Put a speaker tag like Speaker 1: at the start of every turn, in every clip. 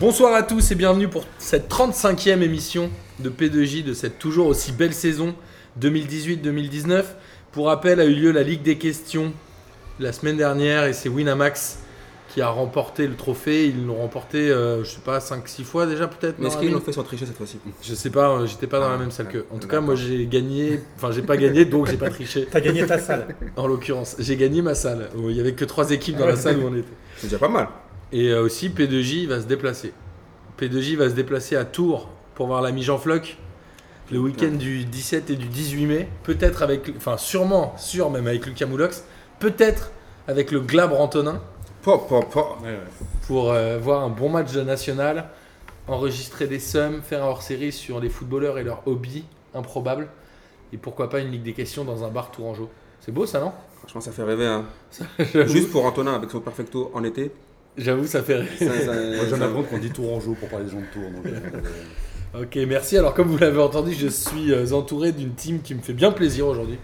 Speaker 1: Bonsoir à tous et bienvenue pour cette 35e émission de P2J de cette toujours aussi belle saison 2018-2019. Pour rappel, a eu lieu la Ligue des questions la semaine dernière et c'est Winamax qui a remporté le trophée. Ils l'ont remporté, euh, je sais pas, 5-6 fois déjà peut-être.
Speaker 2: Mais
Speaker 1: dans la
Speaker 2: est-ce qu'ils
Speaker 1: ligue.
Speaker 2: l'ont fait sans tricher cette fois-ci
Speaker 1: Je sais pas, euh, j'étais pas dans la
Speaker 2: Ah,
Speaker 1: même salle que. En tout
Speaker 2: d'accord.
Speaker 1: cas, moi j'ai gagné, enfin j'ai pas gagné donc j'ai pas triché
Speaker 3: T'as gagné ta salle.
Speaker 1: en l'occurrence. J'ai gagné ma salle où il y avait que trois équipes dans la salle où on était.
Speaker 2: C'est déjà pas mal.
Speaker 1: Et euh, aussi, P2J va se déplacer. P2J va se déplacer à Tours pour voir l'ami Jean Floch le week-end du 17 et du 18 mai. Peut-être avec, enfin sûrement, sûr même avec Lucas Moulox. Peut-être avec le Glabre Antonin
Speaker 2: Pop, pop, pop.
Speaker 1: pour euh, voir un bon match de national, enregistrer des sommes, faire un hors-série sur les footballeurs et leurs hobbies improbables. Et pourquoi pas une ligue des questions dans un bar tourangeau. C'est beau ça, non
Speaker 2: Franchement, ça fait rêver. Hein. Juste pour Antonin avec son perfecto en été.
Speaker 1: J'avoue, ça fait rire.
Speaker 2: Ça, ça-
Speaker 4: Moi, j'en
Speaker 2: ça-
Speaker 4: apprends qu'on dit Tourangeau pour parler des gens de Tours. donc, euh,
Speaker 1: Ok, merci. Alors, comme vous l'avez entendu, je suis euh, entouré d'une team qui me fait bien plaisir aujourd'hui.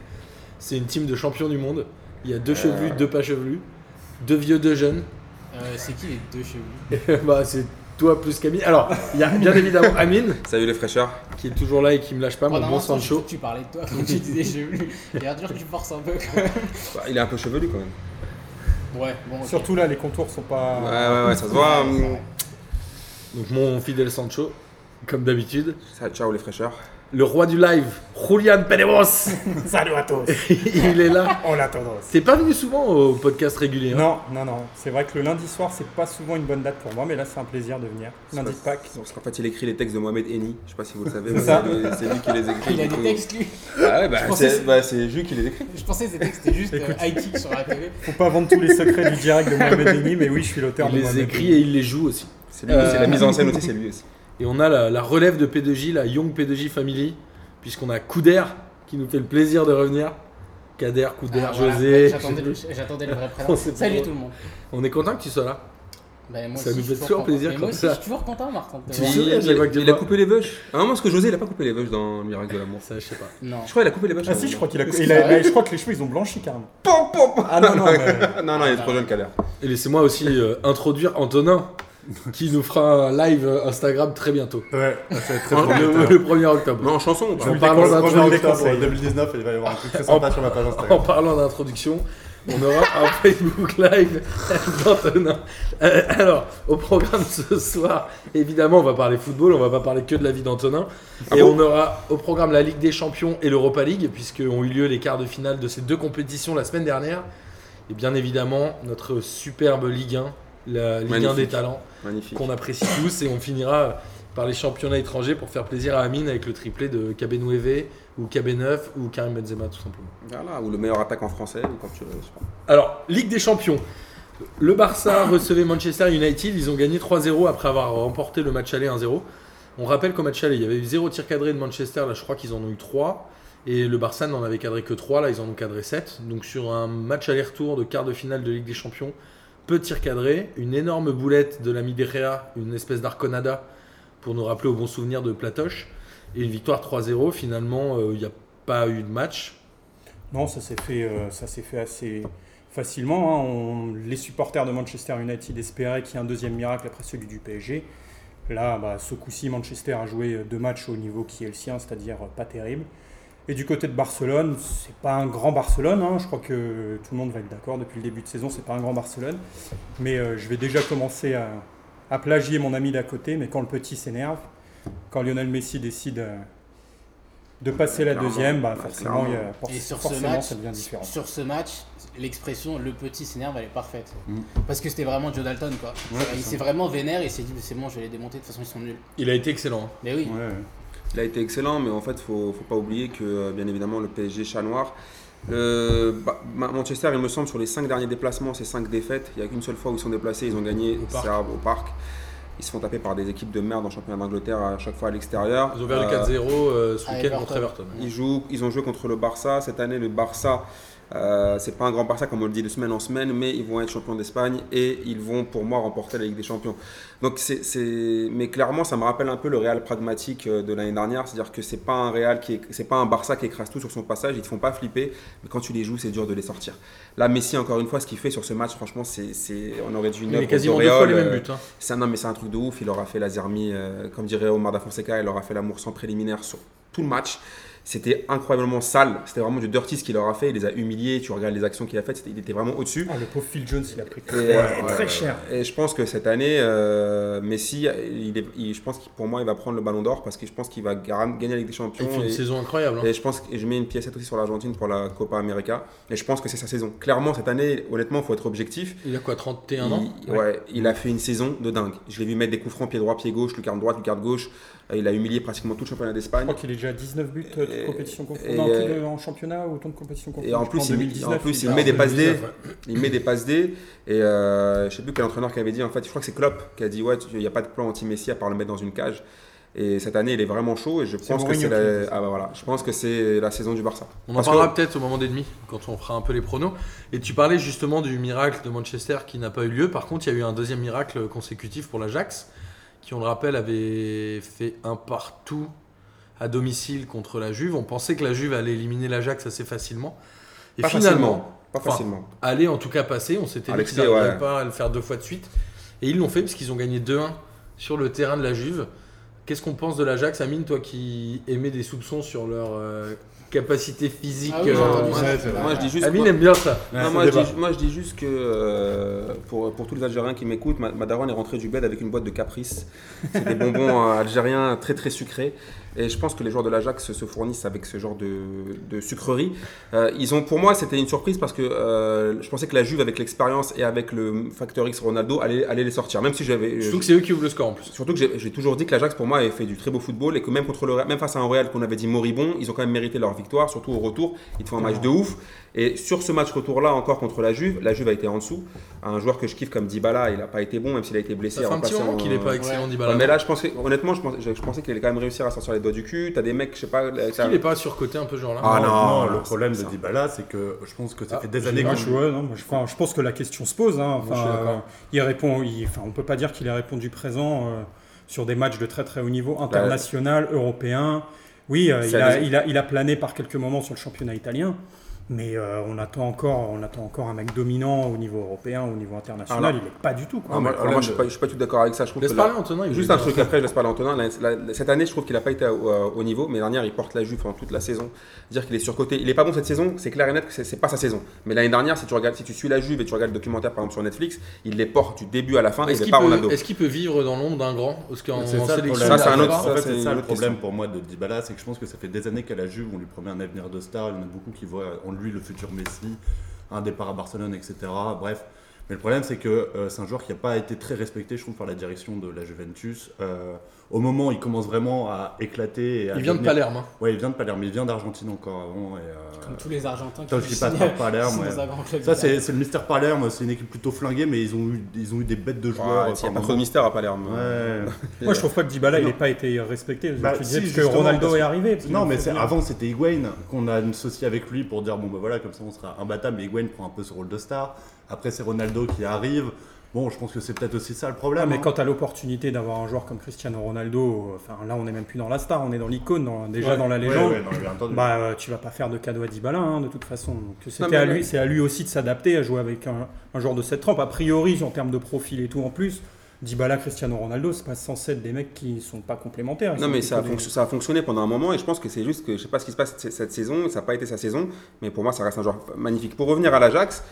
Speaker 1: C'est une team de champions du monde. Il y a deux chevelus, deux pas chevelus, deux vieux, deux jeunes.
Speaker 5: Euh, c'est qui les deux chez vous
Speaker 1: bah, c'est toi plus Camille. Alors, il y a bien évidemment Amine
Speaker 2: Salut les fraîcheurs.
Speaker 1: qui est toujours là et qui me lâche pas, Ah, mon
Speaker 5: Pendant un
Speaker 1: bon
Speaker 5: instant, j'ai
Speaker 1: Sancho.
Speaker 5: cru que Oh, Tu parlais de toi quand tu disais chez vous. Il a dur que tu forces un peu. quand même.
Speaker 2: Bah, il est un peu chevelu quand même.
Speaker 5: Ouais, bon. ok.
Speaker 3: Surtout là, les contours sont
Speaker 2: Ouais,
Speaker 3: pas.
Speaker 2: ouais, ouais, ça se voit.
Speaker 5: Ouais,
Speaker 2: hum.
Speaker 1: Donc, mon fidèle Sancho, comme d'habitude.
Speaker 2: Ça, ciao les fraîcheurs.
Speaker 1: Le roi du live, Julian Penebos,
Speaker 3: Salut à tous.
Speaker 1: il est là.
Speaker 3: On l'a tendance.
Speaker 1: T'es pas venu souvent au podcast régulier. hein
Speaker 3: Non, non, non. C'est vrai que le lundi soir, c'est pas souvent une bonne date pour moi, mais là, c'est un plaisir de venir. Lundi de
Speaker 2: C'est pas-
Speaker 3: Pâques.
Speaker 2: Parce qu'en fait, il écrit les textes de Mohamed Eni. Je sais pas si vous le savez. mais
Speaker 3: ça.
Speaker 2: le- C'est lui qui les écrit.
Speaker 5: Il a
Speaker 2: du
Speaker 5: des
Speaker 2: coup.
Speaker 5: textes lui.
Speaker 2: Ah ouais, bah,
Speaker 5: Je pensais
Speaker 2: c'est
Speaker 5: que-
Speaker 2: bah, c'est lui qui les écrit.
Speaker 5: Je pensais que ces textes c'était juste
Speaker 3: Écoute.
Speaker 5: euh, high kick sur la télé.
Speaker 1: Ah,
Speaker 3: Faut pas vendre tous les secrets du direct de Mohamed Denis, mais oui, je suis l'auteur
Speaker 1: Il
Speaker 3: de
Speaker 1: les
Speaker 3: Mohamed
Speaker 1: écrit
Speaker 3: Denis.
Speaker 1: et il les joue aussi.
Speaker 2: C'est lui.
Speaker 1: Euh.
Speaker 2: C'est la mise en scène aussi, c'est lui aussi.
Speaker 1: Et on a la, la relève de P2J, la Young P2J Family, puisqu'on a Couder qui nous fait le plaisir de revenir. Kader, Couder,
Speaker 5: Ah, voilà,
Speaker 1: José.
Speaker 5: J'attendais le, j'attendais le vrai
Speaker 1: On
Speaker 5: prénom.
Speaker 1: sait pas
Speaker 5: Salut
Speaker 1: moi.
Speaker 5: tout le monde.
Speaker 1: On est content que tu sois là.
Speaker 5: Bah, moi
Speaker 1: Ça
Speaker 5: aussi,
Speaker 1: nous
Speaker 5: je
Speaker 1: fait
Speaker 5: suis
Speaker 1: toujours
Speaker 5: content.
Speaker 1: plaisir
Speaker 5: Mais
Speaker 1: comme
Speaker 5: moi aussi,
Speaker 1: ça.
Speaker 5: je suis toujours content, Martin.
Speaker 1: Tu
Speaker 5: Ouais.
Speaker 1: me souviens,
Speaker 2: Il,
Speaker 1: chaque fois que tu
Speaker 2: il a
Speaker 1: vois.
Speaker 2: coupé les vaches. À un moment, parce que José, il a pas coupé les vaches dans Le Miracle de l'amour.
Speaker 1: Ça, je sais pas.
Speaker 5: Non.
Speaker 2: Je crois qu'il a coupé les vaches.
Speaker 3: Ah si, je crois qu'il a.
Speaker 2: Est-ce que
Speaker 3: il a-
Speaker 5: c'est vrai
Speaker 3: mais je crois que les cheveux, ils ont blanchi carrément.
Speaker 2: Pom, pom, pom.
Speaker 3: Ah non, non, mais-
Speaker 2: Non, non, il est trop jeune qu'à l'air.
Speaker 1: Et laissez-moi aussi euh, introduire Antonin, qui nous fera un live euh, Instagram très bientôt.
Speaker 4: Ouais, ça va être très
Speaker 1: Le,
Speaker 4: prometteur.
Speaker 1: le 1er octobre.
Speaker 2: Non, en chanson ou pas
Speaker 1: En
Speaker 3: le
Speaker 1: parlant
Speaker 3: déconseille, je vous le
Speaker 1: d'introduction,
Speaker 3: déconseille.
Speaker 4: En 2019, il va y avoir un truc très sympa sur ma page
Speaker 1: en
Speaker 4: Instagram.
Speaker 1: parlant d'introduction, on aura un Facebook Live d'Antonin. Euh, alors, au programme ce soir, évidemment, on va parler football, on va pas parler que de la vie d'Antonin.
Speaker 2: Ah
Speaker 1: et
Speaker 2: bon
Speaker 1: on aura au programme la Ligue des Champions et l'Europa League, puisque ont eu lieu les quarts de finale de ces deux compétitions la semaine dernière. Et bien évidemment, notre superbe Ligue 1, la Ligue 1 des
Speaker 2: Magnifique.
Speaker 1: talents,
Speaker 2: Magnifique.
Speaker 1: qu'on apprécie tous. Et on finira par les championnats étrangers pour faire plaisir à Amine avec le triplé de KB9 E ou KB9 ou Karim Benzema, tout simplement.
Speaker 2: Voilà, ou le meilleur attaque en français, ou quand tu veux, je sais pas.
Speaker 1: Alors, Ligue des Champions. Le Barça recevait Manchester United. Ils ont gagné 3-0 après avoir remporté le match aller 1-0. On rappelle qu'au match aller, il y avait eu 0 tir cadré de Manchester. Là, je crois qu'ils en ont eu 3. Et le Barça n'en avait cadré que 3. Là, ils en ont cadré 7. Donc, sur un match aller-retour de quart de finale de Ligue des Champions, peu de tirs cadrés. Une énorme boulette de l'ami Derrea, une espèce d'arconada pour nous rappeler au bon souvenir de Platoche. Et une victoire 3-0. Finalement, euh, il n'y a pas eu de match.
Speaker 3: Non, ça s'est fait, euh, ça s'est fait assez facilement. hein. On- les supporters de Manchester United espéraient qu'il y ait un deuxième miracle après celui du PSG. Là, bah, ce coup-ci, Manchester a joué euh, deux matchs au niveau qui est le sien, c'est-à-dire euh, pas terrible. Et du côté de Barcelone, c'est pas un grand Barcelone. hein. Je crois que tout le monde va être d'accord depuis le début de saison, c'est pas un grand Barcelone. Mais euh, je vais déjà commencer à, à plagier mon ami d'à côté. Mais quand le petit s'énerve, quand Lionel Messi décide euh, de passer la
Speaker 2: Clairement.
Speaker 3: deuxième, bah,
Speaker 2: Ouais,
Speaker 3: forcément, il y a-
Speaker 5: Et sur ce
Speaker 3: forcément,
Speaker 5: match,
Speaker 3: ça devient différent.
Speaker 5: Sur ce match, l'expression le petit s'énerve, elle est parfaite.
Speaker 1: Mm.
Speaker 5: Parce que c'était vraiment Joe Dalton, quoi. il s'est vraiment vénère, il s'est dit, c'est bon, je vais les démonter, de toute façon, ils sont nuls.
Speaker 1: Il a été excellent. hein.
Speaker 5: Mais oui.
Speaker 3: Ouais, ouais.
Speaker 2: Il a été excellent, mais en fait, faut, faut pas oublier que, euh, bien évidemment, le PSG chat noir. Euh, bah, Ma- Manchester, il me semble, sur les 5 derniers déplacements, c'est 5 défaites. Il y a qu'une seule fois où ils sont déplacés, ils ont gagné
Speaker 1: Au parc.
Speaker 2: c'est à- au parc. Ils se font taper par des équipes de merde en championnat d'Angleterre à chaque fois à l'extérieur.
Speaker 1: Ils ont ouvert
Speaker 2: Euh,
Speaker 1: le 4-0 euh, ce
Speaker 5: à
Speaker 1: week-end contre
Speaker 5: Everton.
Speaker 1: Everton.
Speaker 2: Ils, jouent, ils ont joué contre le Barça. Cette année, le Barça Euh, c'est pas un grand Barça comme on le dit de semaine en semaine, mais ils vont être champions d'Espagne et ils vont pour moi remporter la Ligue des Champions. Donc c'est, c'est- mais clairement ça me rappelle un peu le Real pragmatique euh, de l'année dernière, c'est-à-dire que c'est pas un Real qui, est- c'est pas un Barça qui écrase tout sur son passage, ils te font pas flipper, mais quand tu les joues c'est dur de les sortir. Là Messi encore une fois ce qu'il fait sur ce match franchement c'est, c'est- on aurait dû une
Speaker 1: Il est
Speaker 2: œuvre
Speaker 1: quasiment deux fois
Speaker 2: d'auréole,
Speaker 1: les
Speaker 2: euh,
Speaker 1: mêmes buts. hein.
Speaker 2: c'est un, non, mais c'est un truc de ouf. Il aura fait la Zermi, euh, comme dirait Omar da Fonseca, il aura fait l'amour sans préliminaire sur tout le match. C'était incroyablement sale. C'était vraiment du dirty ce qu'il aura fait. Il les a humiliés. Tu regardes les actions qu'il a faites. c'était- Il était vraiment au-dessus.
Speaker 3: Ah, le pauvre Phil Jones, il a pris
Speaker 2: Et,
Speaker 3: très,
Speaker 2: euh,
Speaker 3: très
Speaker 2: ouais,
Speaker 3: cher.
Speaker 2: Et je pense que cette année, euh, Messi, il est- il- je pense que pour moi, il va prendre le ballon d'or parce que je pense qu'il va gar- gagner avec des champions.
Speaker 1: Il fait une
Speaker 2: et-
Speaker 1: saison incroyable. hein.
Speaker 2: et je pense que et je mets une pièce aussi sur l'Argentine pour la Copa América. Et je pense que c'est sa saison. Clairement, cette année, honnêtement, il faut être objectif.
Speaker 1: Il a quoi, 31 ans
Speaker 2: Il, ouais, il a fait une saison de dingue. Je l'ai vu mettre des coups francs pied droit, pied gauche, lucarne droite, lucarne gauche. Euh, Il a humilié pratiquement tout le championnat
Speaker 3: Je
Speaker 2: d'Espagne.
Speaker 3: crois qu'il est déjà à 19 buts euh, toute
Speaker 2: Et-
Speaker 3: compétition confondue.
Speaker 2: et- euh,
Speaker 3: Non, tout de- en championnat ou autant de compétitions confondues.
Speaker 2: Et en
Speaker 3: je
Speaker 2: plus,
Speaker 3: crois,
Speaker 2: il, met-
Speaker 3: 2019,
Speaker 2: en plus, il
Speaker 3: a-
Speaker 2: met des
Speaker 1: en
Speaker 2: passes dés.
Speaker 1: 2019, Ah, ouais.
Speaker 2: Il met des passes dés. Et euh, je sais plus quel entraîneur qui avait dit. En fait, je crois que c'est Klopp qui a dit ouais, tu- il n'y a pas de plan anti-Messi à part le mettre dans une cage. Et cette année, il est vraiment chaud. Et je
Speaker 3: C'est
Speaker 2: pense que
Speaker 3: Mourinho
Speaker 2: c'est
Speaker 3: qui l'a dit
Speaker 2: la... ah bah voilà, je pense que c'est la saison du Barça.
Speaker 1: On en
Speaker 2: Parce
Speaker 1: parlera
Speaker 2: que-
Speaker 1: peut-être au moment des demi, quand on fera un peu les pronos. Et tu parlais justement du miracle de Manchester qui n'a pas eu lieu. Par contre, il y a eu un deuxième miracle consécutif pour l'Ajax, qui, on le rappelle, avait fait un partout à domicile contre la Juve. On pensait que la Juve allait éliminer l'Ajax assez facilement. Et
Speaker 2: pas
Speaker 1: finalement,
Speaker 2: facilement. Pas
Speaker 1: enfin,
Speaker 2: facilement.
Speaker 1: aller en tout cas passer. On s'était dit
Speaker 2: Alexis,
Speaker 1: qu'ils n'arriveraient
Speaker 2: ouais.
Speaker 1: pas à le faire deux fois de suite. Et ils l'ont fait parce qu'ils ont gagné 2-1 sur le terrain de la Juve. Qu'est-ce qu'on pense de l'Ajax, Amine, toi qui émets des soupçons sur leur euh, capacité physique
Speaker 5: Ah oui, j'ai
Speaker 1: euh,
Speaker 5: entendu
Speaker 1: moi-
Speaker 5: ça.
Speaker 4: ouais, c'est vrai.
Speaker 2: Moi, je dis juste.
Speaker 1: Amine aime bien ça.
Speaker 4: Ouais,
Speaker 2: Non,
Speaker 4: c'est
Speaker 2: moi,
Speaker 4: le
Speaker 2: je
Speaker 4: débat.
Speaker 2: dis, moi, je dis juste que euh, pour, pour tous les Algériens qui m'écoutent, ma, ma daronne est rentrée du bled avec une boîte de caprices. C'est des bonbons euh, algériens très très sucrés. Et je pense que les joueurs de l'Ajax se fournissent avec ce genre de, de sucreries. Euh, ils ont, pour moi, c'était une surprise parce que euh, je pensais que la Juve, avec l'expérience et avec le facteur X Ronaldo, allait, allait les sortir. Même si j'avais. euh,
Speaker 1: Surtout que c'est eux qui ouvrent le score en plus.
Speaker 2: Surtout que j'ai- j'ai toujours dit que l'Ajax pour moi avait fait du très beau football et que même contre le Real- même face à un Real qu'on avait dit moribond, ils ont quand même mérité leur victoire, surtout au retour. Ils te font un match de ouf. Et sur ce match retour là encore contre la Juve, la Juve a été en dessous. Un joueur que je kiffe comme Dybala, il n'a pas été bon même s'il a été blessé.
Speaker 1: Ça fait un petit
Speaker 2: remplacé
Speaker 1: moment
Speaker 2: en- euh,
Speaker 1: qu'il est pas excellent,
Speaker 5: Ouais.
Speaker 1: Dybala.
Speaker 2: Ouais, mais là, je pensais, honnêtement, je pensais, je, je pensais qu'il allait quand même réussir à sortir les doigts du cul. T'as des mecs, je sais pas. là,
Speaker 1: Est-ce qu'il est pas surcoté un peu ce genre-là
Speaker 2: Ah, non,
Speaker 4: non,
Speaker 2: non,
Speaker 4: le problème de
Speaker 2: c'est ça.
Speaker 4: Dybala, c'est que je pense que ça
Speaker 1: Ah,
Speaker 4: fait des
Speaker 3: Ah,
Speaker 4: années qu'on
Speaker 3: je, ouais, non, moi, je, enfin, je pense que la question se pose. hein.
Speaker 1: Moi, je suis
Speaker 3: Enfin,
Speaker 1: d'accord.
Speaker 3: euh, il répond, il- enfin, on peut pas dire qu'il ait répondu présent euh, sur des matchs de très très haut niveau
Speaker 4: Bah,
Speaker 3: international, européen. Oui, euh, il,
Speaker 2: Ça
Speaker 3: a,
Speaker 2: les-
Speaker 3: il, a, il a plané par quelques moments sur le championnat italien, mais euh, on, attend encore, on attend encore un mec dominant au niveau européen, au niveau international.
Speaker 2: Ah,
Speaker 3: il n'est pas du tout. Quoi.
Speaker 2: Non, moi,
Speaker 4: mais
Speaker 2: alors, moi, je suis pas, je suis pas tout d'accord avec ça. Je trouve
Speaker 1: Laisse
Speaker 2: que là-
Speaker 1: parler Antonin. il
Speaker 2: Juste
Speaker 1: voulait
Speaker 2: un
Speaker 1: dire
Speaker 2: truc après, je laisse parler à Antonin. La- la- cette année, je trouve qu'il n'a pas été au, euh, au niveau. Mais dernière, il porte la Juve pendant toute la saison. Dire qu'il est surcoté. Il n'est pas bon cette saison, c'est clair et net que c'est- c'est pas sa saison. Mais l'année dernière, si tu regardes, si tu suis la Juve et tu regardes le documentaire par exemple sur Netflix, il les porte du début à la fin.
Speaker 1: Est-ce
Speaker 2: il n'est
Speaker 1: qu'il
Speaker 2: pas
Speaker 1: peut,
Speaker 2: Ronaldo.
Speaker 1: est-ce qu'il peut vivre dans l'ombre d'un grand Parce qu'en
Speaker 4: C'est
Speaker 1: en
Speaker 4: ça, le
Speaker 1: sélection,
Speaker 4: problème.
Speaker 2: Ça, c'est un
Speaker 1: il a
Speaker 2: autre-
Speaker 1: pas-
Speaker 4: En fait,
Speaker 2: c'est
Speaker 4: c'est
Speaker 2: une
Speaker 4: ça le
Speaker 2: autre
Speaker 4: problème
Speaker 2: question.
Speaker 4: pour moi de Dybala, c'est que je pense que ça fait des années qu'à la Juve, on lui promet un avenir de star. Il y en a beaucoup qui voient en lui le futur Messi, un départ à Barcelone, etc. Bref. Mais le problème, c'est que euh, c'est un joueur qui n'a pas été très respecté, je trouve, par la direction de la Juventus. Euh, au moment où il commence vraiment à éclater. Et à
Speaker 1: Il vient de
Speaker 4: devenir-
Speaker 1: Palerme. hein.
Speaker 4: Ouais, il vient de Palerme, mais il vient d'Argentine encore avant. Et, euh,
Speaker 5: Comme tous les Argentins
Speaker 4: Putain,
Speaker 5: qui
Speaker 4: je dis pas
Speaker 5: signent-
Speaker 4: par Palerme,
Speaker 5: signent
Speaker 4: ouais.
Speaker 5: dans un grand club
Speaker 4: Ça,
Speaker 5: italien.
Speaker 4: c'est c'est le mystère Palerme. C'est une équipe plutôt flinguée, mais ils ont eu, ils ont eu des bêtes de
Speaker 2: Ouais,
Speaker 4: joueurs.
Speaker 2: il y a
Speaker 4: par
Speaker 2: pas trop de
Speaker 4: moment.
Speaker 2: mystère à Palerme.
Speaker 4: Ouais.
Speaker 3: Moi, je trouve pas que Dybala il
Speaker 4: euh, Non.
Speaker 3: n'ait pas été respecté.
Speaker 4: Bah,
Speaker 3: tu disais
Speaker 4: si,
Speaker 3: parce que
Speaker 4: justement,
Speaker 3: Ronaldo
Speaker 4: parce que-
Speaker 3: est arrivé. parce qu'il
Speaker 4: Non,
Speaker 3: a
Speaker 4: mais
Speaker 3: fait
Speaker 4: c'est,
Speaker 3: venir.
Speaker 4: avant c'était Higuain qu'on a associé avec lui pour dire bon bah voilà comme ça on sera imbattable. Mais Higuain prend un peu ce rôle de star. Après c'est Ronaldo qui arrive. Bon, je pense que c'est peut-être aussi ça le
Speaker 3: Ah,
Speaker 4: problème.
Speaker 3: mais
Speaker 4: hein.
Speaker 3: quand tu as l'opportunité d'avoir un joueur comme Cristiano Ronaldo, euh, enfin là on n'est même plus dans la star, on est dans l'icône, dans- déjà
Speaker 4: Ouais.
Speaker 3: dans la
Speaker 4: Ouais,
Speaker 3: légende.
Speaker 4: ouais, non, j'ai entendu.
Speaker 3: Bah, euh, tu vas pas faire de cadeau à Dybala, hein, de toute façon. Donc,
Speaker 2: mais
Speaker 3: c'était à
Speaker 2: là-
Speaker 3: lui, c'est à lui aussi de s'adapter à jouer avec un, un joueur de cette trempe. A priori, en termes de profil et tout en plus, Dybala, Cristiano Ronaldo, c'est pas censé être des mecs qui sont pas complémentaires. Ils
Speaker 2: Non
Speaker 3: sont
Speaker 2: mais
Speaker 3: plutôt
Speaker 2: ça a,
Speaker 3: des-
Speaker 2: fonc- ça a fonctionné pendant un moment et je pense que c'est juste que je sais pas ce qui se passe cette, cette saison, ça n'a pas été sa saison, mais pour moi ça reste un joueur magnifique. Pour revenir à l'Ajax,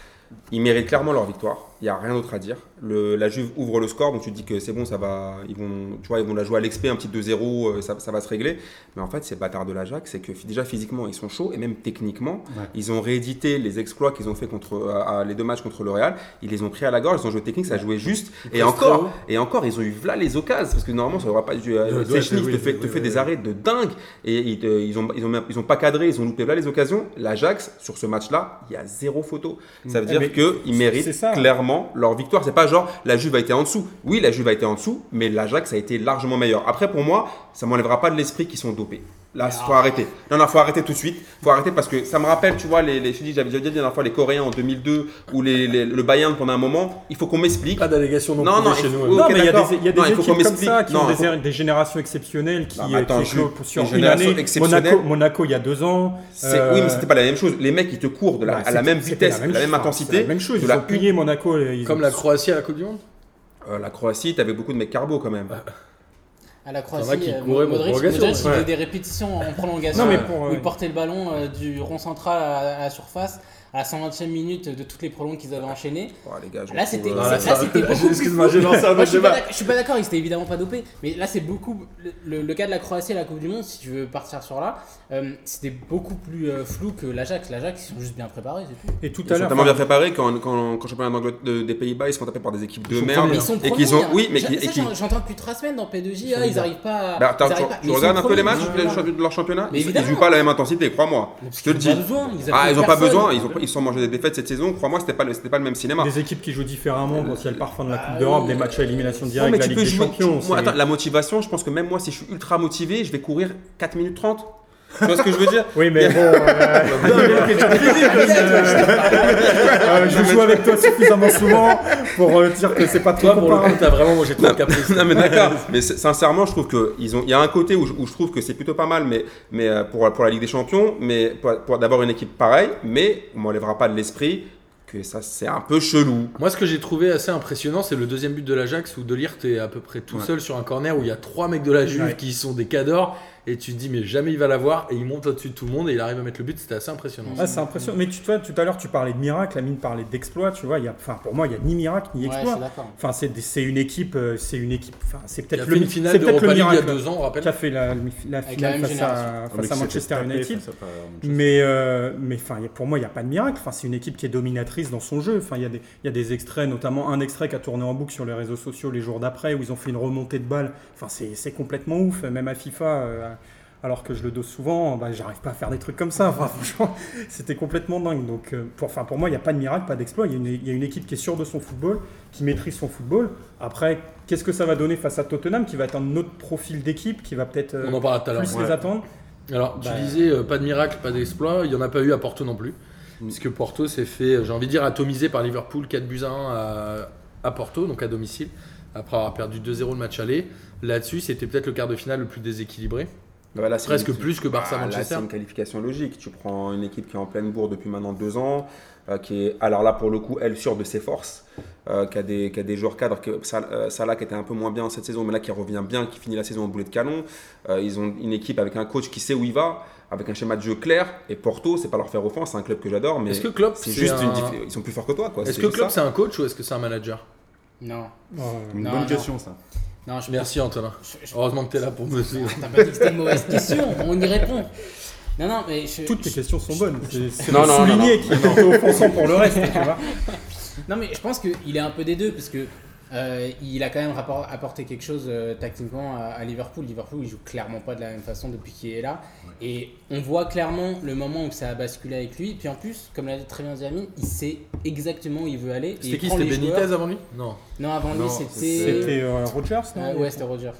Speaker 2: ils méritent clairement leur victoire, il n'y a rien d'autre à dire. Le, la Juve ouvre le score, donc tu te dis que c'est bon, ça va, ils vont, tu vois, ils vont la jouer à l'expé, un petit 2-0, euh, ça, ça va se régler. Mais en fait ces bâtards de l'Ajax, c'est que déjà physiquement ils sont chauds et même techniquement,
Speaker 4: Ouais.
Speaker 2: ils ont réédité les exploits qu'ils ont fait contre, euh, à- à- les deux matchs contre le Real, ils les ont pris à la gorge, ils ont joué technique, ça jouait juste. Et
Speaker 1: pressent très haut.
Speaker 2: encore, et encore, ils ont eu là les occasions, parce que normalement ça aurait pas dû... euh,
Speaker 4: Ouais, ouais,
Speaker 2: Sechnik
Speaker 4: oui,
Speaker 2: te fait,
Speaker 4: oui,
Speaker 2: te
Speaker 4: oui,
Speaker 2: fait
Speaker 4: oui,
Speaker 2: des
Speaker 4: oui.
Speaker 2: arrêts de dingue et ils, te- ils, ont, ils, ont, ils ont pas cadré, ils ont loupé là les occasions. L'Ajax, sur ce match-là, il y a zéro photo. Ça veut
Speaker 4: Mm.
Speaker 3: Eh
Speaker 2: dire
Speaker 3: mais
Speaker 2: qu'ils
Speaker 3: c'est
Speaker 2: méritent
Speaker 3: ça.
Speaker 2: clairement leur victoire. C'est pas genre la Juve a été en dessous. Oui, la Juve a été en dessous, mais l'Ajax a été largement meilleur. Après, pour moi, ça m'enlèvera pas de l'esprit qu'ils sont dopés. Là, faut arrêter. Non, non, faut arrêter tout de suite. Faut arrêter parce que ça me rappelle, tu vois, les, les, je dis, j'avais déjà dit la dernière fois, les Coréens en 2002 ou les, les- le Bayern pendant un moment. Il faut qu'on m'explique.
Speaker 1: Pas d'allégation non,
Speaker 2: Non,
Speaker 1: plus
Speaker 2: non,
Speaker 1: chez
Speaker 2: il faut-
Speaker 1: nous.
Speaker 2: oui,
Speaker 1: euh,
Speaker 3: Non,
Speaker 2: Ok,
Speaker 3: mais il y a
Speaker 2: d'accord.
Speaker 3: des, il y a des
Speaker 2: Non, il faut qu'on
Speaker 3: équipes comme ça
Speaker 2: m'explique.
Speaker 3: qui
Speaker 2: Non,
Speaker 3: ont des,
Speaker 2: faut-
Speaker 3: gé- des générations exceptionnelles qui, euh,
Speaker 2: Non, mais attends,
Speaker 3: qui
Speaker 2: Jules,
Speaker 3: éclosent
Speaker 2: une
Speaker 3: sur une
Speaker 2: génération
Speaker 3: année.
Speaker 2: exceptionnelle.
Speaker 3: Monaco, Monaco, il y a deux ans.
Speaker 2: C'est-
Speaker 3: euh,
Speaker 2: Oui, mais c'était pas la même chose. Les mecs, ils te courent de la,
Speaker 3: bah,
Speaker 2: à la
Speaker 3: c'était-
Speaker 2: même
Speaker 3: c'était
Speaker 2: vitesse, à la même,
Speaker 3: chose,
Speaker 2: intensité.
Speaker 3: c'est La même chose.
Speaker 2: de
Speaker 3: Ils
Speaker 2: la
Speaker 3: ont plié Monaco. et ils
Speaker 1: euh, Comme
Speaker 3: ont-
Speaker 1: la Croatie à la Coupe du Monde
Speaker 2: Euh, la Croatie, t'avais beaucoup de mecs carbo quand
Speaker 3: Bah,
Speaker 2: même.
Speaker 5: À la
Speaker 1: Il y en a
Speaker 5: Croatie,
Speaker 1: qui
Speaker 5: euh,
Speaker 1: couraient pour
Speaker 5: Modric,
Speaker 1: prolongation,
Speaker 5: Modric, il
Speaker 1: ouais.
Speaker 5: faisait des répétitions en prolongation.
Speaker 3: Non, mais pour,
Speaker 5: où
Speaker 3: euh,
Speaker 5: il portait le ballon euh, du rond central à, à la surface à la 120e minute de toutes les prolongues qu'ils avaient enchaînées.
Speaker 2: Oh, les gars, je
Speaker 5: Là,
Speaker 2: me trouve,
Speaker 5: c'était
Speaker 2: euh,
Speaker 1: là,
Speaker 5: là,
Speaker 1: ça-
Speaker 5: c'était beaucoup plus
Speaker 1: Excuse-moi, j'ai
Speaker 5: fou.
Speaker 1: lancé un
Speaker 5: Moi,
Speaker 1: autre
Speaker 5: je suis pas
Speaker 1: débat.
Speaker 5: d'ac- je suis pas d'accord, il s'était évidemment pas dopé, mais là c'est beaucoup le- le, le cas de la Croatie à la Coupe du Monde, si tu veux partir sur là, euh, c'était beaucoup plus euh, flou que l'Ajax. L'Ajax ils sont juste bien préparés, c'est tout.
Speaker 3: Et tout
Speaker 2: Ils
Speaker 3: à
Speaker 2: sont
Speaker 3: l'heure.
Speaker 2: tellement bien
Speaker 3: enfin,
Speaker 2: préparés quand, quand, quand le championnat d'Angleterre- de- des Pays-Bas, ils se font taper par des équipes de
Speaker 1: sont
Speaker 2: merde.
Speaker 1: premiers.
Speaker 5: Ils sont
Speaker 2: Et
Speaker 5: premiers,
Speaker 2: qu'ils ont-
Speaker 5: gars.
Speaker 2: oui, mais
Speaker 5: Ça,
Speaker 2: qui- et
Speaker 5: ça,
Speaker 2: qui-
Speaker 5: j'en- j'entends depuis trois semaines dans P2J, ah,
Speaker 1: sont
Speaker 5: ils n'arrivent pas. à-
Speaker 2: Bah,
Speaker 5: ils
Speaker 2: attends,
Speaker 5: arrivent
Speaker 2: tu,
Speaker 5: pas-
Speaker 2: tu
Speaker 5: ils sont
Speaker 2: regardes un peu les
Speaker 5: premiers,
Speaker 2: matchs
Speaker 5: ils
Speaker 2: de,
Speaker 5: sont là.
Speaker 2: de leur championnat
Speaker 5: Mais
Speaker 2: Ils
Speaker 5: évidemment.
Speaker 2: jouent pas à la même intensité, crois-moi. Je te le dis.
Speaker 5: Ils ont pas besoin, ils
Speaker 2: Ah, ils ont pas besoin, ils
Speaker 5: personne.
Speaker 2: ont, ils se sont mangés des défaites cette saison, crois-moi, c'était pas, le- c'était pas le même cinéma.
Speaker 3: Des équipes qui jouent différemment quand il y a le parfum de la Coupe
Speaker 5: Ah,
Speaker 3: d'Europe,
Speaker 5: oui.
Speaker 3: des matchs à élimination
Speaker 5: Non,
Speaker 2: Non,
Speaker 3: directe,
Speaker 2: mais
Speaker 3: la
Speaker 2: tu
Speaker 3: Ligue
Speaker 2: peux
Speaker 3: des
Speaker 2: jouer.
Speaker 3: Champions.
Speaker 2: moi,
Speaker 3: c'est-
Speaker 2: attends, la motivation, je pense que même moi, si je suis ultra motivé, je vais courir 4 minutes 30. Tu vois ce que je veux dire
Speaker 3: Oui, mais bon, euh, euh, je joue avec toi suffisamment souvent pour euh, dire que c'est pas
Speaker 1: Toi,
Speaker 3: toi
Speaker 1: pour le coup, t'as vraiment mangé trop de caprices.
Speaker 2: Non mais d'accord, mais c'est- sincèrement je trouve que ils ont, il y a un côté où je, où je trouve que c'est plutôt pas mal, mais mais euh, pour pour la Ligue des Champions, mais pour, pour d'abord une équipe pareille, mais on m'enlèvera pas de l'esprit que ça c'est un peu chelou.
Speaker 1: Moi, ce que j'ai trouvé assez impressionnant, c'est le deuxième but de l'Ajax où Delirte est à peu près tout
Speaker 2: Ouais.
Speaker 1: seul sur un corner où il y a trois mecs de la Juve
Speaker 3: Ouais.
Speaker 1: qui sont des cadors et tu te dis mais jamais il va l'avoir et il monte au-dessus de tout le monde et il arrive à mettre le but. C'était assez impressionnant.
Speaker 3: Ah, c'est impressionnant. Mais tu, toi, tout à l'heure, tu parlais de miracle, la mine parlait d'exploit, tu vois. il Y a, enfin, pour moi, il n'y a ni miracle ni
Speaker 5: Ouais, je
Speaker 3: exploit.
Speaker 5: suis d'accord.
Speaker 3: Enfin, c'est des- c'est une équipe, euh, c'est une équipe. Enfin, c'est
Speaker 1: Il a
Speaker 3: peut-être
Speaker 1: fait
Speaker 3: le,
Speaker 1: une
Speaker 3: c'est
Speaker 1: finale
Speaker 3: peut-être
Speaker 1: d'Europa
Speaker 3: le
Speaker 1: League il y a
Speaker 3: miracle
Speaker 1: deux ans, on rappelle.
Speaker 3: qui a fait la, la
Speaker 5: Avec la
Speaker 3: finale
Speaker 5: même
Speaker 3: face à,
Speaker 4: Ah,
Speaker 5: génération.
Speaker 3: face à Manchester United.
Speaker 4: Mais
Speaker 3: Mais, euh, mais enfin, y a- pour moi, il n'y a pas de miracle. Enfin, c'est une équipe qui est dominatrice dans son jeu. Enfin, il y, a des- il y a des extraits, notamment un extrait qui a tourné en boucle sur les réseaux sociaux les jours d'après, où ils ont fait une remontée de balle. Enfin, c'est c'est complètement ouf. Même à FIFA, euh, alors que je le dose souvent, bah, j'arrive pas à faire des trucs comme ça. Enfin, franchement, c'était complètement dingue. Donc, euh, pour, enfin, pour moi, il n'y a pas de miracle, pas d'exploit. Il y, a une- il y a une équipe qui est sûre de son football, qui maîtrise son football. Après, qu'est-ce que ça va donner face à Tottenham, qui va être un autre profil d'équipe, qui va peut-être euh,
Speaker 1: On en parlera tout à l'heure.
Speaker 3: plus
Speaker 4: Ouais.
Speaker 3: les attendre
Speaker 1: Alors, tu
Speaker 3: Bah.
Speaker 1: disais euh, pas de miracle, pas d'exploit. Il n'y en a pas eu à Porto non plus. Puisque Porto s'est fait, euh, j'ai envie de dire, atomiser par Liverpool 4 buts à 1 à, à Porto, donc à domicile, après avoir perdu 2-0 le match aller. Là-dessus, c'était peut-être le quart de finale le plus déséquilibré.
Speaker 2: Voilà, c'est
Speaker 1: Presque
Speaker 2: une-
Speaker 1: plus que
Speaker 2: Ah, là,
Speaker 1: Barça-Manchester.
Speaker 2: c'est une qualification logique. Tu prends une équipe qui est en pleine bourre depuis maintenant deux ans, euh, qui est alors là pour le coup elle sûre de ses forces, euh, qui a des qui a des joueurs cadres que Sal- euh, Salah qui était un peu moins bien cette saison, mais là qui revient bien, qui finit la saison au boulet de canon. Euh, ils ont une équipe avec un coach qui sait où il va, avec un schéma de jeu clair. Et Porto, c'est pas leur faire offense, c'est un club que j'adore, mais
Speaker 1: Est-ce que Klopp,
Speaker 2: c'est juste
Speaker 1: un-
Speaker 2: une diff- ils sont plus forts que toi quoi.
Speaker 1: Est-ce
Speaker 2: C'est
Speaker 1: que
Speaker 2: juste
Speaker 1: Klopp,
Speaker 2: ça.
Speaker 1: c'est un coach ou est-ce que c'est un manager
Speaker 5: Non,
Speaker 3: Euh,
Speaker 4: Une
Speaker 5: Non,
Speaker 4: bonne
Speaker 5: non.
Speaker 4: question ça.
Speaker 5: non, je
Speaker 1: Merci Antonin.
Speaker 5: je- je-
Speaker 1: Heureusement que t'es là pour me suivre.
Speaker 5: T'as pas dit que c'était une mauvaise question, on y répond. Non, non, mais je,
Speaker 3: Toutes tes
Speaker 5: je-
Speaker 3: questions sont bonnes. C'est- C'est
Speaker 2: Non,
Speaker 3: le
Speaker 2: non, non,
Speaker 3: souligné qui est offensant pour le reste, tu vois.
Speaker 5: non, mais je pense qu'il est un peu des deux parce que euh, il a quand même rapport- apporté quelque chose euh, tactiquement à, à Liverpool. Liverpool, il joue clairement pas de la même façon depuis qu'il est là, et on voit clairement le moment où ça a basculé avec lui. Puis en plus, comme l'a très bien dit Amine, il sait exactement où il veut aller. et
Speaker 1: C'était
Speaker 5: il
Speaker 1: qui
Speaker 5: prend
Speaker 1: C'était
Speaker 5: les
Speaker 1: Benitez
Speaker 5: joueurs.
Speaker 1: avant lui Non.
Speaker 5: Non, avant
Speaker 1: Non,
Speaker 5: lui,
Speaker 3: C'était
Speaker 5: c'était
Speaker 3: euh, Rogers, non
Speaker 5: euh, ouais, c'était Rogers,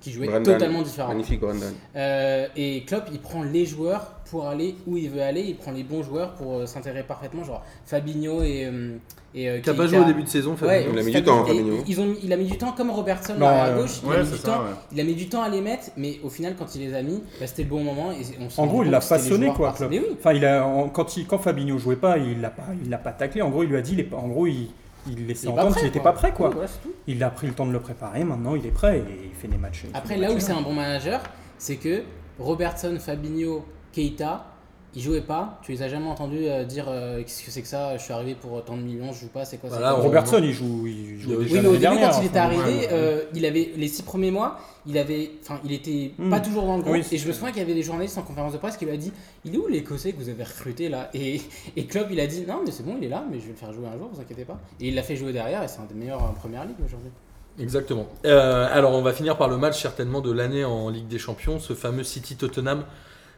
Speaker 5: qui jouait
Speaker 2: Brendan.
Speaker 5: totalement différent.
Speaker 2: Magnifique Brendan.
Speaker 5: Euh, et Klopp, il prend les joueurs pour aller où il veut aller, il prend les bons joueurs pour euh, s'intégrer parfaitement, genre Fabinho et. euh, et euh,
Speaker 1: Qui a
Speaker 5: Keita.
Speaker 1: pas joué au début de saison,
Speaker 5: Ouais,
Speaker 1: Fabinho.
Speaker 2: Il a mis
Speaker 5: Fabinho-
Speaker 2: du temps, hein,
Speaker 5: et-
Speaker 2: Fabinho.
Speaker 5: ils ont, il a mis du temps comme Robertson
Speaker 3: Non,
Speaker 5: à, à
Speaker 3: euh,
Speaker 5: gauche. il, a
Speaker 4: Ouais,
Speaker 5: mis du
Speaker 4: c'est
Speaker 5: temps,
Speaker 4: ça. ouais.
Speaker 5: il a mis du temps à les mettre, mais au final, quand il les a mis, bah, c'était le bon moment. Et on s'est
Speaker 3: En
Speaker 5: rendu
Speaker 3: gros, il
Speaker 5: compte
Speaker 3: l'a
Speaker 5: que c'était les
Speaker 3: façonné,
Speaker 5: joueurs
Speaker 3: quoi,
Speaker 5: par-
Speaker 3: Klopp.
Speaker 5: Mais oui.
Speaker 3: Enfin, il a, en- quand, il, quand Fabinho jouait pas, il l'a pas, il l'a pas taclé. En gros, il lui a dit, il est pas- en gros, il, il laissait
Speaker 5: Il est
Speaker 3: entendre qu'il n'était pas prêt, quoi.
Speaker 5: Oui, voilà, c'est tout.
Speaker 3: Il a pris le temps de le préparer. Maintenant, il est prêt et il fait des matchs. il fait
Speaker 5: Après,
Speaker 3: des
Speaker 5: là où
Speaker 3: matchs
Speaker 5: c'est un bon manager, c'est que Robertson, Fabinho, Keita, ils jouaient pas. Tu les as jamais entendus euh, dire euh, qu'est-ce que c'est que ça Je suis arrivé pour tant de millions, je joue pas, c'est quoi ça
Speaker 1: Voilà,
Speaker 5: comme-
Speaker 1: on-
Speaker 3: Robertson, il joue, il joue
Speaker 1: Oui,
Speaker 3: déjà
Speaker 5: Ah, Oui, mais au
Speaker 3: l'année
Speaker 5: début,
Speaker 3: dernière,
Speaker 5: quand il était
Speaker 3: enfin,
Speaker 5: arrivé,
Speaker 3: ouais, ouais.
Speaker 5: euh, il avait les six premiers mois, il avait, enfin, il était
Speaker 3: Hmm.
Speaker 5: pas toujours dans le groupe.
Speaker 3: Oui, c'est
Speaker 5: et je me souviens qu'il y avait des journalistes en conférence de presse qui lui a dit, il est où l'Écossais que vous avez recruté là Et et Klopp, il a dit, non, mais c'est bon, il est là, mais je vais le faire jouer un jour, vous inquiétez pas. Et il l'a fait jouer derrière, et c'est un des meilleurs en première ligue aujourd'hui.
Speaker 1: Exactement. Euh, alors, on va finir par le match certainement de l'année en Ligue des Champions, ce fameux City-Tottenham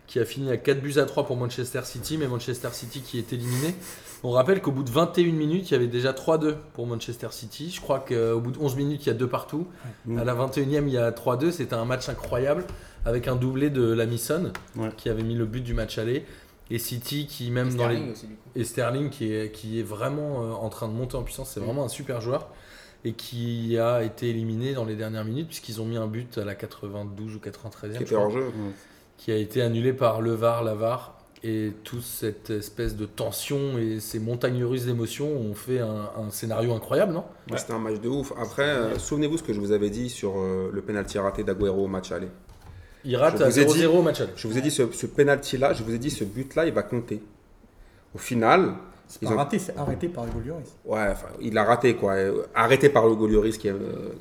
Speaker 1: qui a fini à 4 buts à 3 pour Manchester City, mais Manchester City qui est éliminé. On rappelle qu'au bout de 21 minutes, il y avait déjà 3-2 pour Manchester City. Je crois qu'au bout de 11 minutes, il y a 2 partout.
Speaker 3: Ouais.
Speaker 1: À la 21e, il y a 3-2. C'était un match incroyable avec un doublé de Lamison
Speaker 4: Ouais.
Speaker 1: qui avait mis le but du match aller. Et City qui, même dans les
Speaker 5: Sterling aussi, du coup.
Speaker 1: et Sterling qui est, qui est vraiment euh, en train de monter en puissance,
Speaker 2: Mm.
Speaker 1: c'est vraiment un super joueur et qui a été éliminé dans les dernières minutes puisqu'ils ont mis un but à la 92 ou 93e
Speaker 2: qui
Speaker 1: je
Speaker 2: était
Speaker 1: crois,
Speaker 2: hors jeu.
Speaker 1: qui a été annulé par le VAR, la VAR et toute cette espèce de tension et ces montagnes russes d'émotions ont fait un, un scénario incroyable, non
Speaker 2: Ouais, C'était un match de ouf. Après, euh, souvenez-vous ce que je vous avais dit sur euh, le penalty raté d'Aguero au match aller.
Speaker 1: Il rate
Speaker 2: Je
Speaker 1: à
Speaker 2: vous ai dit-
Speaker 1: 0-0 au match aller.
Speaker 2: Je vous ai dit ce, ce penalty-là, je vous ai dit ce but-là, il va compter. Au final,
Speaker 3: C'est
Speaker 2: ils
Speaker 3: pas
Speaker 2: ont-
Speaker 3: raté, c'est arrêté par Hugo Lloris.
Speaker 2: ouais, enfin, il a raté quoi. Euh, Arrêté par le Golioris qui est, euh,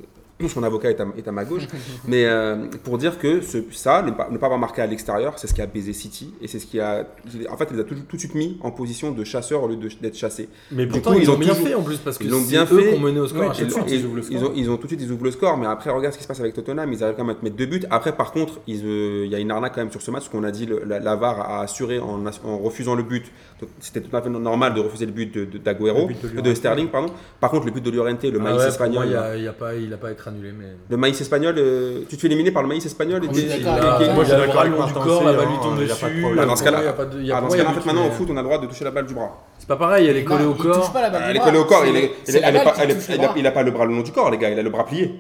Speaker 2: son avocat est à, est à ma gauche. Mais euh, pour dire que ce- ça, ne pas, ne pas avoir marqué à l'extérieur, c'est ce qui a baisé City et c'est ce qui a, en fait, il les a tout, tout de suite mis en position de chasseur au lieu de- d'être chassé.
Speaker 1: Mais
Speaker 2: Du
Speaker 1: pourtant
Speaker 2: coup,
Speaker 1: ils,
Speaker 2: ils
Speaker 1: ont
Speaker 2: ont
Speaker 1: bien
Speaker 2: toujours-
Speaker 1: fait en plus parce que
Speaker 2: ils l'ont
Speaker 1: c'est eux
Speaker 2: bien fait.
Speaker 1: qui ont mené au score
Speaker 3: Ouais,
Speaker 1: à
Speaker 2: Et
Speaker 1: chaque
Speaker 2: le-
Speaker 1: fois.
Speaker 2: et- ils, ont, ils ont tout de suite, ils ouvrent le score, mais après, regarde ce qui se passe avec Tottenham, ils arrivent quand même à te mettre deux buts. Après, par contre, ils, euh, il y a une arnaque quand même sur ce match, parce qu'on a dit, le, la, la VAR a assuré en, ass- en refusant le but. Donc, C'était tout à fait normal de refuser le but de- de- d'Aguero,
Speaker 3: Le but de
Speaker 2: de,
Speaker 3: Llorente.
Speaker 2: Sterling, pardon. Par contre, le but de Llorente, le
Speaker 1: Ah
Speaker 2: maïs
Speaker 1: ouais, pour
Speaker 2: espagnol. hein.
Speaker 1: moi, il a, il a pas, il a pas à être annulé, mais
Speaker 2: Le maïs espagnol, euh, tu te fais éliminer par le maïs espagnol et
Speaker 5: On
Speaker 2: t'es-
Speaker 5: est
Speaker 2: t'es-
Speaker 5: d'accord.
Speaker 2: t'es-
Speaker 1: Là,
Speaker 2: t'es-
Speaker 4: moi,
Speaker 1: il
Speaker 4: je suis
Speaker 1: a le
Speaker 4: d'accord
Speaker 1: bras
Speaker 4: avec
Speaker 1: long du
Speaker 4: Martin
Speaker 1: corps,
Speaker 4: aussi,
Speaker 1: la
Speaker 4: hein,
Speaker 1: balle lui tombe
Speaker 4: il y a pas de
Speaker 1: dessus.
Speaker 4: problème.
Speaker 2: Dans ce cas-là-
Speaker 1: il y a pas de- il y a
Speaker 2: Ah,
Speaker 1: pas
Speaker 2: dans ce
Speaker 1: de
Speaker 2: cas-là, en fait,
Speaker 1: but,
Speaker 2: maintenant,
Speaker 1: mais-
Speaker 2: au foot, on a le droit de toucher la balle du bras.
Speaker 1: C'est pas pareil, elle est
Speaker 5: Non,
Speaker 1: collée au
Speaker 5: il
Speaker 1: corps.
Speaker 5: touche pas la balle Bah, du
Speaker 2: Elle est
Speaker 5: bras,
Speaker 2: collée au corps,
Speaker 5: c'est-
Speaker 2: il est- il
Speaker 5: c'est
Speaker 2: est-
Speaker 5: la
Speaker 2: elle est
Speaker 5: balle
Speaker 2: pas-
Speaker 5: qui
Speaker 2: elle
Speaker 5: touche
Speaker 2: est-
Speaker 5: le
Speaker 2: il a-
Speaker 5: bras.
Speaker 2: il a pas le bras le long du corps, les gars, il a le bras plié.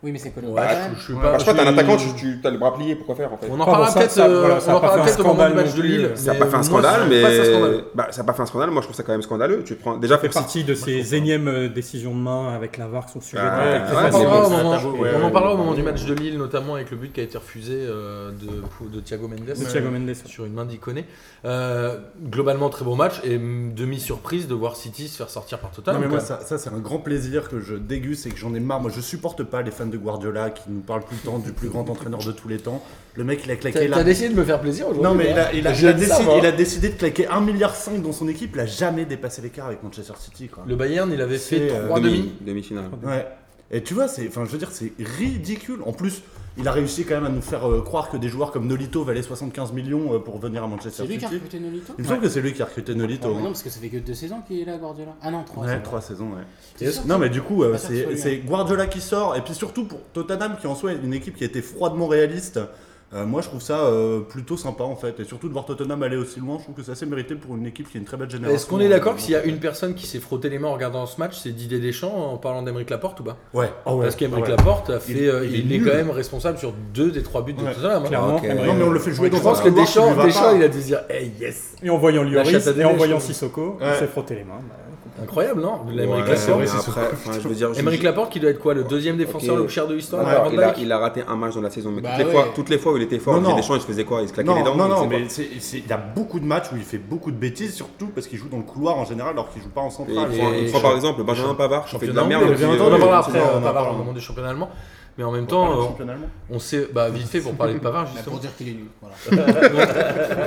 Speaker 5: Oui, mais c'est collé au
Speaker 1: Ouais,
Speaker 5: bras.
Speaker 1: je- je suis
Speaker 4: Ouais.
Speaker 1: pas-
Speaker 2: Bah, je sais pas,
Speaker 1: je
Speaker 2: t'as un
Speaker 1: suis-
Speaker 2: attaquant, tu, tu as le bras plié, pourquoi faire en fait
Speaker 1: On en
Speaker 3: Pas
Speaker 1: parlera
Speaker 3: bon, ça-
Speaker 1: peut-être
Speaker 3: ça-
Speaker 1: euh,
Speaker 3: voilà,
Speaker 1: on
Speaker 3: ça
Speaker 1: en
Speaker 3: a pas
Speaker 1: parlera
Speaker 3: fait un
Speaker 1: peut-être au moment du
Speaker 3: scandale
Speaker 1: match de
Speaker 3: non plus,
Speaker 1: Lille.
Speaker 3: euh,
Speaker 2: Ça n'a
Speaker 1: mais
Speaker 2: pas fait
Speaker 1: moi,
Speaker 2: un scandale,
Speaker 1: je trouve pas ça
Speaker 2: mais
Speaker 1: scandale.
Speaker 2: bah, ça n'a pas fait un scandale. Moi, je trouve ça quand même scandaleux. Tu prends déjà
Speaker 3: Ça fait
Speaker 2: faire
Speaker 3: partie de ces énièmes euh, décisions de main avec la VAR qui sont sujet
Speaker 2: Ah,
Speaker 3: de
Speaker 2: ouais,
Speaker 1: On
Speaker 3: très
Speaker 2: ouais,
Speaker 1: en
Speaker 3: facile.
Speaker 2: c'est
Speaker 1: parlera
Speaker 2: bon,
Speaker 1: au
Speaker 2: ça
Speaker 1: moment-
Speaker 2: tape, ouais,
Speaker 1: on en
Speaker 2: ouais,
Speaker 1: parlera au
Speaker 2: ouais.
Speaker 1: moment du match de Lille, notamment avec le but qui a été refusé euh, de, de Thiago Mendes.
Speaker 3: De Thiago Mendes. ouais.
Speaker 1: Sur une main d'Iconé. Euh, globalement, très bon match et mm, demi-surprise de voir City se faire sortir par Total.
Speaker 4: Non, mais moi, ça, ça, c'est un grand plaisir que je déguste et que j'en ai marre. Moi, je supporte pas les fans de Guardiola qui nous parlent tout le temps du plus grand entraîneur de tous les temps. Le mec, il a claqué la.
Speaker 1: décidé de me faire plaisir
Speaker 4: Non, mais il a, il a-
Speaker 1: Je
Speaker 4: il a
Speaker 1: le
Speaker 4: décidé,
Speaker 1: savais, hein.
Speaker 4: il a décidé de claquer 1,5 milliard dans son équipe. Il a jamais dépassé l'écart avec Manchester City. Quoi.
Speaker 1: Le Bayern, il avait fait
Speaker 4: C'est, euh,
Speaker 1: 3 demi.
Speaker 2: Demi-finale.
Speaker 4: Ouais. Et tu vois, c'est, enfin, je veux dire, c'est ridicule. En plus, il a réussi quand même à nous faire euh, croire que des joueurs comme Nolito valaient 75 millions euh, pour venir à Manchester
Speaker 5: C'est lui qui a
Speaker 4: City.
Speaker 5: recruté Nolito Ah,
Speaker 4: Il me semble que c'est lui qui a recruté Nolito.
Speaker 5: Non,
Speaker 4: hein.
Speaker 5: parce que ça fait que deux saisons qu'il est là, Guardiola. Ah non, trois.
Speaker 4: Ouais,
Speaker 5: c'est
Speaker 4: trois saisons, ouais.
Speaker 5: T'es sûr
Speaker 4: Non, mais du coup, euh,
Speaker 5: Pas hein. sûr que ce soit
Speaker 4: c'est
Speaker 5: lui,
Speaker 4: c'est Guardiola qui sort, et puis surtout pour Tottenham, qui en soit est une équipe qui était froidement réaliste. Euh, moi, je trouve ça euh, plutôt sympa en fait, et surtout de voir Tottenham aller aussi loin, je trouve que c'est assez mérité pour une équipe qui a une très belle génération.
Speaker 1: Est-ce qu'on est d'accord que s'il y a une personne qui s'est frottée les mains en regardant ce match, c'est Didier Deschamps en parlant d'Emeric Laporte ou pas
Speaker 4: Ouais, Ah ouais.
Speaker 1: Parce qu'Emeric
Speaker 4: Ah ouais.
Speaker 1: Laporte a fait,
Speaker 4: Il-
Speaker 1: euh, il,
Speaker 4: il est
Speaker 1: est
Speaker 4: nul.
Speaker 1: quand même responsable sur deux des trois buts de
Speaker 4: Ouais,
Speaker 1: Tottenham. hein.
Speaker 3: Clairement,
Speaker 2: Ok.
Speaker 3: Emery-
Speaker 4: Non, mais on le fait jouer
Speaker 1: Je
Speaker 4: dans
Speaker 1: pense
Speaker 4: un
Speaker 1: que
Speaker 4: couloir qui
Speaker 1: Deschamps,
Speaker 4: lui va
Speaker 1: Deschamps
Speaker 4: pas.
Speaker 1: il a dû se dire Eh, Hey yes
Speaker 3: Et en voyant Lloris,
Speaker 1: chatte à
Speaker 3: et en
Speaker 1: Délé,
Speaker 3: voyant
Speaker 1: je-
Speaker 3: Sissoko,
Speaker 4: Ouais.
Speaker 3: il s'est frotté les mains. bah,
Speaker 1: Incroyable, non L'Emeric
Speaker 2: Ouais,
Speaker 1: Laporte.
Speaker 2: mais
Speaker 3: c'est
Speaker 2: après, enfin, je veux dire, je-
Speaker 1: Emerick Laporte qui doit être quoi Le deuxième défenseur
Speaker 2: Ok.
Speaker 1: le plus cher de l'histoire
Speaker 2: D'accord,
Speaker 1: derrière Van
Speaker 2: il, a,
Speaker 1: Dijk
Speaker 2: il a raté un match dans la saison, mais
Speaker 5: Bah
Speaker 2: toutes, les
Speaker 5: ouais.
Speaker 2: fois, toutes les fois où il était fort,
Speaker 4: Non,
Speaker 2: il faisait
Speaker 4: non.
Speaker 2: des champs, il se faisait quoi Il se claquait
Speaker 4: Non,
Speaker 2: les dents
Speaker 4: non,
Speaker 2: je
Speaker 4: non,
Speaker 2: sais
Speaker 4: mais c'est- c'est- il y a beaucoup de matchs où il fait beaucoup de bêtises, surtout parce qu'il joue dans le couloir en général, alors qu'il joue pas en
Speaker 2: pas. Et
Speaker 4: centrale.
Speaker 2: une
Speaker 1: Et-
Speaker 2: fois-
Speaker 1: et
Speaker 2: Une fois, par exemple, Benjamin Pavard, je fais de
Speaker 1: Championnat
Speaker 2: la merde.
Speaker 1: anglais,
Speaker 2: depuis,
Speaker 1: bien
Speaker 2: euh,
Speaker 1: entendu. on en parlera
Speaker 4: c'est
Speaker 1: après,
Speaker 4: ça,
Speaker 1: on
Speaker 4: on en
Speaker 1: va parler
Speaker 4: parle.
Speaker 1: au moment du championnat allemand. Mais en même
Speaker 4: On parle du
Speaker 1: temps, euh,
Speaker 4: championnat allemand.
Speaker 1: on sait, bah vite fait pour parler de Pavard
Speaker 5: Bah,
Speaker 1: justement,
Speaker 5: pour dire qu'il est nul. Voilà.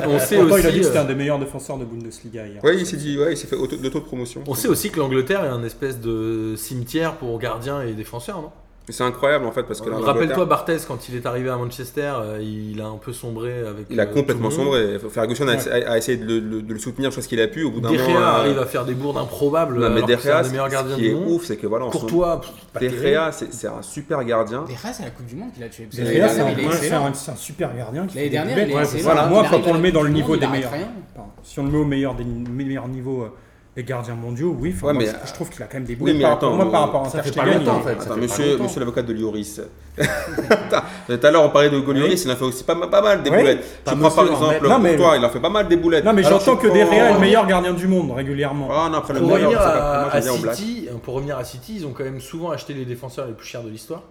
Speaker 1: on sait
Speaker 3: Pourtant, il a
Speaker 1: aussi,
Speaker 3: dit que c'était
Speaker 1: euh,
Speaker 3: un des meilleurs défenseurs de Bundesliga hier.
Speaker 2: Ouais, il s'est dit, ouais, il s'est fait auto- d'auto-promotion.
Speaker 1: on sait aussi que l'Angleterre est un espèce de cimetière pour gardiens et défenseurs, non
Speaker 2: C'est incroyable en fait, parce que là, en
Speaker 1: Rappelle-toi
Speaker 2: Angleterre,
Speaker 1: Barthez quand il est arrivé à Manchester, euh, il a un peu sombré avec.
Speaker 2: il a
Speaker 1: euh,
Speaker 2: complètement
Speaker 1: tout le monde.
Speaker 2: sombré. Ferguson a, a- a essayé de le, le- de le soutenir, je sais ce qu'il a pu. Au bout d'un
Speaker 1: De Gea
Speaker 2: moment, euh,
Speaker 1: arrive à faire des bourdes improbables.
Speaker 2: non, mais
Speaker 1: alors que c'est
Speaker 2: Derrea,
Speaker 1: un
Speaker 2: ce
Speaker 1: des meilleurs gardiens
Speaker 2: ce qui
Speaker 1: du
Speaker 2: est
Speaker 1: monde.
Speaker 2: ouf, c'est que voilà, en ce moment,
Speaker 1: Courtois, pff, pas terrible.
Speaker 2: Derrea, c'est c'est un super gardien.
Speaker 5: Des races à la Coupe du Monde qu'il a tué. parce que
Speaker 2: Des
Speaker 3: Et là,
Speaker 2: races,
Speaker 3: c'est
Speaker 5: l'année
Speaker 3: un,
Speaker 5: dernière, il est
Speaker 3: c'est
Speaker 5: excellent.
Speaker 3: un- c'est un super gardien qui
Speaker 5: L'année
Speaker 3: fait des
Speaker 5: dernière,
Speaker 3: belles
Speaker 5: il est
Speaker 3: passes.
Speaker 5: excellent.
Speaker 3: Voilà,
Speaker 5: Il
Speaker 3: moi,
Speaker 5: arrive
Speaker 3: quand
Speaker 5: à
Speaker 3: on le met
Speaker 5: la
Speaker 3: dans le
Speaker 5: Coupe du
Speaker 3: niveau
Speaker 5: Monde,
Speaker 3: des
Speaker 5: il arrête
Speaker 3: meilleurs,
Speaker 5: rien.
Speaker 3: pardon, si on le met au meilleur des meilleurs niveaux euh, des gardiens mondiaux, oui. enfin,
Speaker 2: Ouais,
Speaker 3: moi,
Speaker 2: mais,
Speaker 3: je trouve qu'il a quand même des
Speaker 2: oui,
Speaker 3: bons.
Speaker 2: mais
Speaker 3: par-
Speaker 2: attends,
Speaker 3: moi,
Speaker 2: euh,
Speaker 3: par rapport à
Speaker 4: ça
Speaker 3: Ter
Speaker 4: fait pas
Speaker 3: Stegen,
Speaker 4: longtemps,
Speaker 3: il-
Speaker 4: en fait. Ça
Speaker 2: Attends,
Speaker 4: fait
Speaker 2: monsieur,
Speaker 4: pas
Speaker 2: monsieur l'avocat de Lioris. Attends, Tout à l'heure, on parlait de Golioris, il en a fait aussi pas, mal- pas mal des
Speaker 3: Oui.
Speaker 2: boulettes.
Speaker 4: T'as
Speaker 2: Tu prends par
Speaker 4: monsieur en
Speaker 2: exemple
Speaker 3: mer. Non, mais-
Speaker 2: toi, il en fait pas mal des boulettes.
Speaker 3: Non, mais
Speaker 2: Alors,
Speaker 3: j'entends
Speaker 2: tu
Speaker 3: que
Speaker 2: prends-
Speaker 3: Derrea est le meilleur gardien du monde régulièrement.
Speaker 2: Ah non, après le
Speaker 1: Pour
Speaker 2: meilleur,
Speaker 1: revenir
Speaker 2: c'est
Speaker 1: à,
Speaker 2: pas- moi, je
Speaker 1: à
Speaker 2: dis en blague.
Speaker 1: City, hein, pour revenir à City, ils ont quand même souvent acheté les défenseurs les plus chers de l'histoire.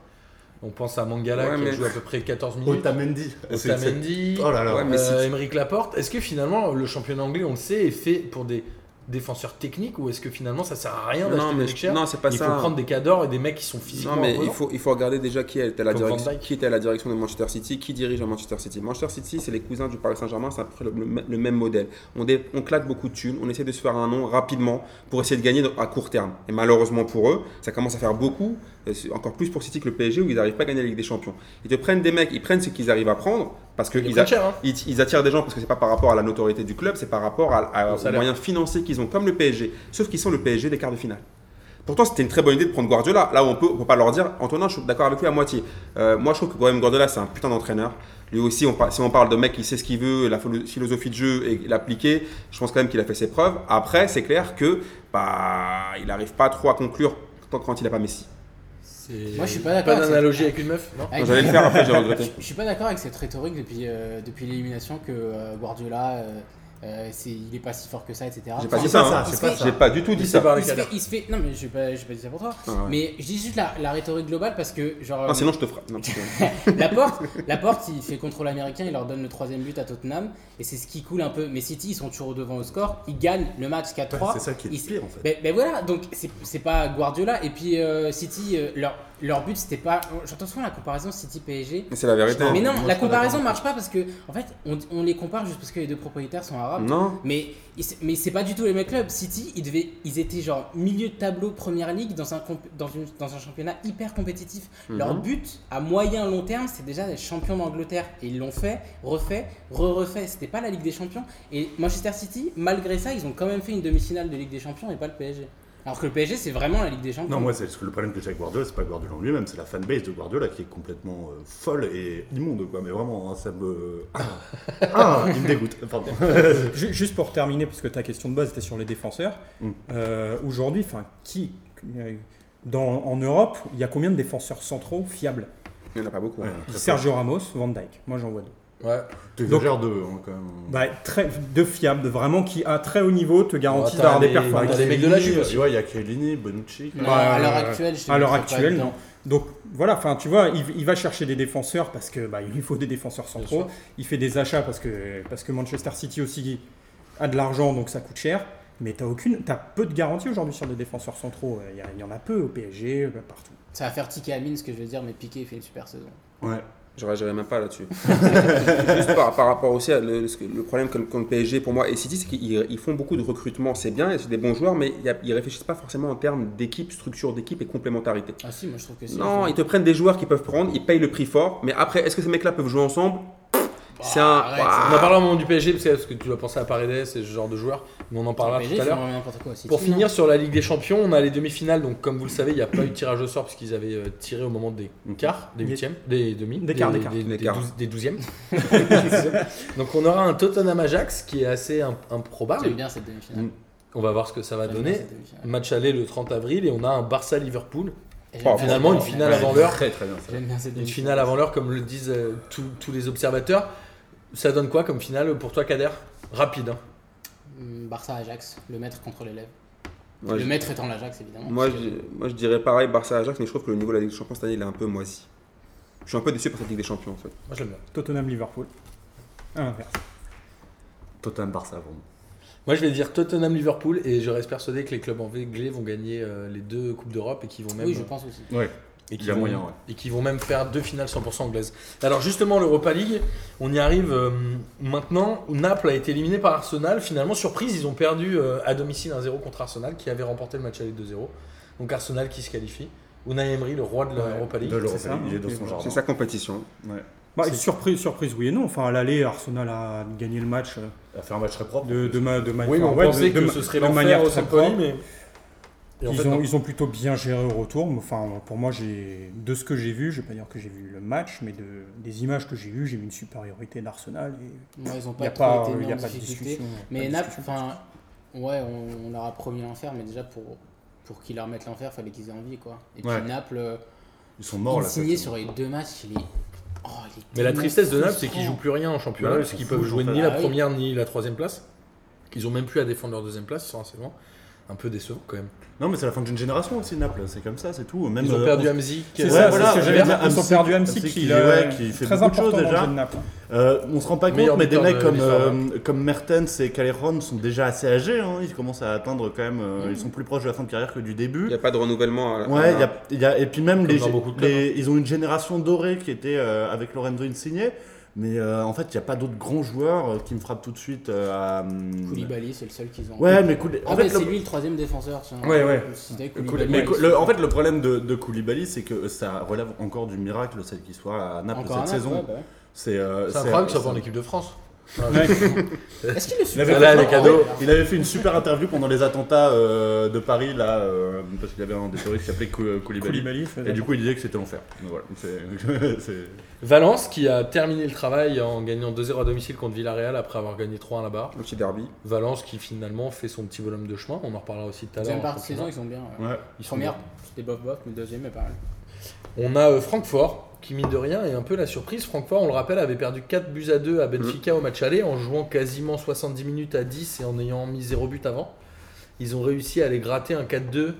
Speaker 1: On pense à Mangala
Speaker 2: Ouais,
Speaker 1: qui
Speaker 2: mais-
Speaker 1: a joué à peu près 14 minutes.
Speaker 4: Otamendi. C'est- c'est-
Speaker 1: Otamendi,
Speaker 4: Oh là là.
Speaker 2: Ouais, mais
Speaker 1: euh,
Speaker 2: City-
Speaker 1: Emerick Laporte. Est-ce que finalement le championnat anglais, on le sait, est fait pour des défenseurs techniques ou est-ce que finalement ça sert à rien
Speaker 2: Non,
Speaker 1: d'acheter
Speaker 2: mais
Speaker 1: des mecs chers
Speaker 2: non, c'est pas
Speaker 1: Il
Speaker 2: ça.
Speaker 1: faut prendre des cadors et des mecs qui sont physiquement.
Speaker 2: Non, mais il
Speaker 1: imposants.
Speaker 2: faut, il faut regarder déjà qui était, à la
Speaker 1: Comme
Speaker 2: direction-
Speaker 1: Van Dijk.
Speaker 2: qui était à la direction de Manchester City, qui dirige à Manchester City. Manchester City, c'est les cousins du Paris Saint-Germain, c'est à peu près le, le m- le même modèle. On, dé- on claque beaucoup de thunes, on essaie de se faire un nom rapidement pour essayer de gagner dans- à court terme. Et malheureusement pour eux, ça commence à faire beaucoup, euh, c'est encore plus pour City que le PSG où ils n'arrivent pas à gagner la Ligue des Champions. Ils te prennent des mecs, ils prennent ce qu'ils arrivent à prendre, Parce
Speaker 1: Il
Speaker 2: qu'ils
Speaker 1: coûte cher, hein.
Speaker 2: ils, ils attirent des gens parce que c'est pas par rapport à la notoriété du club, c'est par rapport à, à-
Speaker 1: Au
Speaker 2: aux
Speaker 1: salaire.
Speaker 2: moyens financiers qu'ils ont, comme le PSG. Sauf qu'ils sont le PSG des quarts de finale. Pourtant, c'était une très bonne idée de prendre Guardiola. Là, on peut, on peut pas leur dire. Antonin, je suis d'accord avec lui à moitié. Euh, moi, je trouve que quand même Guardiola, c'est un putain d'entraîneur. Lui aussi, on, par- si on parle de mec qui sait ce qu'il veut, la philo- philosophie de jeu et l'appliquer, je pense quand même qu'il a fait ses preuves. Après, c'est clair que bah, il n'arrive pas trop à conclure tant- quand il n'a pas Messi.
Speaker 5: Moi, je suis pas d'accord
Speaker 1: Pas
Speaker 5: avec ça.
Speaker 1: d'analogie avec une meuf Non.
Speaker 5: Avec-
Speaker 2: J'allais le faire après, j'ai regretté.
Speaker 5: Je suis pas d'accord avec cette rhétorique depuis, euh, depuis l'élimination que euh, Guardiola, euh, euh, c'est- il est pas si fort que ça, etc.
Speaker 2: J'ai pas
Speaker 5: Enfin,
Speaker 2: dit ça. hein.
Speaker 5: il se
Speaker 4: Ah, c'est pas
Speaker 5: fait-
Speaker 4: ça.
Speaker 2: J'ai pas du tout dit
Speaker 1: Il
Speaker 2: ça.
Speaker 1: sépare
Speaker 5: il
Speaker 1: les
Speaker 5: se fait-
Speaker 1: cadres.
Speaker 5: il se fait- Non, mais j'ai pas, j'ai pas dit ça pour toi.
Speaker 2: Ah ouais. Ah,
Speaker 5: Mais je dis juste la, la rhétorique globale parce que, genre,
Speaker 4: euh,
Speaker 5: euh,
Speaker 2: Non, sinon, je te frappe. Non,
Speaker 5: la porte, la porte, il fait contrôle américain, il leur donne le troisième but à Tottenham et c'est ce qui coule un peu. Mais City, ils sont toujours devant au score, ils gagnent le match 4-3.
Speaker 4: Ouais, c'est ça qui est le
Speaker 5: Ils-
Speaker 4: pire, en fait.
Speaker 5: Ben, ben voilà, donc c'est- c'est pas Guardiola. Et puis euh, City, euh, leur, leur but c'était pas. J'entends souvent la comparaison City-PSG.
Speaker 2: Mais c'est la vérité. hein.
Speaker 5: Mais non,
Speaker 4: moi, je
Speaker 5: la
Speaker 4: suis pas
Speaker 5: comparaison
Speaker 4: d'accord.
Speaker 5: marche pas parce que, en fait, on, on les compare juste parce que les deux propriétaires sont arabes.
Speaker 2: Non.
Speaker 5: Mais, ils- mais c'est pas du tout les mêmes clubs. City, ils, devaient, ils étaient genre milieu de tableau première ligue dans un, comp- dans une- dans un championnat hyper compétitif. Leur but à moyen long terme, c'est déjà d'être champion d'Angleterre. Et ils l'ont fait, refait, re-refait. C'était pas la Ligue des Champions. Et Manchester City, malgré ça, ils ont quand même fait une demi-finale de Ligue des Champions et pas le PSG. Alors que le PSG, c'est vraiment la Ligue des Champions.
Speaker 4: Non, moi, c'est parce que le problème que j'ai avec Guardiola, c'est pas Guardiola en lui-même, c'est la fanbase de Guardiola qui est complètement euh, folle et immonde, quoi. Mais vraiment, hein, ça me. Ah, Ah, il me dégoûte. Pardon.
Speaker 3: Ju- Juste pour terminer, parce que ta question de base était sur les défenseurs.
Speaker 4: Mm.
Speaker 3: Euh, Aujourd'hui, enfin, qui euh, dans, en Europe, il y a combien de défenseurs centraux fiables
Speaker 2: Il n'y en a pas beaucoup.
Speaker 4: Ouais,
Speaker 2: hein.
Speaker 4: très
Speaker 3: Sergio Ramos, Van Dijk. Moi, j'en vois deux.
Speaker 1: Ouais.
Speaker 4: fort. T'exagères deux, hein, quand même.
Speaker 1: Mm.
Speaker 3: Bah, très, deux fiables, vraiment qui à très haut niveau te garantissent
Speaker 1: Attends,
Speaker 3: d'avoir des
Speaker 1: mais-
Speaker 3: performances.
Speaker 1: T'as des mecs de la Juve
Speaker 4: Chiellini,
Speaker 1: aussi.
Speaker 4: Ouais, il y a Chiellini, Bonucci.
Speaker 5: Non,
Speaker 3: Ouais,
Speaker 5: à
Speaker 3: ouais,
Speaker 5: l'heure
Speaker 3: ouais.
Speaker 5: actuelle, je te
Speaker 3: À
Speaker 5: dis,
Speaker 3: l'heure
Speaker 5: ils sont pas
Speaker 3: actuelle,
Speaker 5: dedans.
Speaker 3: non. Donc voilà, enfin tu vois, il, il va chercher des défenseurs parce que bah, il lui faut des défenseurs centraux. Il fait des achats parce que parce que Manchester City aussi a de l'argent donc ça coûte cher. Mais t'as aucune, t'as peu de garanties aujourd'hui sur des défenseurs centraux. Il y, a- il y en a peu au PSG, euh, partout.
Speaker 5: Ça va faire tiquer Amine ce que je veux dire, mais Piqué il fait une super saison.
Speaker 4: Ouais.
Speaker 2: Je réagirais même pas là-dessus. Juste par, par rapport aussi à le, ce que- le problème que le- que le PSG pour moi et City, c'est qu'ils ils font beaucoup de recrutement, c'est bien, et c'est des bons joueurs, mais il y a- ils réfléchissent pas forcément en termes d'équipe, structure d'équipe et complémentarité.
Speaker 5: Ah si, moi je trouve que c'est.
Speaker 2: Non, ils te prennent des joueurs qu'ils peuvent prendre, ils payent le prix fort, mais après, est-ce que ces mecs-là peuvent jouer ensemble C'est un.
Speaker 5: arrête,
Speaker 2: Ouah.
Speaker 1: On en parlera au moment du PSG parce que, parce que tu dois penser à Paredes et ce genre de joueur. Mais on en parlera
Speaker 5: PSG,
Speaker 1: tout à
Speaker 5: ils font
Speaker 1: l'heure.
Speaker 5: vraiment n'importe quoi aussi.
Speaker 1: Pour
Speaker 5: Tu-
Speaker 1: finir sur la Ligue des Champions, on a les demi-finales. Donc, comme vous le savez, il n'y a pas eu de tirage au sort puisqu'ils avaient euh, tiré au moment des quarts, des
Speaker 3: Des-
Speaker 1: huitièmes, des demi,
Speaker 3: des quarts, des quarts.
Speaker 1: des,
Speaker 2: Des
Speaker 1: des
Speaker 2: quarts.
Speaker 1: douze- des douzièmes. Des douzièmes. Donc, on aura un Tottenham Ajax qui est assez im-
Speaker 5: J'aime
Speaker 1: improbable.
Speaker 5: bien cette demi-finale.
Speaker 4: Mm.
Speaker 1: On va voir ce que ça va
Speaker 5: J'aime bien
Speaker 1: donner.
Speaker 5: cette demi-finale.
Speaker 1: Match aller le 30 avril et on a un Barça Liverpool.
Speaker 5: Et j'aime
Speaker 2: Oh,
Speaker 5: bien
Speaker 1: finalement,
Speaker 5: cette
Speaker 1: une
Speaker 5: demi-finale.
Speaker 1: finale avant l'heure.
Speaker 4: Très, très bien, ça.
Speaker 5: J'aime bien cette
Speaker 1: Une finale avant l'heure, comme le disent euh, tous tous les observateurs. Ça donne quoi comme finale pour toi, Kader Rapide. hein.
Speaker 5: Mmh, Barça Ajax, le maître contre l'élève.
Speaker 2: Moi,
Speaker 5: le
Speaker 2: je,
Speaker 5: maître étant l'Ajax évidemment.
Speaker 2: moi,
Speaker 5: parce que-
Speaker 2: je- moi, je dirais pareil, Barça-Ajax, mais je trouve que le niveau de la Ligue des Champions cette année, il est un peu moisi. Je suis un peu déçu par cette Ligue des Champions en fait.
Speaker 1: Moi, j'aime bien.
Speaker 3: Tottenham, Liverpool. À l'inverse.
Speaker 4: Tottenham Barça avant nous.
Speaker 1: Moi, je vais dire Tottenham Liverpool et je reste persuadé que les clubs anglais vont gagner euh, les deux coupes d'Europe et qu'ils vont même
Speaker 5: Oui, je pense aussi.
Speaker 4: Ouais.
Speaker 1: et
Speaker 4: Il
Speaker 1: qu'ils
Speaker 4: y a
Speaker 1: vont,
Speaker 4: moyen, ouais.
Speaker 1: et qu'ils vont même faire deux finales 100% anglaises. Alors justement, l'Europa League, on y arrive euh, maintenant. Naples a été éliminé par Arsenal. Finalement, surprise, ils ont perdu euh, à domicile 1-0 contre Arsenal qui avait remporté le match aller 2-0. Donc Arsenal qui se qualifie. Unai Emery, le roi de l'Europa
Speaker 4: De
Speaker 1: League.
Speaker 4: l'Europa
Speaker 3: ça,
Speaker 4: League, il est dans
Speaker 3: ok.
Speaker 4: son jardin.
Speaker 2: C'est sa compétition.
Speaker 4: Ouais.
Speaker 3: Bah, surprise, surprise, oui et non. Enfin, à l'aller, Arsenal a gagné le match euh,
Speaker 4: Il a fait un match très propre.
Speaker 3: de, de, ma- de ma-
Speaker 1: Oui, mais on
Speaker 3: enfin, ouais, de-
Speaker 1: pensait
Speaker 3: de
Speaker 1: que
Speaker 3: ma-
Speaker 1: ce serait
Speaker 3: de
Speaker 1: l'enfer au
Speaker 3: très
Speaker 1: Sampoli,
Speaker 3: propre.
Speaker 1: mais... Et en
Speaker 3: Ils,
Speaker 1: fait,
Speaker 3: ont,
Speaker 1: non.
Speaker 3: ils ont plutôt bien géré au retour. mais Enfin, pour moi, j'ai de ce que j'ai vu, je vais pas dire que j'ai vu le match, mais de, des images que j'ai vues, j'ai vu une supériorité d'Arsenal. et
Speaker 5: Moi, ils ont
Speaker 3: Il
Speaker 5: pas
Speaker 3: n'y a
Speaker 5: trop
Speaker 3: pas,
Speaker 5: été
Speaker 3: il
Speaker 5: mis
Speaker 3: y a
Speaker 5: en
Speaker 3: pas de
Speaker 5: difficulté.
Speaker 3: discussion. pas
Speaker 5: Mais
Speaker 3: de
Speaker 5: Naples,
Speaker 3: discussion.
Speaker 5: enfin, ouais, on, on leur a promis l'enfer, mais déjà pour, pour qu'ils leur mettent l'enfer, fallait qu'ils aient envie quoi. Et puis
Speaker 4: Ouais.
Speaker 5: Naples, euh,
Speaker 4: Ils sont morts là.
Speaker 5: signé
Speaker 4: cette
Speaker 5: sur les deux matchs, il est. Oh, il est
Speaker 1: Mais la
Speaker 5: tellement
Speaker 1: tristesse de Naples, c'est qu'ils
Speaker 5: frustrant.
Speaker 1: jouent plus rien en championnat,
Speaker 4: Bah ouais,
Speaker 1: parce
Speaker 4: ils
Speaker 1: qu'ils
Speaker 4: s'en
Speaker 1: peuvent
Speaker 4: foutent,
Speaker 1: jouer
Speaker 4: en fait.
Speaker 1: ni la
Speaker 5: Ah oui.
Speaker 1: première ni la troisième place. Ils ont même plus à défendre leur deuxième place, forcément. Un peu décevant quand même.
Speaker 4: Non, mais c'est la fin d'une génération aussi, Naples. C'est comme ça, c'est tout. Même,
Speaker 1: Ils ont
Speaker 4: euh,
Speaker 1: perdu
Speaker 4: on-
Speaker 1: Hamzik.
Speaker 3: C'est
Speaker 1: euh,
Speaker 4: Ouais,
Speaker 3: ça,
Speaker 4: voilà,
Speaker 3: c'est ce que j'allais
Speaker 4: j'allais
Speaker 3: dire.
Speaker 4: dire,
Speaker 3: Ils sont
Speaker 4: Hamsik,
Speaker 3: perdus Hamsik,
Speaker 4: Hamsik,
Speaker 3: qui,
Speaker 4: il est-
Speaker 3: euh,
Speaker 4: ouais, qui fait
Speaker 3: très
Speaker 4: beaucoup de
Speaker 3: important
Speaker 4: choses,
Speaker 3: dans le
Speaker 4: déjà.
Speaker 3: jeu de Naples. hein.
Speaker 4: Euh, on se rend pas
Speaker 1: Meilleur
Speaker 4: compte, mais des
Speaker 1: buteur
Speaker 4: mecs
Speaker 1: de
Speaker 4: comme,
Speaker 1: l'histoire,
Speaker 4: euh, comme Mertens et Calerhon sont déjà assez âgés. hein. Ils commencent à atteindre quand même. euh, Ils sont plus proches de la fin de carrière que du
Speaker 2: Il
Speaker 4: début.
Speaker 2: n'y a pas de renouvellement. à-
Speaker 4: Ouais,
Speaker 2: à-
Speaker 4: il y a- il y a- et puis même, les,
Speaker 1: dans beaucoup de
Speaker 4: les- ils ont une génération dorée qui était euh, avec Lorenzo Insigne. Mais euh, en fait, il n'y a pas d'autres grands joueurs euh, qui me frappent tout de suite. euh, à, hum,
Speaker 5: Koulibaly, c'est le seul qu'ils ont.
Speaker 4: Ouais, mais Kouli-
Speaker 5: En fait, c'est lui le troisième défenseur. tiens.
Speaker 4: Ouais, ouais.
Speaker 5: Je citais
Speaker 4: Kouli-
Speaker 5: Koulibaly.
Speaker 4: mais Kouli- le- en fait, le problème de, de Koulibaly, c'est que ça relève encore du miracle le fait qu'il soit à Naples
Speaker 5: Encore un
Speaker 4: cette
Speaker 5: autre, ouais,
Speaker 4: saison.
Speaker 5: bah ouais.
Speaker 4: C'est euh,
Speaker 1: C'est un
Speaker 4: c'est-
Speaker 1: problème que ça
Speaker 4: c'est-
Speaker 1: soit en équipe de France.
Speaker 5: Est-ce qu'il le suit
Speaker 4: Il avait,
Speaker 1: Ah là,
Speaker 4: fait,
Speaker 1: les cadeaux.
Speaker 4: il avait fait une super interview pendant les attentats euh, de Paris, là, euh, parce qu'il y avait un des terroristes qui s'appelait Kou- Koulibaly.
Speaker 3: Koulibaly,
Speaker 4: Et du coup, il disait que c'était l'enfer. Donc Voilà, c'est- c'est-
Speaker 1: Valence qui a terminé le travail en gagnant 2-0 à domicile contre Villarreal après avoir gagné 3-1 là-bas.
Speaker 2: Un petit derby.
Speaker 1: Valence qui finalement fait son petit bonhomme de chemin. On en reparlera aussi tout à l'heure.
Speaker 5: Deuxième
Speaker 1: en
Speaker 5: partie de saison,
Speaker 1: championnat.
Speaker 5: ils sont bien. ouais.
Speaker 4: ouais.
Speaker 1: Ils sont
Speaker 5: Première, c'était bof bof, mais deuxième est pas mal.
Speaker 1: On a euh, Francfort qui, mine de rien, est un peu la surprise. Francfort, on le rappelle, avait perdu 4 buts à 2 à
Speaker 2: Mm.
Speaker 1: Benfica au match aller en jouant quasiment 70 minutes à 10 et en ayant mis 0 but avant. Ils ont réussi à aller gratter un 4-2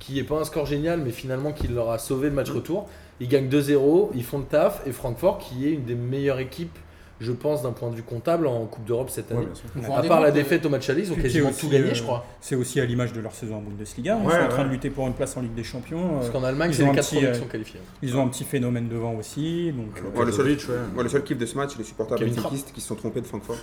Speaker 1: qui n'est pas un score génial, mais finalement qui leur a sauvé le match
Speaker 2: Mm.
Speaker 1: retour. Ils gagnent 2-0, ils font le taf et Francfort, qui est une des meilleures équipes, je pense, d'un point de vue comptable en Coupe d'Europe cette année.
Speaker 2: Ouais, bien sûr.
Speaker 5: Vous vous
Speaker 1: à
Speaker 5: rendez
Speaker 1: part la
Speaker 5: compte, euh,
Speaker 1: défaite au match aller, ils ont
Speaker 3: Piqué
Speaker 1: quasiment
Speaker 3: aussi,
Speaker 1: tout gagné,
Speaker 3: euh,
Speaker 1: je crois.
Speaker 3: C'est aussi à l'image de leur saison en Bundesliga. Ils
Speaker 4: Ouais,
Speaker 3: sont en train
Speaker 4: ouais.
Speaker 3: de lutter pour une place en Ligue des Champions.
Speaker 1: Parce
Speaker 3: Euh,
Speaker 1: qu'en Allemagne,
Speaker 3: ils
Speaker 1: c'est
Speaker 3: ont
Speaker 1: les
Speaker 3: un
Speaker 1: 4
Speaker 3: petit,
Speaker 1: premiers qui
Speaker 3: euh,
Speaker 1: sont qualifiés.
Speaker 3: Ils ont un petit phénomène devant aussi. Donc, euh,
Speaker 2: Moi, le seul-
Speaker 4: Brozovic, ouais.
Speaker 2: Moi, le seul kiff de ce match, c'est les supporters
Speaker 1: Kevin
Speaker 2: benfiquistes qui se sont trompés de Francfort.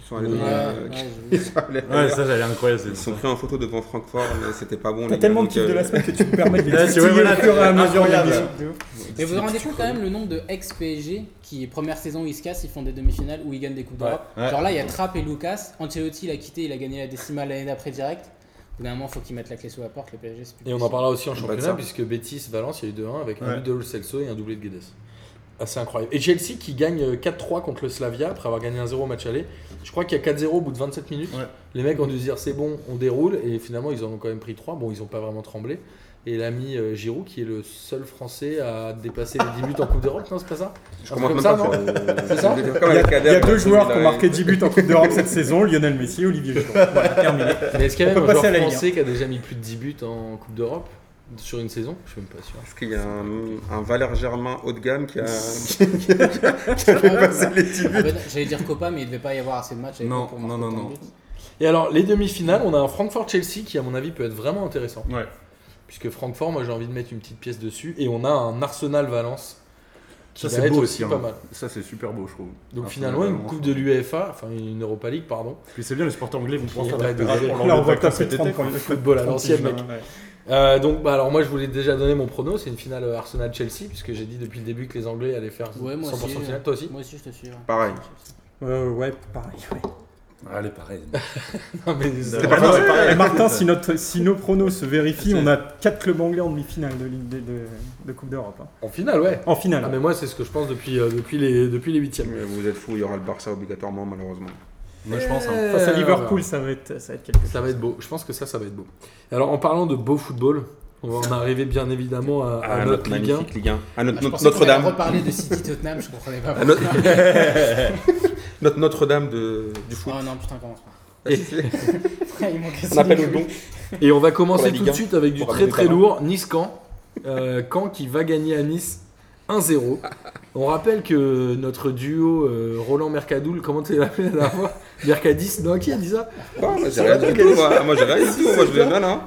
Speaker 2: Qui sont allés.
Speaker 1: Ouais,
Speaker 2: euh,
Speaker 5: ouais,
Speaker 2: qui-
Speaker 5: ouais,
Speaker 2: qui
Speaker 5: je-
Speaker 2: sont allés-
Speaker 4: Ouais, ça, j'allais incroyable.
Speaker 2: Ils se sont pris en photo devant Francfort, mais c'était pas bon.
Speaker 3: T'as
Speaker 2: les gars,
Speaker 3: tellement de
Speaker 2: donc,
Speaker 3: kiffs de
Speaker 2: euh,
Speaker 3: la semaine que tu me permets de les
Speaker 4: Ouais, c'est- ouais,
Speaker 3: distiller
Speaker 4: voilà, Ah,
Speaker 3: au fur et à mesure de
Speaker 4: incroyable.
Speaker 3: l'émission.
Speaker 5: Mais vous vous rendez compte quand même le nombre de ex-PSG qui, première saison où ils se cassent, ils font des demi-finales où ils gagnent des Coupes d'Europe.
Speaker 4: Ouais.
Speaker 5: Genre là, il y a Trapp et Lucas. Ancelotti, il a quitté, il a gagné la décimale l'année d'après direct. Au bout d'un moment, faut qu'ils mettent la clé sous la porte. Le PSG, c'est plus
Speaker 1: Et on en
Speaker 5: possible.
Speaker 1: parlera aussi en
Speaker 2: Pas de Bah, ça.
Speaker 1: championnat, puisque Betis Valence, il y a eu 2-1 avec un
Speaker 4: Ouais.
Speaker 1: but de Lo Celso et un doublé de Guedes. Assez incroyable. Et Chelsea qui gagne euh, 4-3 contre le Slavia après avoir gagné 1-0 au match aller. Je crois qu'il y a 4-0 au bout de 27 minutes.
Speaker 4: Ouais.
Speaker 1: Les mecs ont dû se dire c'est bon, on déroule. Et finalement, ils en ont quand même pris 3. Bon, ils n'ont pas vraiment tremblé. Et l'ami euh, Giroud, qui est le seul Français à dépasser les 10 buts en Coupe d'Europe, non, c'est pas ça
Speaker 2: Je
Speaker 1: Un
Speaker 2: commence
Speaker 1: truc
Speaker 2: même
Speaker 1: comme
Speaker 2: pas.
Speaker 1: ça,
Speaker 2: euh,
Speaker 1: C'est ça
Speaker 2: comme hein, avec
Speaker 3: Il y a, il y a
Speaker 2: Kader,
Speaker 3: deux
Speaker 2: là,
Speaker 3: joueurs qui ont
Speaker 2: celui-là,
Speaker 3: marqué 10 buts en Coupe d'Europe cette saison, Lionel Messi, Olivier Giroud. Voilà, terminé.
Speaker 1: Mais est-ce qu'il y a
Speaker 3: On
Speaker 1: même
Speaker 3: peut
Speaker 1: un
Speaker 3: passer à
Speaker 1: joueur
Speaker 3: la Ligue
Speaker 1: français qui a déjà mis plus de 10 buts en Coupe d'Europe sur une saison Je suis même pas sûr.
Speaker 2: Est-ce qu'il y a un, un Valère Germain haut de gamme qui a, qui a- qui a fait passer les 10
Speaker 5: Ah
Speaker 2: buts
Speaker 5: ben, J'allais dire Copa, mais il devait pas y avoir assez de matchs. avec
Speaker 4: Non,
Speaker 5: eux pour marquer
Speaker 4: non, non,
Speaker 5: autant de
Speaker 4: non.
Speaker 5: buts.
Speaker 1: Et alors, les demi-finales, on a un Francfort-Chelsea qui, à mon avis, peut être vraiment intéressant.
Speaker 4: Ouais.
Speaker 1: Puisque Francfort, moi j'ai envie de mettre une petite pièce dessus. Et on a un Arsenal Valence.
Speaker 4: Ça,
Speaker 1: va
Speaker 4: c'est
Speaker 1: être
Speaker 4: beau aussi.
Speaker 1: pas
Speaker 4: hein.
Speaker 1: mal.
Speaker 4: Ça, c'est super beau, je trouve.
Speaker 1: Donc
Speaker 4: Un
Speaker 1: finalement,
Speaker 4: peu
Speaker 1: une
Speaker 4: vraiment.
Speaker 1: Coupe de l'UEFA, enfin une Europa League, pardon.
Speaker 4: Puis c'est bien, les sports anglais vont pouvoir
Speaker 1: Ouais,
Speaker 4: faire de la
Speaker 1: désolé.
Speaker 4: courage pour leur
Speaker 3: Là, on va
Speaker 4: vacances
Speaker 3: taper
Speaker 4: cet
Speaker 3: 30
Speaker 4: été.
Speaker 3: points.
Speaker 1: Football à l'ancienne, mec.
Speaker 3: Ouais.
Speaker 1: Euh, donc, bah, alors moi je vous l'ai déjà donné mon prono, c'est une finale euh, Arsenal-Chelsea, puisque j'ai dit depuis le début que les Anglais allaient faire
Speaker 5: Ouais,
Speaker 1: 100%
Speaker 5: moi aussi.
Speaker 1: finale. Toi aussi
Speaker 5: Moi aussi, je te suis. hein. ouais.
Speaker 2: Pareil.
Speaker 3: Euh, ouais, pareil. ouais.
Speaker 4: Allez, pareil.
Speaker 1: Non, mais-
Speaker 4: C'était
Speaker 3: Ah,
Speaker 2: pas
Speaker 4: pareil,
Speaker 2: mal.
Speaker 4: pareil.
Speaker 3: Et Martin, si, notre, si nos pronos se vérifient, on a 4 clubs anglais en demi-finale de, Ligue des- de, de Coupe d'Europe. hein.
Speaker 1: En finale, ouais.
Speaker 3: En
Speaker 1: Ah,
Speaker 3: finale.
Speaker 1: mais moi c'est ce que je pense depuis, euh, depuis les depuis les huitièmes.
Speaker 2: Mais vous êtes fous, il y aura le Barça obligatoirement, malheureusement.
Speaker 4: Moi, je pense. hein.
Speaker 1: Euh,
Speaker 3: Face à
Speaker 1: voilà.
Speaker 3: Liverpool, ça va être, ça va être quelque chose.
Speaker 1: Ça va être beau. Je pense que ça, ça va être beau. Alors, en parlant de beau football, on va en arriver bien évidemment à, à
Speaker 2: Ah,
Speaker 1: notre Ligue 1.
Speaker 2: magnifique Ligue 1. À
Speaker 5: Ah,
Speaker 2: notre,
Speaker 5: je
Speaker 2: notre-
Speaker 5: pensais qu'on allait
Speaker 2: Notre-Dame.
Speaker 5: reparler de City Tottenham, je comprenais pas.
Speaker 4: Ah,
Speaker 2: À notre- notre Notre-Dame de- du foot.
Speaker 5: Oh non, putain, commence pas.
Speaker 1: Et-
Speaker 5: Ils m'ont cassé
Speaker 2: On appelle
Speaker 5: les
Speaker 2: le
Speaker 5: couilles.
Speaker 2: bon.
Speaker 1: Et on va
Speaker 2: Pour
Speaker 1: commencer
Speaker 2: la
Speaker 1: tout
Speaker 2: Ligue
Speaker 1: de
Speaker 2: 1,
Speaker 1: suite avec du
Speaker 2: pour
Speaker 1: très
Speaker 2: ramener
Speaker 1: très
Speaker 2: les talents.
Speaker 1: lourd. Nice-Caen. Euh, Caen qui va gagner à Nice 1-0. On rappelle que notre duo euh, Roland Mercadoul, comment tu l'appelé la dernière fois Mercadis Non, qui a dit ça
Speaker 2: Ah, moi, j'ai rien du tout. Moi, moi, j'ai rien du tout. Moi, je vous non, non.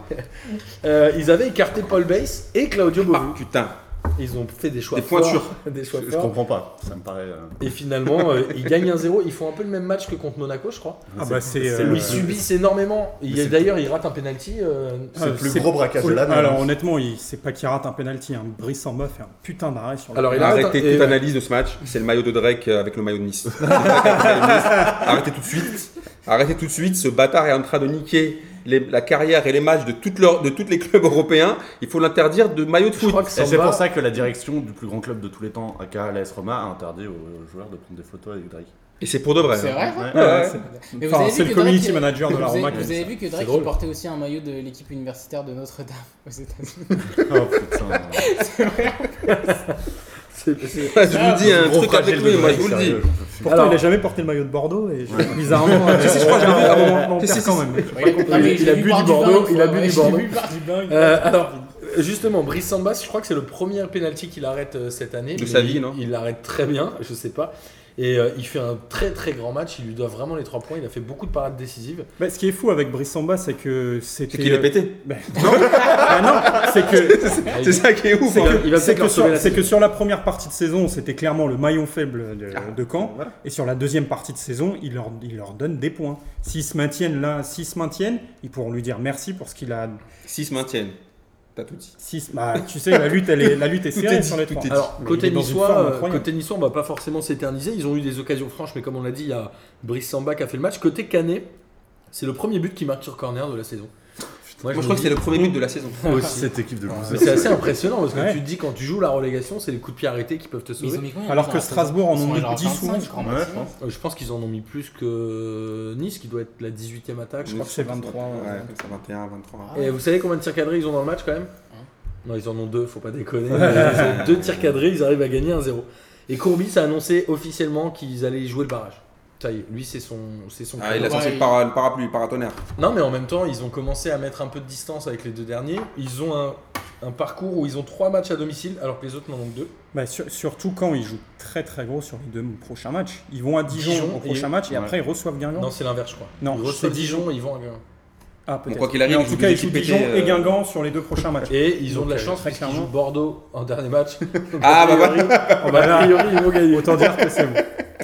Speaker 1: Euh, Ils avaient écarté Paul Bass et Claudio Bovu.
Speaker 2: Ah, Putain.
Speaker 1: Ils ont fait des choix
Speaker 2: Des
Speaker 1: forts,
Speaker 2: pointures.
Speaker 1: Des choix
Speaker 4: Je je
Speaker 1: forts.
Speaker 4: comprends pas. Ça me paraît. euh,
Speaker 1: Et finalement, euh, ils gagnent 1-0. Ils font un peu le même match que contre Monaco, je crois.
Speaker 3: Ah bah c'est
Speaker 1: Où
Speaker 3: euh,
Speaker 1: ils subissent énormément. Il y a-
Speaker 4: c'est-
Speaker 1: D'ailleurs, ils ratent un penalty. euh,
Speaker 3: ah,
Speaker 4: C'est le plus
Speaker 3: c'est-
Speaker 4: gros braquage de
Speaker 3: Oula,
Speaker 4: l'année.
Speaker 3: Alors honnêtement, il- c'est pas qu'il rate un penalty, hein. Brice en bas fait un putain d'arrêt sur le.
Speaker 1: Alors, il a
Speaker 2: Arrêtez
Speaker 1: raté-
Speaker 2: toute
Speaker 1: et-
Speaker 2: analyse de ce match. C'est le maillot de Drake euh, avec le maillot de Nice. C'est vrai qu'après le Nice, Arrêtez tout de suite. Arrêtez tout de suite. Ce bâtard est en train de niquer les- la carrière et les matchs de, toutes leurs- de tous les clubs européens. Il faut l'interdire de maillot de
Speaker 1: Je
Speaker 2: foot.
Speaker 1: crois que
Speaker 4: Et c'est
Speaker 1: Samba-
Speaker 4: pour ça que la direction du plus grand club de tous les temps, aka l'AS Roma, a interdit aux joueurs de prendre des photos avec Drake.
Speaker 2: Et c'est pour de vrai. hein.
Speaker 5: C'est vrai,
Speaker 4: Ouais.
Speaker 3: Ouais, ouais,
Speaker 2: Ouais.
Speaker 3: c'est-
Speaker 5: Mais vous
Speaker 3: Enfin,
Speaker 5: avez vu
Speaker 3: c'est le
Speaker 5: que Drake,
Speaker 3: community
Speaker 5: il-
Speaker 3: manager de la
Speaker 5: vous avez-
Speaker 3: Roma. qui-
Speaker 5: Vous avez vu que Drake
Speaker 1: drôle.
Speaker 5: il portait aussi un maillot de l'équipe universitaire de Notre-Dame aux États-Unis.
Speaker 4: Oh putain.
Speaker 2: Ouais, je vous dis, hein, un
Speaker 4: Gros
Speaker 2: truc
Speaker 4: braquage
Speaker 2: avec
Speaker 4: de
Speaker 2: lui, moi, je
Speaker 4: Drake,
Speaker 2: vous le dis.
Speaker 4: sérieux, j'en peux plus.
Speaker 3: Pourtant,
Speaker 1: Alors-
Speaker 3: il a jamais porté le maillot de Bordeaux et bizarrement. euh,
Speaker 2: si, je crois que j'ai
Speaker 3: on-
Speaker 2: vu à un
Speaker 3: on-
Speaker 2: moment.
Speaker 3: on
Speaker 2: Si,
Speaker 3: perd
Speaker 2: si, si.
Speaker 3: quand même.
Speaker 5: Ouais,
Speaker 1: il-
Speaker 5: ah, mais
Speaker 1: il
Speaker 5: j'ai
Speaker 1: a
Speaker 5: vu
Speaker 1: bu
Speaker 5: par
Speaker 1: du Bordeaux,
Speaker 5: vin,
Speaker 1: il a
Speaker 5: ouais,
Speaker 1: bu du
Speaker 5: j'ai
Speaker 1: Bordeaux.
Speaker 5: vu par du vin, il-
Speaker 1: Euh, alors, euh, justement, Brice Sambas, je crois que c'est le premier penalty qu'il arrête euh, cette année.
Speaker 2: De
Speaker 1: mais
Speaker 2: sa vie,
Speaker 1: il-
Speaker 2: non
Speaker 1: Il l'arrête très bien, je sais pas. Et euh, il fait un très très grand match. Il lui doit vraiment les trois points. Il a fait beaucoup de parades décisives.
Speaker 3: Bah, ce qui est fou avec Brice Samba, c'est que c'était.
Speaker 2: C'est qu'il est pété.
Speaker 3: Bah, non, Bah non, c'est que.
Speaker 2: C'est ça qui est ouf.
Speaker 3: C'est
Speaker 1: va-
Speaker 3: que,
Speaker 1: il va
Speaker 3: c'est
Speaker 1: peut-être
Speaker 3: que
Speaker 1: leur sauver la
Speaker 3: sur, c'est
Speaker 1: saison.
Speaker 3: que sur la première partie de saison, c'était clairement le maillon faible de,
Speaker 1: Ah.
Speaker 3: de Caen.
Speaker 2: voilà.
Speaker 3: Et sur la deuxième partie de saison, il leur, il leur donne des points. S'ils se maintiennent là, s'ils se maintiennent, ils pourront lui dire merci pour ce qu'il a.
Speaker 2: S'ils se maintiennent, t'as tout dit.
Speaker 3: Six, bah, tu sais, la lutte, elle est, la lutte est
Speaker 2: Tout
Speaker 3: serrée
Speaker 2: est dit,
Speaker 3: sur les
Speaker 2: tout
Speaker 3: trois.
Speaker 2: est dit.
Speaker 1: Alors,
Speaker 3: Mais il
Speaker 1: côté
Speaker 3: est dans une
Speaker 1: niçois,
Speaker 3: forme
Speaker 1: euh,
Speaker 3: incroyable.
Speaker 1: côté niçois, on va pas forcément s'éterniser. Ils ont eu des occasions franches, mais comme on l'a dit, il y a Brice Samba qui a fait le match. Côté Canet, c'est le premier but qui marque sur corner de la saison.
Speaker 2: Moi, je
Speaker 1: me
Speaker 2: crois que
Speaker 1: dis-
Speaker 2: c'est le premier but de la saison.
Speaker 1: aussi.
Speaker 4: Cette équipe de
Speaker 1: Ah, Mais
Speaker 4: losers.
Speaker 1: c'est assez impressionnant parce que
Speaker 3: Ouais.
Speaker 1: tu te dis quand tu joues la relégation, c'est les coups de pied arrêtés qui peuvent te
Speaker 5: Mais ils ont
Speaker 1: sauver.
Speaker 5: mis combien,
Speaker 3: Alors
Speaker 5: dans
Speaker 3: que
Speaker 5: la saison
Speaker 3: Strasbourg en
Speaker 5: Ils
Speaker 3: ont
Speaker 5: sont
Speaker 3: mis
Speaker 5: genre
Speaker 3: 10 ou
Speaker 5: 25,
Speaker 3: 11,
Speaker 5: je crois,
Speaker 4: Ouais,
Speaker 5: maximum.
Speaker 4: je pense.
Speaker 1: Euh, Je pense qu'ils en ont mis plus que Nice, qui doit être la 18e attaque. Je
Speaker 3: crois que c'est 23,
Speaker 2: Ouais,
Speaker 3: ouais.
Speaker 2: comme ça, 21, 23.
Speaker 1: Et vous savez combien de tirs cadrés ils ont dans le match quand même Non, ils en ont deux, faut pas déconner. Ils ont deux tirs cadrés, ils arrivent à gagner 1-0. Et Courbis a annoncé officiellement qu'ils allaient jouer le barrage. Ça y est, lui c'est son, c'est son.
Speaker 2: Ah, il a
Speaker 1: credo.
Speaker 5: Ouais,
Speaker 2: sorti
Speaker 5: il-
Speaker 2: le, para- le parapluie, le paratonnerre.
Speaker 1: Non, mais en même temps, ils ont commencé à mettre un peu de distance avec les deux derniers. Ils ont un, un parcours où ils ont trois matchs à domicile, alors que les autres n'en ont que deux.
Speaker 3: Bah, sur- surtout quand ils jouent très très gros sur les deux prochains matchs. Ils vont à Dijon,
Speaker 1: Dijon
Speaker 3: au prochain
Speaker 1: et-
Speaker 3: match et
Speaker 2: Ouais.
Speaker 3: après ils reçoivent Guingamp.
Speaker 1: Non, c'est l'inverse, je crois.
Speaker 3: Non,
Speaker 1: ils reçoivent
Speaker 3: c'est
Speaker 1: Dijon, ils vont à Guingamp.
Speaker 3: Ah, peut-être.
Speaker 2: Bon, quoi qu'il arrive,
Speaker 3: Mais en
Speaker 2: ils
Speaker 3: tout
Speaker 2: jouent
Speaker 3: cas,
Speaker 2: des
Speaker 3: ils jouent
Speaker 2: équipes
Speaker 3: Dijon
Speaker 2: pétées,
Speaker 3: et
Speaker 2: euh,
Speaker 3: Guingamp sur les deux prochains matchs.
Speaker 1: Et ils ont
Speaker 3: Donc,
Speaker 1: de la
Speaker 3: euh,
Speaker 1: chance
Speaker 3: très
Speaker 1: parce qu'ils jouent
Speaker 3: clairement.
Speaker 1: Bordeaux en dernier match.
Speaker 2: Ah, bah, bah.
Speaker 3: Oh, bah, là,
Speaker 1: ils vont gagner.
Speaker 3: Autant dire que c'est bon.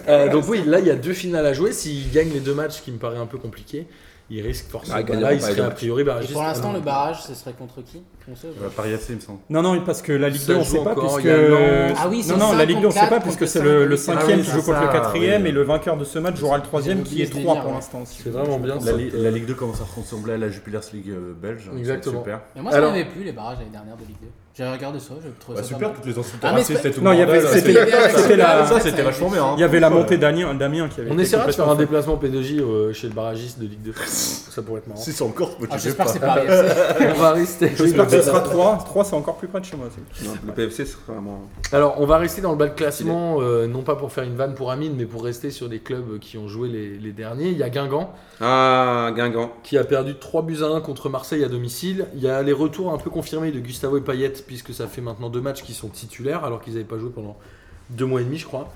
Speaker 1: Euh, donc oui, là il y a deux finales à jouer. S'ils gagnent les deux matchs, ce qui me paraît un peu compliqué, ils risquent forcément. Bah,
Speaker 2: Ah, ils gagneront
Speaker 1: là, ils
Speaker 2: pas les
Speaker 1: seraient
Speaker 2: deux
Speaker 1: a
Speaker 2: matchs.
Speaker 1: priori
Speaker 5: Et
Speaker 1: barragistes.
Speaker 5: pour l'instant,
Speaker 1: Ah,
Speaker 5: le
Speaker 1: non.
Speaker 5: barrage, ce serait contre qui On sait,
Speaker 4: Euh, Paris FC, il me semble.
Speaker 3: Non, non, parce que la Ligue
Speaker 1: Ça
Speaker 3: 2, on ne
Speaker 1: joue
Speaker 3: sait pas.
Speaker 1: encore,
Speaker 3: puisque...
Speaker 1: il y a Lens.
Speaker 5: Ah oui, c'est
Speaker 3: non, non, la Ligue 2, on ne sait pas,
Speaker 5: 54
Speaker 3: puisque
Speaker 5: contre
Speaker 3: c'est le, le
Speaker 5: 5e,
Speaker 3: cinquième qui
Speaker 4: c'est
Speaker 3: joue contre
Speaker 4: ça,
Speaker 3: le quatrième,
Speaker 4: oui.
Speaker 3: et le vainqueur de ce match jouera le troisième, qui
Speaker 5: oublié hein.
Speaker 3: est
Speaker 5: ce
Speaker 3: 3
Speaker 5: délire,
Speaker 3: pour
Speaker 5: ouais.
Speaker 3: l'instant. aussi.
Speaker 1: C'est vraiment bien.
Speaker 4: La,
Speaker 1: ça.
Speaker 4: Li- la Ligue 2 commence à ressembler à la Jupiler League euh, belge. donc
Speaker 1: Exactement.
Speaker 4: c'est Super.
Speaker 5: Mais moi, je
Speaker 1: Alors-
Speaker 5: n'avais plus les barrages l'année dernière de Ligue 2. J'avais regardé ça, je trouvais
Speaker 4: Bah,
Speaker 5: ça
Speaker 4: super,
Speaker 5: pas mal.
Speaker 4: toutes les insultes
Speaker 5: Ah, mais c'est
Speaker 4: racistes et tout.
Speaker 3: Non,
Speaker 4: le
Speaker 3: il y avait-
Speaker 4: bordel, euh,
Speaker 3: c'était-
Speaker 4: ça,
Speaker 3: c'était
Speaker 4: c'était-
Speaker 3: la-
Speaker 4: ça, c'était vachement bien.
Speaker 5: Ah,
Speaker 4: hein.
Speaker 3: Il y avait la
Speaker 4: Franchement,
Speaker 3: montée
Speaker 4: euh,
Speaker 3: d'Amien Damien qui avait.
Speaker 1: On
Speaker 3: été
Speaker 1: essaiera de faire un
Speaker 3: complètement
Speaker 1: déplacement PDJ euh, chez le barragiste de Ligue 2. Ça pourrait être marrant.
Speaker 4: Si c'est encore, moi,
Speaker 5: Ah,
Speaker 4: je sais
Speaker 5: J'espère
Speaker 4: pas.
Speaker 5: que c'est Paris FC.
Speaker 1: on va rester.
Speaker 3: J'espère que ce sera 3. 3, c'est encore plus près de chez moi. c'est-
Speaker 2: Non, le PFC, c'est vraiment.
Speaker 1: Alors on va rester dans le bas de classement, euh, non pas pour faire une vanne pour Amine, mais pour rester sur des clubs qui ont joué les, les derniers. Il y a Guingamp
Speaker 2: Ah, Guingamp.
Speaker 1: qui a perdu 3 buts à 1 contre Marseille à domicile. Il y a les retours un peu confirmés de Gustavo et Payet, puisque ça fait maintenant deux matchs qu'ils sont titulaires, alors qu'ils n'avaient pas joué pendant deux mois et demi, je crois.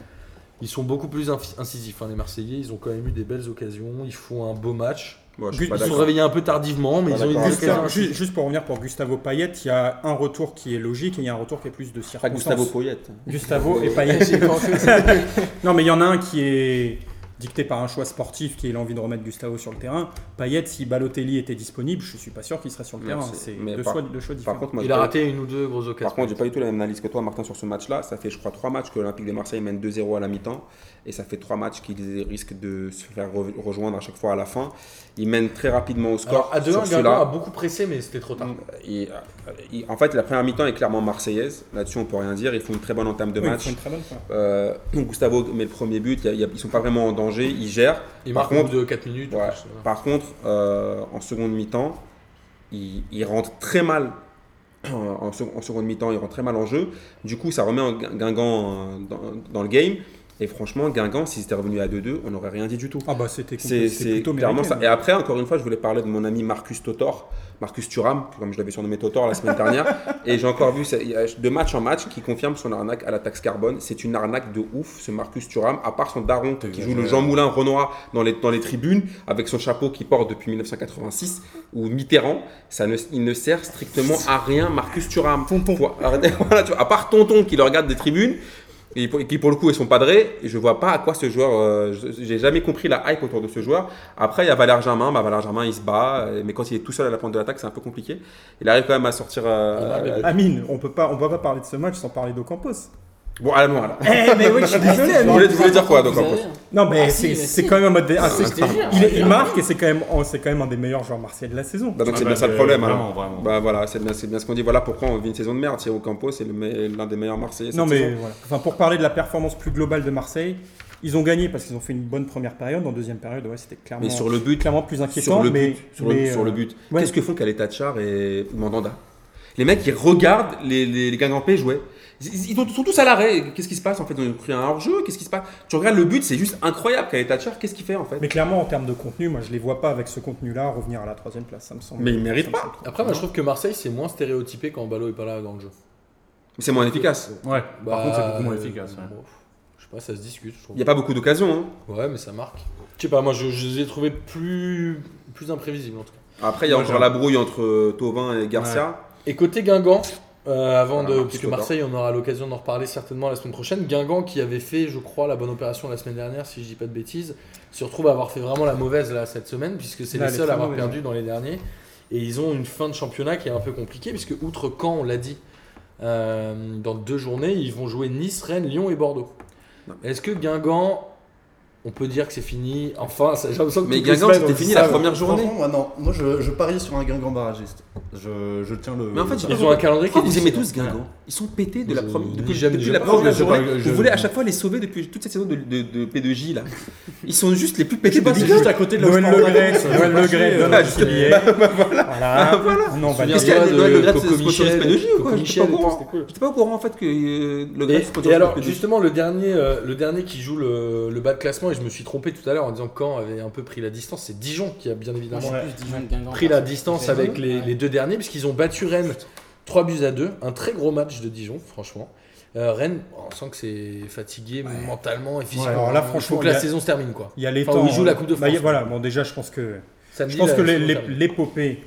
Speaker 1: Ils sont beaucoup plus inf- incisifs, hein, les Marseillais. Ils ont quand même eu des belles occasions. Ils font un beau match.
Speaker 2: Bon, je
Speaker 3: Ils
Speaker 2: suis pas
Speaker 1: Ils se sont
Speaker 2: d'accord.
Speaker 1: réveillés un peu tardivement, mais
Speaker 2: Pas
Speaker 1: ils ont eu
Speaker 2: d'accord.
Speaker 1: des occasions.
Speaker 3: Gustavo- ju- Juste pour revenir pour Gustavo Payet, il y a un retour qui est logique et il y a un retour qui est plus de
Speaker 2: Pas Gustavo
Speaker 3: circonstance.
Speaker 2: Poyet.
Speaker 3: Gustavo et Payet.
Speaker 5: J'ai pensé aussi.
Speaker 3: Non, mais il y en a un qui est dicté par un choix sportif qui est l'envie de remettre Gustavo sur le terrain. Payet, si Balotelli était disponible, je suis pas sûr qu'il serait sur le
Speaker 2: Merci.
Speaker 3: terrain. C'est
Speaker 2: Mais
Speaker 3: deux,
Speaker 2: par-
Speaker 3: choix, deux choix différents.
Speaker 2: Par contre, moi,
Speaker 1: Il
Speaker 2: j'ai
Speaker 1: a
Speaker 2: pas-
Speaker 1: raté une ou deux grosses
Speaker 2: Par
Speaker 1: occasions.
Speaker 2: contre, j'ai pas du tout la même analyse que toi, Martin, sur ce match-là. Ça fait, je crois, trois matchs que l'Olympique de Marseille mène 2-0 à la mi-temps. Et ça fait trois matchs qu'ils risquent de se faire re- rejoindre à chaque fois à la fin. Ils mènent très rapidement au score.
Speaker 1: Alors, à 2-1,
Speaker 2: sur
Speaker 1: Guingamp a
Speaker 2: ceux-là.
Speaker 1: beaucoup pressé, mais c'était trop tard.
Speaker 2: Et, euh, il- en fait, la première mi-temps est clairement marseillaise. Là-dessus, on peut rien dire. Ils font une très bonne entame de
Speaker 3: Oui, ils
Speaker 2: match.
Speaker 3: font une très bonne fin.
Speaker 2: Euh, Gustavo met le premier but. Il y a- il y a- ils sont pas vraiment en danger. Ils gèrent.
Speaker 1: Il
Speaker 2: Par
Speaker 1: marque au bout
Speaker 2: contre-
Speaker 1: de 4 minutes.
Speaker 2: Ouais.
Speaker 1: je sais pas.
Speaker 2: Par contre, euh, en seconde mi-temps, il, il rentre très mal. En, sec- en seconde mi-temps, il rentre très mal en jeu. Du coup, ça remet en Guin- Guingamp euh, dans, dans le game. Et franchement, Guingamp, s'ils étaient revenus à 2-2, on n'aurait rien dit du tout.
Speaker 3: Ah bah c'était compl-
Speaker 2: C'est
Speaker 3: c'est
Speaker 2: c'est
Speaker 3: plutôt
Speaker 2: clairement
Speaker 3: mérité,
Speaker 2: ça.
Speaker 3: hein.
Speaker 2: Et après, encore une fois, je voulais parler de mon ami Marcus Totor, Marcus Thuram, comme je l'avais surnommé Totor la semaine dernière. et j'ai encore vu ça- il y a de match en match qui confirme son arnaque à la taxe carbone. C'est une arnaque de ouf, ce Marcus Thuram, à part son daron qui joue le Jean Moulin Renoir dans les, dans les tribunes, avec son chapeau qu'il porte depuis 1986, ou Mitterrand, ça ne, il ne sert strictement à rien, Marcus Thuram. Faut arrêter- voilà, tu vois, à part Tonton qui le regarde des tribunes, et pour- qui pour le coup est son padré, et je vois pas à quoi ce joueur. euh, je- J'ai jamais compris la hype autour de ce joueur. Après, il y a Valère Germain. Bah, Valère Germain, il se bat, euh, mais quand il est tout seul à la pointe de l'attaque, c'est un peu compliqué. Il arrive quand même à sortir. euh,
Speaker 1: Il marque des
Speaker 2: euh,
Speaker 3: Amine, on peut pas, on va pas parler de ce match sans parler d'Ocampos.
Speaker 2: bon, allez, bon, voilà.
Speaker 3: Eh mais oui, je suis désolé.
Speaker 2: Vous
Speaker 3: Amine.
Speaker 2: voulez- vous voulez dire quoi, donc,
Speaker 5: Vous
Speaker 2: en
Speaker 5: avez-
Speaker 3: Non mais
Speaker 5: Ah,
Speaker 3: c'est
Speaker 5: si, mais
Speaker 3: c'est
Speaker 5: si.
Speaker 3: quand même un mode. de- ah, c'est-
Speaker 5: Je te jure.
Speaker 3: il, est- il marque et c'est quand même, oh, c'est quand même un des meilleurs joueurs marseillais de la saison.
Speaker 2: Bah, donc,
Speaker 4: Ah
Speaker 2: c'est
Speaker 4: bah,
Speaker 2: bien ça le
Speaker 4: c'est-
Speaker 2: problème.
Speaker 4: vraiment,
Speaker 2: alors.
Speaker 4: vraiment.
Speaker 2: Bah, voilà, c'est bien, c'est bien ce qu'on dit. Voilà pourquoi on vit une saison de merde. Thierry Campo, c'est le me- l'un des meilleurs Marseillais. cette
Speaker 3: Non mais
Speaker 2: saison.
Speaker 3: voilà. Enfin pour parler de la performance plus globale de Marseille, ils ont gagné parce qu'ils ont fait une bonne première période. En deuxième période, ouais, c'était clairement.
Speaker 2: Mais sur le but,
Speaker 3: clairement plus
Speaker 2: sur
Speaker 3: inquiétant.
Speaker 2: le
Speaker 3: mais,
Speaker 2: but, sur le,
Speaker 3: mais,
Speaker 2: sur le
Speaker 3: euh,
Speaker 2: but.
Speaker 3: ouais.
Speaker 2: Qu'est-ce que font Tchar et Mandanda Les mecs, ils regardent les, les, les Guingampais jouer. Ils, ils ont- sont tous à l'arrêt. Qu'est-ce qui se passe en fait Ils ont pris un hors-jeu Qu'est-ce qui se passe Tu regardes le but, c'est juste incroyable. Tchar qu'est-ce qu'il fait en fait
Speaker 3: Mais clairement en termes de contenu, moi je les vois pas avec ce contenu-là revenir à la troisième place. Ça me semble.
Speaker 2: Mais ils méritent
Speaker 3: ça me
Speaker 2: pas.
Speaker 3: semble trop.
Speaker 1: Après, moi, je trouve que Marseille, c'est moins stéréotypé quand Ballot est pas là dans le jeu.
Speaker 2: C'est moins efficace.
Speaker 4: Ouais, par
Speaker 1: Bah,
Speaker 4: contre, c'est beaucoup moins
Speaker 1: euh,
Speaker 4: efficace. hein. ouais.
Speaker 1: bon. Je sais pas, ça se discute, je trouve.
Speaker 2: Il n'y a pas beaucoup d'occasions. hein.
Speaker 1: Ouais, mais ça marque. Je sais pas, moi je, je les ai trouvés plus, plus imprévisibles en tout cas.
Speaker 2: Après, il y a
Speaker 4: Moi,
Speaker 2: encore
Speaker 4: j'ai-
Speaker 2: la brouille entre euh, Thauvin et Garcia.
Speaker 1: Et côté Guingamp, euh, avant
Speaker 2: Voilà,
Speaker 1: de.
Speaker 2: un
Speaker 1: Parce
Speaker 2: petit
Speaker 1: que
Speaker 2: peu
Speaker 1: Marseille, on aura l'occasion d'en reparler certainement la semaine prochaine. Guingamp, qui avait fait, je crois, la bonne opération la semaine dernière, si je dis pas de bêtises, se retrouve à avoir fait vraiment la mauvaise là cette semaine, puisque c'est
Speaker 3: Là,
Speaker 1: les
Speaker 3: elle est
Speaker 1: seuls à
Speaker 3: très
Speaker 1: avoir
Speaker 3: mauvaise,
Speaker 1: perdu dans les derniers. Et ils ont une fin de championnat qui est un peu compliquée, puisque outre Caen, on l'a dit, euh, dans deux journées, ils vont jouer Nice, Rennes, Lyon et Bordeaux.
Speaker 2: Non.
Speaker 1: Est-ce que Guingamp. On peut dire que c'est fini. Enfin, ça- j'ai l'impression que
Speaker 2: Mais
Speaker 1: toutes les
Speaker 2: Guingamp,
Speaker 1: semaines, on
Speaker 2: c'était
Speaker 1: dit
Speaker 2: fini
Speaker 1: ça,
Speaker 2: la
Speaker 1: mais-
Speaker 2: première journée.
Speaker 6: Bah, Franchement, moi, non. Moi, je, je parie sur un Guingamp barragiste.
Speaker 4: Je, je tiens le.
Speaker 2: Mais en fait, j'ai-
Speaker 1: Ils ont un calendrier qui est
Speaker 2: Pourquoi vous aimez tous
Speaker 1: difficile.
Speaker 2: Guingamp Ils sont pétés de la
Speaker 1: Je-
Speaker 2: première,
Speaker 1: ni
Speaker 2: depuis,
Speaker 1: j'aime, ni
Speaker 2: depuis
Speaker 1: j'aime
Speaker 2: la
Speaker 1: pas.
Speaker 2: première
Speaker 4: Je sais pas,
Speaker 2: journée.
Speaker 4: je-
Speaker 2: Vous voulez à chaque fois les sauver depuis toute cette saison de, de- de P2J là. Ils sont juste les plus
Speaker 6: Je sais
Speaker 2: pétés de
Speaker 6: pas, c'est
Speaker 2: Ligue 1.
Speaker 6: juste à côté de là où
Speaker 3: Noël
Speaker 6: je parle.
Speaker 3: Legret, Noël Legret, donne
Speaker 2: Bah,
Speaker 3: un
Speaker 2: juste-
Speaker 3: billet. Voilà. Non, bah,
Speaker 1: Souviens-toi
Speaker 2: qu'est-ce qu'il y a,
Speaker 1: de
Speaker 2: Noël Le Graët, c'est
Speaker 1: Coco
Speaker 2: sponsorisé
Speaker 1: Michel,
Speaker 2: PNJ ou quoi
Speaker 1: Coco
Speaker 2: Je sais pas
Speaker 1: Michel et tout,
Speaker 2: comment.
Speaker 1: c'était cool.
Speaker 2: J'étais pas au courant en fait que euh, le
Speaker 1: Et,
Speaker 2: Graët
Speaker 1: et
Speaker 2: sponsorise
Speaker 1: alors,
Speaker 2: le P2J.
Speaker 1: justement, le dernier, euh, le dernier qui joue le, le bas de classement, et je me suis trompé tout à l'heure en disant que Caen avait un peu pris la distance, c'est Dijon qui a bien
Speaker 5: Moi,
Speaker 1: évidemment
Speaker 5: je suis plus Dijon que Guingamp.
Speaker 1: pris la
Speaker 5: parce que
Speaker 1: distance
Speaker 5: j'ai-
Speaker 1: avec les,
Speaker 5: Ouais.
Speaker 1: les deux derniers, puisqu'ils ont battu Rennes 3 buts à 2. Un très gros match de Dijon, franchement. Euh, Rennes, on sent que c'est fatigué mentalement et physiquement.
Speaker 3: alors là,
Speaker 1: Il faut
Speaker 3: franchement,
Speaker 1: que la
Speaker 3: il y a-
Speaker 1: saison se termine, quoi.
Speaker 3: Il y a les
Speaker 1: Enfin, où
Speaker 3: temps.
Speaker 1: il joue
Speaker 3: hein.
Speaker 1: la Coupe de
Speaker 3: Bah, il y a-
Speaker 1: France.
Speaker 3: voilà, bon, déjà, je pense que,
Speaker 1: Samedi,
Speaker 3: je pense
Speaker 1: la
Speaker 3: que les-
Speaker 1: saison se
Speaker 3: les-
Speaker 1: termine.
Speaker 3: l'épopée,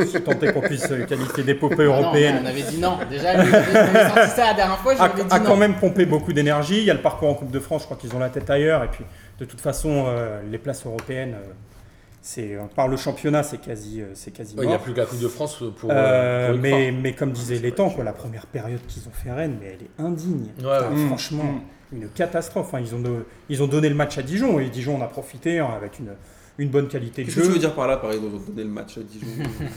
Speaker 3: si tant est qu'on puisse se qualifier d'épopée
Speaker 5: Ah non,
Speaker 3: européenne,
Speaker 5: on avait dit non. Déjà, on avait sorti ça la dernière fois,
Speaker 3: a,
Speaker 5: j'avais dit
Speaker 3: Ah, a quand
Speaker 5: non.
Speaker 3: même pompé beaucoup d'énergie. Il y a le parcours en Coupe de France, je crois qu'ils ont la tête ailleurs. Et puis, de toute façon, euh, les places européennes, euh, c'est euh, par le championnat, c'est quasi, euh, c'est quasi
Speaker 1: Ouais,
Speaker 3: mort.
Speaker 1: Il n'y a plus que la Coupe de France pour.
Speaker 3: Euh,
Speaker 1: euh, pour y
Speaker 3: mais, mais comme disaient les temps, quoi, la première période qu'ils ont fait à Rennes, mais elle est indigne.
Speaker 1: Ouais, Mm.
Speaker 3: Putain,
Speaker 1: ouais.
Speaker 3: Franchement, une catastrophe. hein. Ils, ont do- ils ont donné le match à Dijon et Dijon en a profité hein, avec une, une bonne qualité de
Speaker 2: Qu'est-ce que tu
Speaker 3: jeu.
Speaker 2: veux dire par là, par exemple, donner le match à Dijon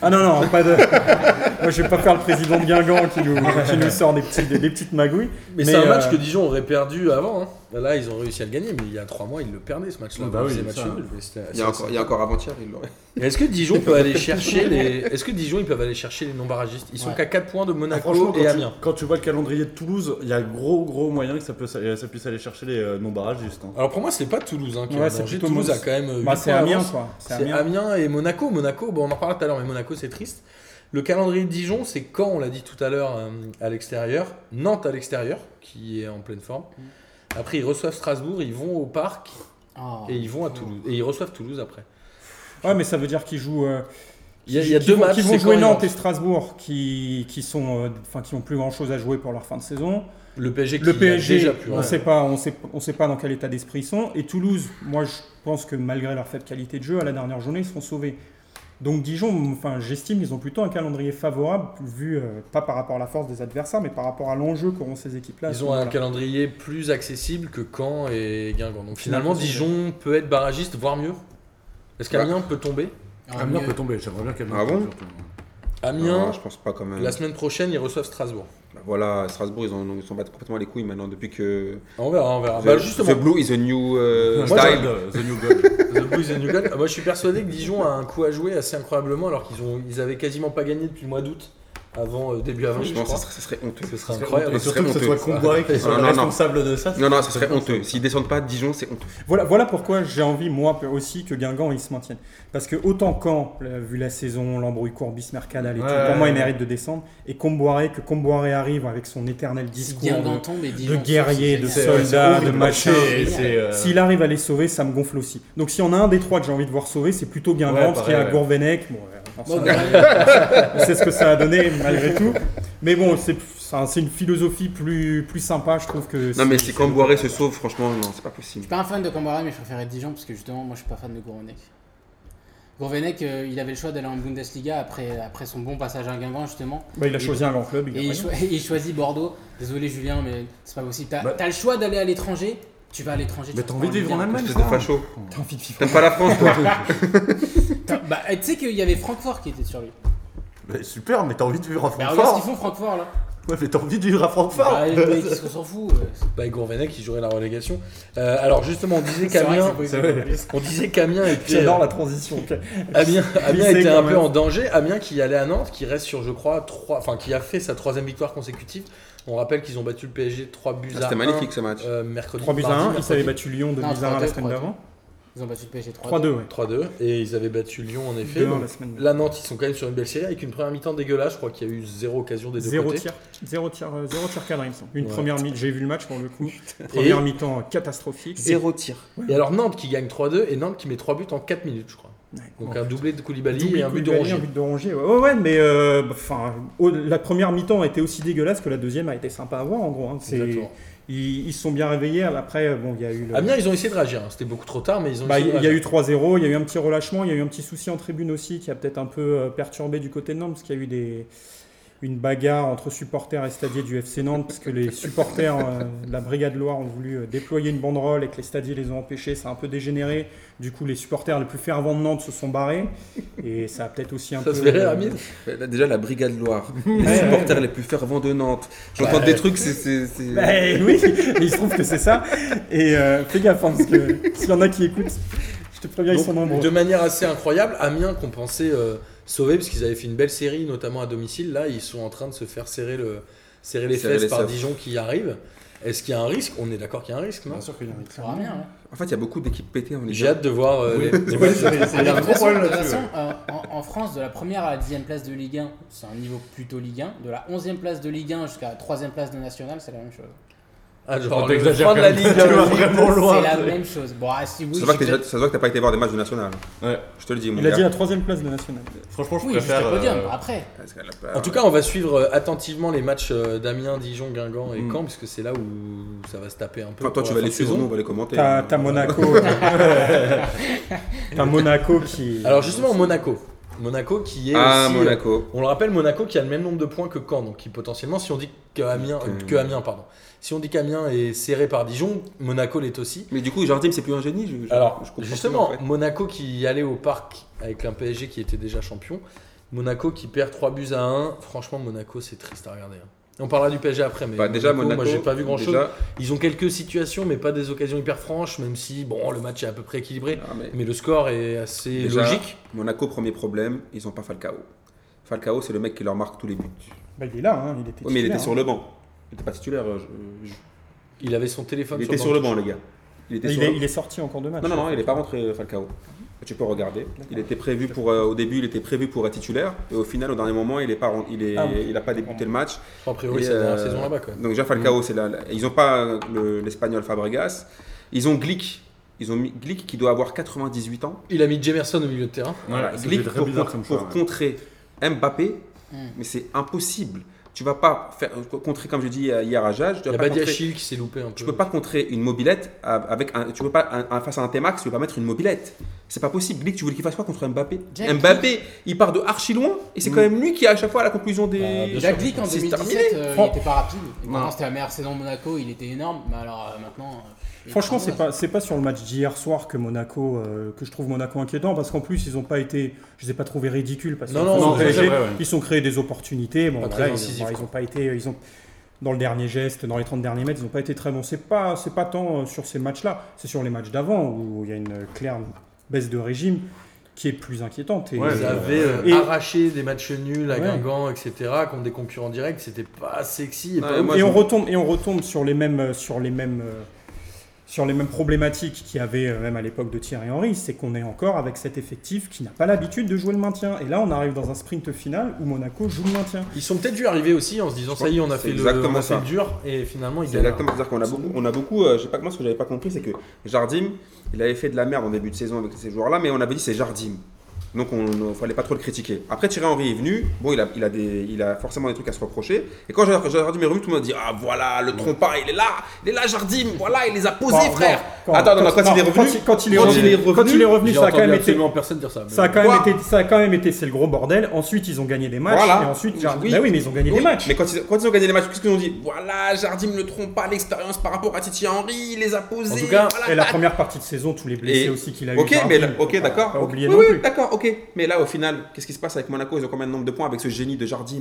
Speaker 3: Ah non, non, pas de. Moi, je vais pas faire le président de Guingamp qui nous, qui nous sort des, petits- des, des petites magouilles.
Speaker 1: Mais, c'est un
Speaker 3: euh,
Speaker 1: match que Dijon aurait perdu avant. hein. Là, ils ont réussi à le gagner, mais il y a trois mois, ils le perdaient ce match-là.
Speaker 4: Bah oui,
Speaker 1: C'est match
Speaker 4: ça.
Speaker 1: nul, mais c'était-
Speaker 2: Il y a encore, il y a encore avant-hier, il l'aurait.
Speaker 1: Et Est-ce que Dijon peut aller chercher les Est-ce que Dijon ils peuvent aller chercher les non barragistes Ils sont
Speaker 5: Ouais.
Speaker 1: qu'à 4 points de
Speaker 4: Ah,
Speaker 1: Monaco
Speaker 4: franchement,
Speaker 1: et
Speaker 4: quand tu,
Speaker 1: Amiens.
Speaker 4: quand tu vois le calendrier de Toulouse, il y a gros gros moyen que ça, peut, ça, ça puisse aller chercher les euh, non-barrages juste. hein.
Speaker 1: Alors pour moi, c'est pas Toulouse hein, qui
Speaker 3: Ouais,
Speaker 1: a
Speaker 3: c'est
Speaker 1: mangé.
Speaker 3: plutôt
Speaker 1: Toulouse a
Speaker 3: Mons.
Speaker 1: quand même. euh,
Speaker 3: Bah,
Speaker 1: huit
Speaker 3: c'est
Speaker 1: points
Speaker 3: Amiens,
Speaker 1: d'avance.
Speaker 3: quoi. C'est
Speaker 1: C'est
Speaker 3: Amiens.
Speaker 1: Amiens et Monaco. Monaco, bon, on en parlera tout à l'heure, mais Monaco c'est triste. Le calendrier de Dijon, c'est quand on l'a dit tout à l'heure euh, à l'extérieur, Nantes à l'extérieur, qui est en pleine forme.
Speaker 3: Mm.
Speaker 1: Après, ils reçoivent Strasbourg, ils vont au parc
Speaker 5: Oh.
Speaker 1: et ils vont à Toulouse et ils reçoivent Toulouse après.
Speaker 3: Ouais, mais ça veut dire qu'ils jouent. euh,
Speaker 1: Il y a- il y a
Speaker 3: qui
Speaker 1: deux
Speaker 3: vont,
Speaker 1: matchs,
Speaker 3: Qui
Speaker 1: c'est
Speaker 3: vont jouer
Speaker 1: quand ils
Speaker 3: Nantes
Speaker 1: rentrent.
Speaker 3: et Strasbourg, qui, qui sont, euh, enfin, qui ont plus grand chose à jouer pour leur fin de saison.
Speaker 1: Le PSG, qui
Speaker 3: Le
Speaker 1: a
Speaker 3: PSG,
Speaker 1: déjà plus.
Speaker 3: on ne sait pas, on sait, on sait pas dans quel état d'esprit ils sont. Et Toulouse, moi, je pense que malgré leur faible qualité de jeu, à la dernière journée, ils seront sauvés. Donc Dijon, enfin, j'estime, ils ont plutôt un calendrier favorable, vu euh, pas par rapport à la force des adversaires, mais par rapport à l'enjeu qu'auront ces équipes-là. à ce
Speaker 1: Ils ont un
Speaker 3: moment-là.
Speaker 1: calendrier plus accessible que Caen et Guingamp. Donc finalement,
Speaker 3: Finalement, c'est
Speaker 1: Dijon peut être barragiste, voire mieux. Est-ce qu'Amiens peut tomber
Speaker 5: Ah,
Speaker 4: Amiens
Speaker 5: mieux.
Speaker 4: peut tomber, j'aimerais bien qu'Amiens
Speaker 2: Ah bon
Speaker 4: tombe, surtout.
Speaker 1: Amiens,
Speaker 2: je pense pas quand même.
Speaker 1: la semaine prochaine, ils reçoivent Strasbourg.
Speaker 2: Bah Voilà, Strasbourg, ils, ont, ils sont battus complètement les couilles maintenant depuis que.
Speaker 1: On verra, on verra. Bah,
Speaker 2: the,
Speaker 1: justement,
Speaker 2: The Blue is a new euh,
Speaker 1: Moi,
Speaker 2: style.
Speaker 4: The New Gold.
Speaker 1: The Blues and New Gold. Ah, Moi, je suis persuadé que Dijon a un coup à jouer assez incroyablement, alors qu'ils ont, ils avaient quasiment pas gagné depuis le mois d'août, avant euh, début avril, je
Speaker 2: Franchement,
Speaker 1: crois.
Speaker 2: ça serait, ça serait honteux.
Speaker 1: Ce serait incroyable.
Speaker 4: Et
Speaker 2: Ce serait
Speaker 4: Ah, surtout que ce soit
Speaker 2: honteux, ça.
Speaker 4: Comboiré qui soit
Speaker 2: Non, non,
Speaker 4: le
Speaker 2: non.
Speaker 4: responsable de ça.
Speaker 2: Non, non, ça serait honteux. S'ils descendent pas, Dijon, c'est honteux.
Speaker 3: Voilà, voilà pourquoi j'ai envie, moi aussi, que Guingamp, ils se maintiennent. Parce que autant quand, vu la saison, l'embrouille Courbis, Mercadal et tout,
Speaker 4: Ouais.
Speaker 3: pour moi, ils méritent de descendre. Et Comboiré, que Comboiré arrive avec son éternel
Speaker 5: Si
Speaker 3: discours
Speaker 5: Guingamp
Speaker 3: de,
Speaker 5: tombe et
Speaker 3: de
Speaker 5: Dijon tombe,
Speaker 3: guerrier,
Speaker 5: c'est
Speaker 3: de
Speaker 5: génial.
Speaker 4: sol-
Speaker 3: soldat, de
Speaker 4: euh, horrible.
Speaker 3: machin.
Speaker 4: Et c'est, euh,
Speaker 3: S'il arrive à les sauver, ça me gonfle aussi. Donc s'il y en a un des trois que j'ai envie de voir sauver, c'est plutôt Guingamp,
Speaker 4: Ouais,
Speaker 3: parce qu'il y a
Speaker 4: pareil, ouais.
Speaker 3: Gourvenec. Bon, euh,
Speaker 5: Bon,
Speaker 3: forcément,
Speaker 5: bah,
Speaker 3: on sait ce que ça a donné malgré tout. Mais bon, c'est ça- c'est une philosophie plus, plus sympa, je trouve que.
Speaker 2: Non, mais si Camboiré se sauve, franchement, non, c'est pas possible.
Speaker 5: Je suis pas un fan de Cambaré, mais je préférais Dijon parce que justement, moi je suis pas fan de Gourvenek. Gourvenek, euh, il avait le choix d'aller en Bundesliga après, après son bon passage à Guingamp, justement.
Speaker 3: Bah, il a choisi un grand club. il a
Speaker 5: Et il,
Speaker 3: raison.
Speaker 5: cho- il choisit Bordeaux. Désolé Julien, mais c'est pas possible. T'as
Speaker 4: Bah-
Speaker 5: t'as le choix d'aller à l'étranger, tu vas à l'étranger.
Speaker 4: Mais
Speaker 5: tu
Speaker 4: t'as
Speaker 5: vas
Speaker 4: envie de vivre en
Speaker 5: Ligue un.
Speaker 4: Allemagne
Speaker 2: Espèce de
Speaker 4: ça
Speaker 2: facho. T'aimes pas la France, toi
Speaker 5: T'as- Bah, tu sais qu'il y avait Francfort qui était sur lui.
Speaker 4: Bah, Super, mais t'as envie de vivre à
Speaker 5: Bah, regarde ce
Speaker 4: Francfort
Speaker 5: qu'ils font, Francfort là.
Speaker 4: Ouais, mais t'as envie de vivre à Francfort
Speaker 5: Bah, mais qu'est-ce qu'on s'en fout euh, c'est-
Speaker 1: Bah, Gourvenec, qui jouerait la relégation. Euh, alors, justement, on disait
Speaker 5: c'est vrai que
Speaker 1: qu'Amiens.
Speaker 5: c'est pas possible.
Speaker 1: On disait qu'Amiens était,
Speaker 3: J'adore la transition. ok.
Speaker 1: Amiens, Amiens
Speaker 3: Glissé
Speaker 1: était
Speaker 3: quand
Speaker 1: un
Speaker 3: même.
Speaker 1: peu en danger. Amiens qui allait à Nantes, qui reste sur, je crois, trois, enfin, qui a fait sa troisième victoire consécutive. On rappelle qu'ils ont battu le PSG 3 buts à
Speaker 2: Ah, C'était
Speaker 1: un,
Speaker 2: magnifique ce match.
Speaker 1: euh, mercredi.
Speaker 3: 3 buts à
Speaker 1: mardi,
Speaker 3: 1, ils
Speaker 1: mercredi.
Speaker 3: avaient battu Lyon 2 buts
Speaker 5: Non,
Speaker 3: à 1 la
Speaker 5: 3-2,
Speaker 3: semaine
Speaker 5: 3-2.
Speaker 3: d'avant.
Speaker 5: Ils ont battu le PSG 3-2.
Speaker 3: 3-2, ouais.
Speaker 1: 3-2. Et ils avaient battu Lyon, en effet.
Speaker 3: Deux,
Speaker 1: Donc,
Speaker 3: la semaine
Speaker 1: la Nantes, ils sont quand même sur une belle série avec une première mi-temps dégueulasse. Je crois qu'il y a eu zéro occasion des deux
Speaker 3: Zéro
Speaker 1: côtés.
Speaker 3: tir, zéro tir, euh, zéro tir cadré, il me semble. Une
Speaker 1: Ouais.
Speaker 3: première mi j'ai vu le match pour le coup. Première mi-temps catastrophique.
Speaker 2: Zéro tir.
Speaker 1: Et alors Nantes qui gagne 3-2 et Nantes qui met 3 buts en 4 minutes, je crois.
Speaker 3: Ouais.
Speaker 1: Donc
Speaker 3: Bon.
Speaker 1: un doublé de Koulibaly
Speaker 3: Oh, Doublé
Speaker 1: et un but de
Speaker 3: Koulibaly,
Speaker 1: Rongier.
Speaker 3: un but de Rongier, Ouais, ouais, ouais, mais euh, bah, 'fin, au- la première mi-temps a été aussi dégueulasse que la deuxième a été sympa à voir en gros. hein. C'est-
Speaker 1: Exactement.
Speaker 3: Ils, ils se sont bien réveillés. Après, bon, il y a eu. le-
Speaker 1: Amiens, ils ont essayé de réagir. hein. C'était beaucoup trop tard, mais ils ont
Speaker 3: Bah, il
Speaker 1: essayé de
Speaker 3: y a eu
Speaker 1: réagir.
Speaker 3: 3-0, il y a eu un petit relâchement, il y a eu un petit souci en tribune aussi qui a peut-être un peu euh, perturbé du côté de Nantes parce qu'il y a eu des, une bagarre entre supporters et stadiers du FC Nantes parce que les supporters euh, de la Brigade Loire ont voulu euh, déployer une banderole et que les stadiers les ont empêchés, ça a un peu dégénéré. Du coup, les supporters les plus fervents de Nantes se sont barrés et ça a peut-être aussi un
Speaker 1: Ça
Speaker 3: peu...
Speaker 1: se verrait, Amine
Speaker 2: Euh, là, Déjà, la Brigade Loire,
Speaker 3: Ouais,
Speaker 2: les supporters les plus fervents de Nantes. J'entends
Speaker 1: Bah,
Speaker 2: des trucs, c'est. c'est- c'est-
Speaker 3: Ben oui, mais il se trouve que c'est ça. Et euh, fais gaffe, hein, parce que s'il y en a qui écoutent, je te préviens, ils sont
Speaker 1: Donc,
Speaker 3: nombreux.
Speaker 1: de manière assez incroyable, Amiens qu'on pensait euh, sauver parce qu'ils avaient fait une belle série, notamment à domicile, là ils sont en train de se faire serrer, le, serrer les
Speaker 2: Serrer
Speaker 1: fesses
Speaker 2: les
Speaker 1: par
Speaker 2: seufs.
Speaker 1: Dijon qui y arrive. Est-ce qu'il y a un risque On est d'accord qu'il y a un risque, non
Speaker 3: Bien sûr qu'il y en a.
Speaker 5: Pour Amiens, ouais.
Speaker 2: En fait, il y a beaucoup d'équipes pétées en
Speaker 1: J'ai
Speaker 2: Ligue 1.
Speaker 1: hâte de voir euh, les- les
Speaker 6: Ouais,
Speaker 1: matchs.
Speaker 6: c'est- c'est- Il y a
Speaker 5: De
Speaker 6: un gros
Speaker 5: toute façon,
Speaker 6: problème
Speaker 5: de toute
Speaker 6: là-dessus.
Speaker 5: façon, euh, en, en France, de la première à la dixième place de Ligue 1, c'est un niveau plutôt Ligue 1. De la onzième place de Ligue 1 jusqu'à la troisième place de National, c'est la même chose.
Speaker 1: Ah,
Speaker 4: Bon,
Speaker 1: genre, le
Speaker 4: t'exagères
Speaker 1: fin de
Speaker 4: quand
Speaker 1: la
Speaker 4: même.
Speaker 1: Ligue,
Speaker 4: Tu vas
Speaker 1: euh,
Speaker 4: vraiment
Speaker 5: C'est
Speaker 4: loin.
Speaker 5: la même chose. Bon, ah, si oui,
Speaker 2: Ça se
Speaker 5: je
Speaker 2: voit que
Speaker 5: suis
Speaker 2: t'es- ça se voit que t'as pas été voir des matchs de national.
Speaker 4: Ouais.
Speaker 2: Je te le dis, mon
Speaker 3: Il a dit
Speaker 2: gars.
Speaker 3: la troisième place de National.
Speaker 4: Franchement, je
Speaker 5: Oui, juste
Speaker 4: préfère.
Speaker 5: le podium,
Speaker 4: euh,
Speaker 5: après.
Speaker 2: Parce qu'elle a pas-
Speaker 1: En tout cas, on va suivre euh, attentivement les matchs euh, d'Amiens, Dijon, Guingamp et
Speaker 2: Mm.
Speaker 1: Caen, puisque c'est là où ça va se taper un peu.
Speaker 2: Enfin, toi,
Speaker 1: pour
Speaker 2: tu
Speaker 1: la
Speaker 2: vas
Speaker 1: fin
Speaker 2: les
Speaker 1: de euh,
Speaker 2: suivre,
Speaker 1: saison.
Speaker 2: nous, on va les commenter.
Speaker 3: T'as t'as Monaco. t'as Monaco qui.
Speaker 1: Alors justement, Monaco. Monaco qui est
Speaker 2: Ah,
Speaker 1: aussi, euh.
Speaker 2: Monaco.
Speaker 1: On le rappelle, Monaco qui a le même nombre de points que Caen, donc qui potentiellement, si on dit que Amiens, euh,
Speaker 2: Que-
Speaker 1: que Amiens, pardon, si on dit qu'Amiens est serré par Dijon, Monaco l'est aussi.
Speaker 2: Mais du coup, Jardim, c'est plus un génie. je- je-
Speaker 1: Alors
Speaker 2: je comprends
Speaker 1: justement,
Speaker 2: plus, en fait.
Speaker 1: Monaco qui allait au parc avec un PSG qui était déjà champion, Monaco qui perd 3 buts à 1. Franchement, Monaco, c'est triste à regarder. hein. On parlera du PSG après, mais
Speaker 2: Bah, déjà, Monaco,
Speaker 1: moi j'ai pas vu grand chose.
Speaker 2: déjà-
Speaker 1: Ils ont quelques situations, mais pas des occasions hyper franches, même si bon, le match est à peu près équilibré.
Speaker 2: Ah, mais-
Speaker 1: Mais le score est assez
Speaker 2: Déjà,
Speaker 1: logique.
Speaker 2: Monaco, premier problème, ils ont pas Falcao. Falcao, c'est le mec qui leur marque tous les buts.
Speaker 3: Bah, il est là, hein, il était.
Speaker 2: Oui, mais il était
Speaker 3: titulaire,
Speaker 2: sur
Speaker 3: hein.
Speaker 2: le banc. Il était pas titulaire. euh, je- je-
Speaker 1: Il avait son téléphone
Speaker 2: Il était
Speaker 1: banc
Speaker 2: sur le
Speaker 1: de
Speaker 2: banc, les gars. Il était
Speaker 3: Et
Speaker 2: sur
Speaker 3: Il est,
Speaker 2: le-
Speaker 3: il est sorti en cours de match.
Speaker 2: Non, non, non, il n'est pas rentré euh,
Speaker 4: Mhm.
Speaker 2: Falcao. Tu peux regarder. Il était prévu pour, euh, au début, il était prévu pour être titulaire. Et au final, au dernier touche. moment, il n'a pas, ren- il est,
Speaker 3: Ah oui.
Speaker 2: il a pas débuté le match.
Speaker 1: touche. A priori,
Speaker 2: Et,
Speaker 1: c'est la dernière
Speaker 2: euh,
Speaker 1: saison là-bas quand même.
Speaker 2: Donc déjà, Falcao,
Speaker 4: Mhm.
Speaker 2: c'est la, la- ils n'ont pas euh, le- l'espagnol Fabregas. Ils ont Glick. Ils ont mis Glick qui doit avoir 98 ans.
Speaker 1: Il a mis Jemerson au milieu de terrain.
Speaker 2: Voilà,
Speaker 4: ouais, ça
Speaker 2: Glick
Speaker 4: fait très
Speaker 2: pour,
Speaker 4: bizarre
Speaker 2: pour-
Speaker 4: comme
Speaker 2: pour
Speaker 4: choix, ouais.
Speaker 2: contrer Mbappé, mais c'est impossible. Tu vas pas faire, contrer, comme je dis euh, hier à Jage, tu
Speaker 1: Il
Speaker 2: vas
Speaker 1: y a
Speaker 2: pas contrer-
Speaker 1: Badiachil qui s'est loupé un peu.
Speaker 2: tu peux pas contrer une mobilette à- avec un, tu peux pas un- un- face à un T-Max, tu peux pas mettre une mobilette. C'est pas possible. Glick, tu voulais qu'il fasse quoi contre Mbappé
Speaker 5: Jack
Speaker 2: Mbappé, il part de archi loin et c'est quand même lui qui a à chaque fois à la conclusion des.
Speaker 5: Déjà, Glick euh, en
Speaker 2: Bah, C'est
Speaker 5: 2017,
Speaker 2: terminé.
Speaker 5: euh, il
Speaker 3: Fran-
Speaker 5: était pas rapide. Et
Speaker 2: Non.
Speaker 5: pourtant, c'était la meilleure saison de Monaco, il était énorme. Mais alors euh, maintenant. euh, il est
Speaker 3: Franchement, c'est
Speaker 5: énorme.
Speaker 3: pas, c'est pas sur le match d'hier soir que Monaco, euh, que je trouve Monaco inquiétant, parce qu'en plus ils ont pas été, je les ai pas trouvés ridicules parce
Speaker 1: Non,
Speaker 3: qu'ils
Speaker 1: non,
Speaker 3: sont
Speaker 1: non, ça,
Speaker 4: c'est
Speaker 3: PSG,
Speaker 4: vrai, ouais.
Speaker 3: ils ont créé des opportunités, bon,
Speaker 1: Pas
Speaker 3: voilà,
Speaker 1: très
Speaker 3: ils,
Speaker 1: incisif,
Speaker 3: bon, ils
Speaker 1: quoi.
Speaker 3: ont pas été, ils ont dans le dernier geste, dans les 30 derniers mètres, ils ont pas été très bons. C'est pas, c'est pas tant euh, sur ces matchs-là, c'est sur les matchs d'avant où il y a une claire baisse de régime qui est plus inquiétante. Et,
Speaker 4: Ouais,
Speaker 1: Ils
Speaker 4: mais-
Speaker 1: avaient euh,
Speaker 3: Et-
Speaker 1: arraché des matchs nuls à
Speaker 3: Ouais.
Speaker 1: Guingamp, etc., contre des concurrents directs. C'était pas sexy. Et
Speaker 2: Ouais,
Speaker 1: pas ouf.
Speaker 2: moi,
Speaker 3: Euh, et
Speaker 2: je-
Speaker 3: on retombe et on retombe sur les mêmes euh, sur les mêmes euh, sur les mêmes problématiques qu'il y avait euh, même à l'époque de Thierry Henry, c'est qu'on est encore avec cet effectif qui n'a pas l'habitude de jouer le maintien. Et là, on arrive dans un sprint final où Monaco joue le maintien.
Speaker 1: Ils sont peut-être dû arriver aussi en se disant ça y est, on a fait
Speaker 2: C'est
Speaker 1: le,
Speaker 2: exactement
Speaker 1: on a fait
Speaker 2: ça.
Speaker 1: le dur et finalement ils
Speaker 2: C'est
Speaker 1: galèrent.
Speaker 2: exactement, c'est-à-dire qu'on a beaucoup, on a beaucoup euh, je sais pas, moi ce que j'avais pas compris, c'est que Jardim, il avait fait de la merde en début de saison avec ces joueurs-là, mais on avait dit c'est Jardim. Donc on ne fallait pas trop le critiquer. Après Thierry Henry est venu, bon il a, il a, des, il a forcément des trucs à se reprocher. Et quand Jar- Jardim est revenu, tout le monde a dit ah voilà le trompard il est là, il est là Jardim, voilà il les a posés
Speaker 3: Quand-
Speaker 2: frère.
Speaker 3: quand-
Speaker 2: Attends non, non, quand,
Speaker 3: non,
Speaker 2: il est revenu,
Speaker 3: quand, il est
Speaker 2: quand il est
Speaker 3: revenu,
Speaker 2: revenu,
Speaker 3: quand il est revenu,
Speaker 1: J'ai
Speaker 3: ça a quand
Speaker 1: entendu
Speaker 3: même été
Speaker 1: absolument personne dire ça. mais
Speaker 3: ça a
Speaker 1: bon.
Speaker 3: quand même
Speaker 2: Quoi
Speaker 3: été ça a quand même été c'est le gros bordel. Ensuite, ils ont gagné des matchs
Speaker 2: Voilà.
Speaker 3: et ensuite
Speaker 2: Oui,
Speaker 3: Jar-
Speaker 2: oui.
Speaker 3: bah oui, mais ils ont gagné
Speaker 2: Oui,
Speaker 3: des matchs.
Speaker 2: Mais quand ils, quand ils ont gagné les matchs, qu'est-ce qu'ils ont dit Voilà, Jardim ne trompe pas l'expérience par rapport à Titi Henry, il les a posés.
Speaker 1: En tout cas,
Speaker 2: voilà.
Speaker 3: Et la première partie de saison, tous les blessés
Speaker 2: Et-
Speaker 3: aussi qu'il a eu.
Speaker 2: Ok,
Speaker 3: Jardim,
Speaker 2: mais là- ok,
Speaker 3: faut pas-
Speaker 2: d'accord.
Speaker 3: Pas
Speaker 2: ok.
Speaker 3: oublier
Speaker 2: Oui,
Speaker 3: non
Speaker 2: oui,
Speaker 3: plus.
Speaker 2: d'accord, ok. ok, mais là, au final, qu'est-ce qui se passe avec Monaco Ils ont combien de nombre de points avec ce génie de Jardim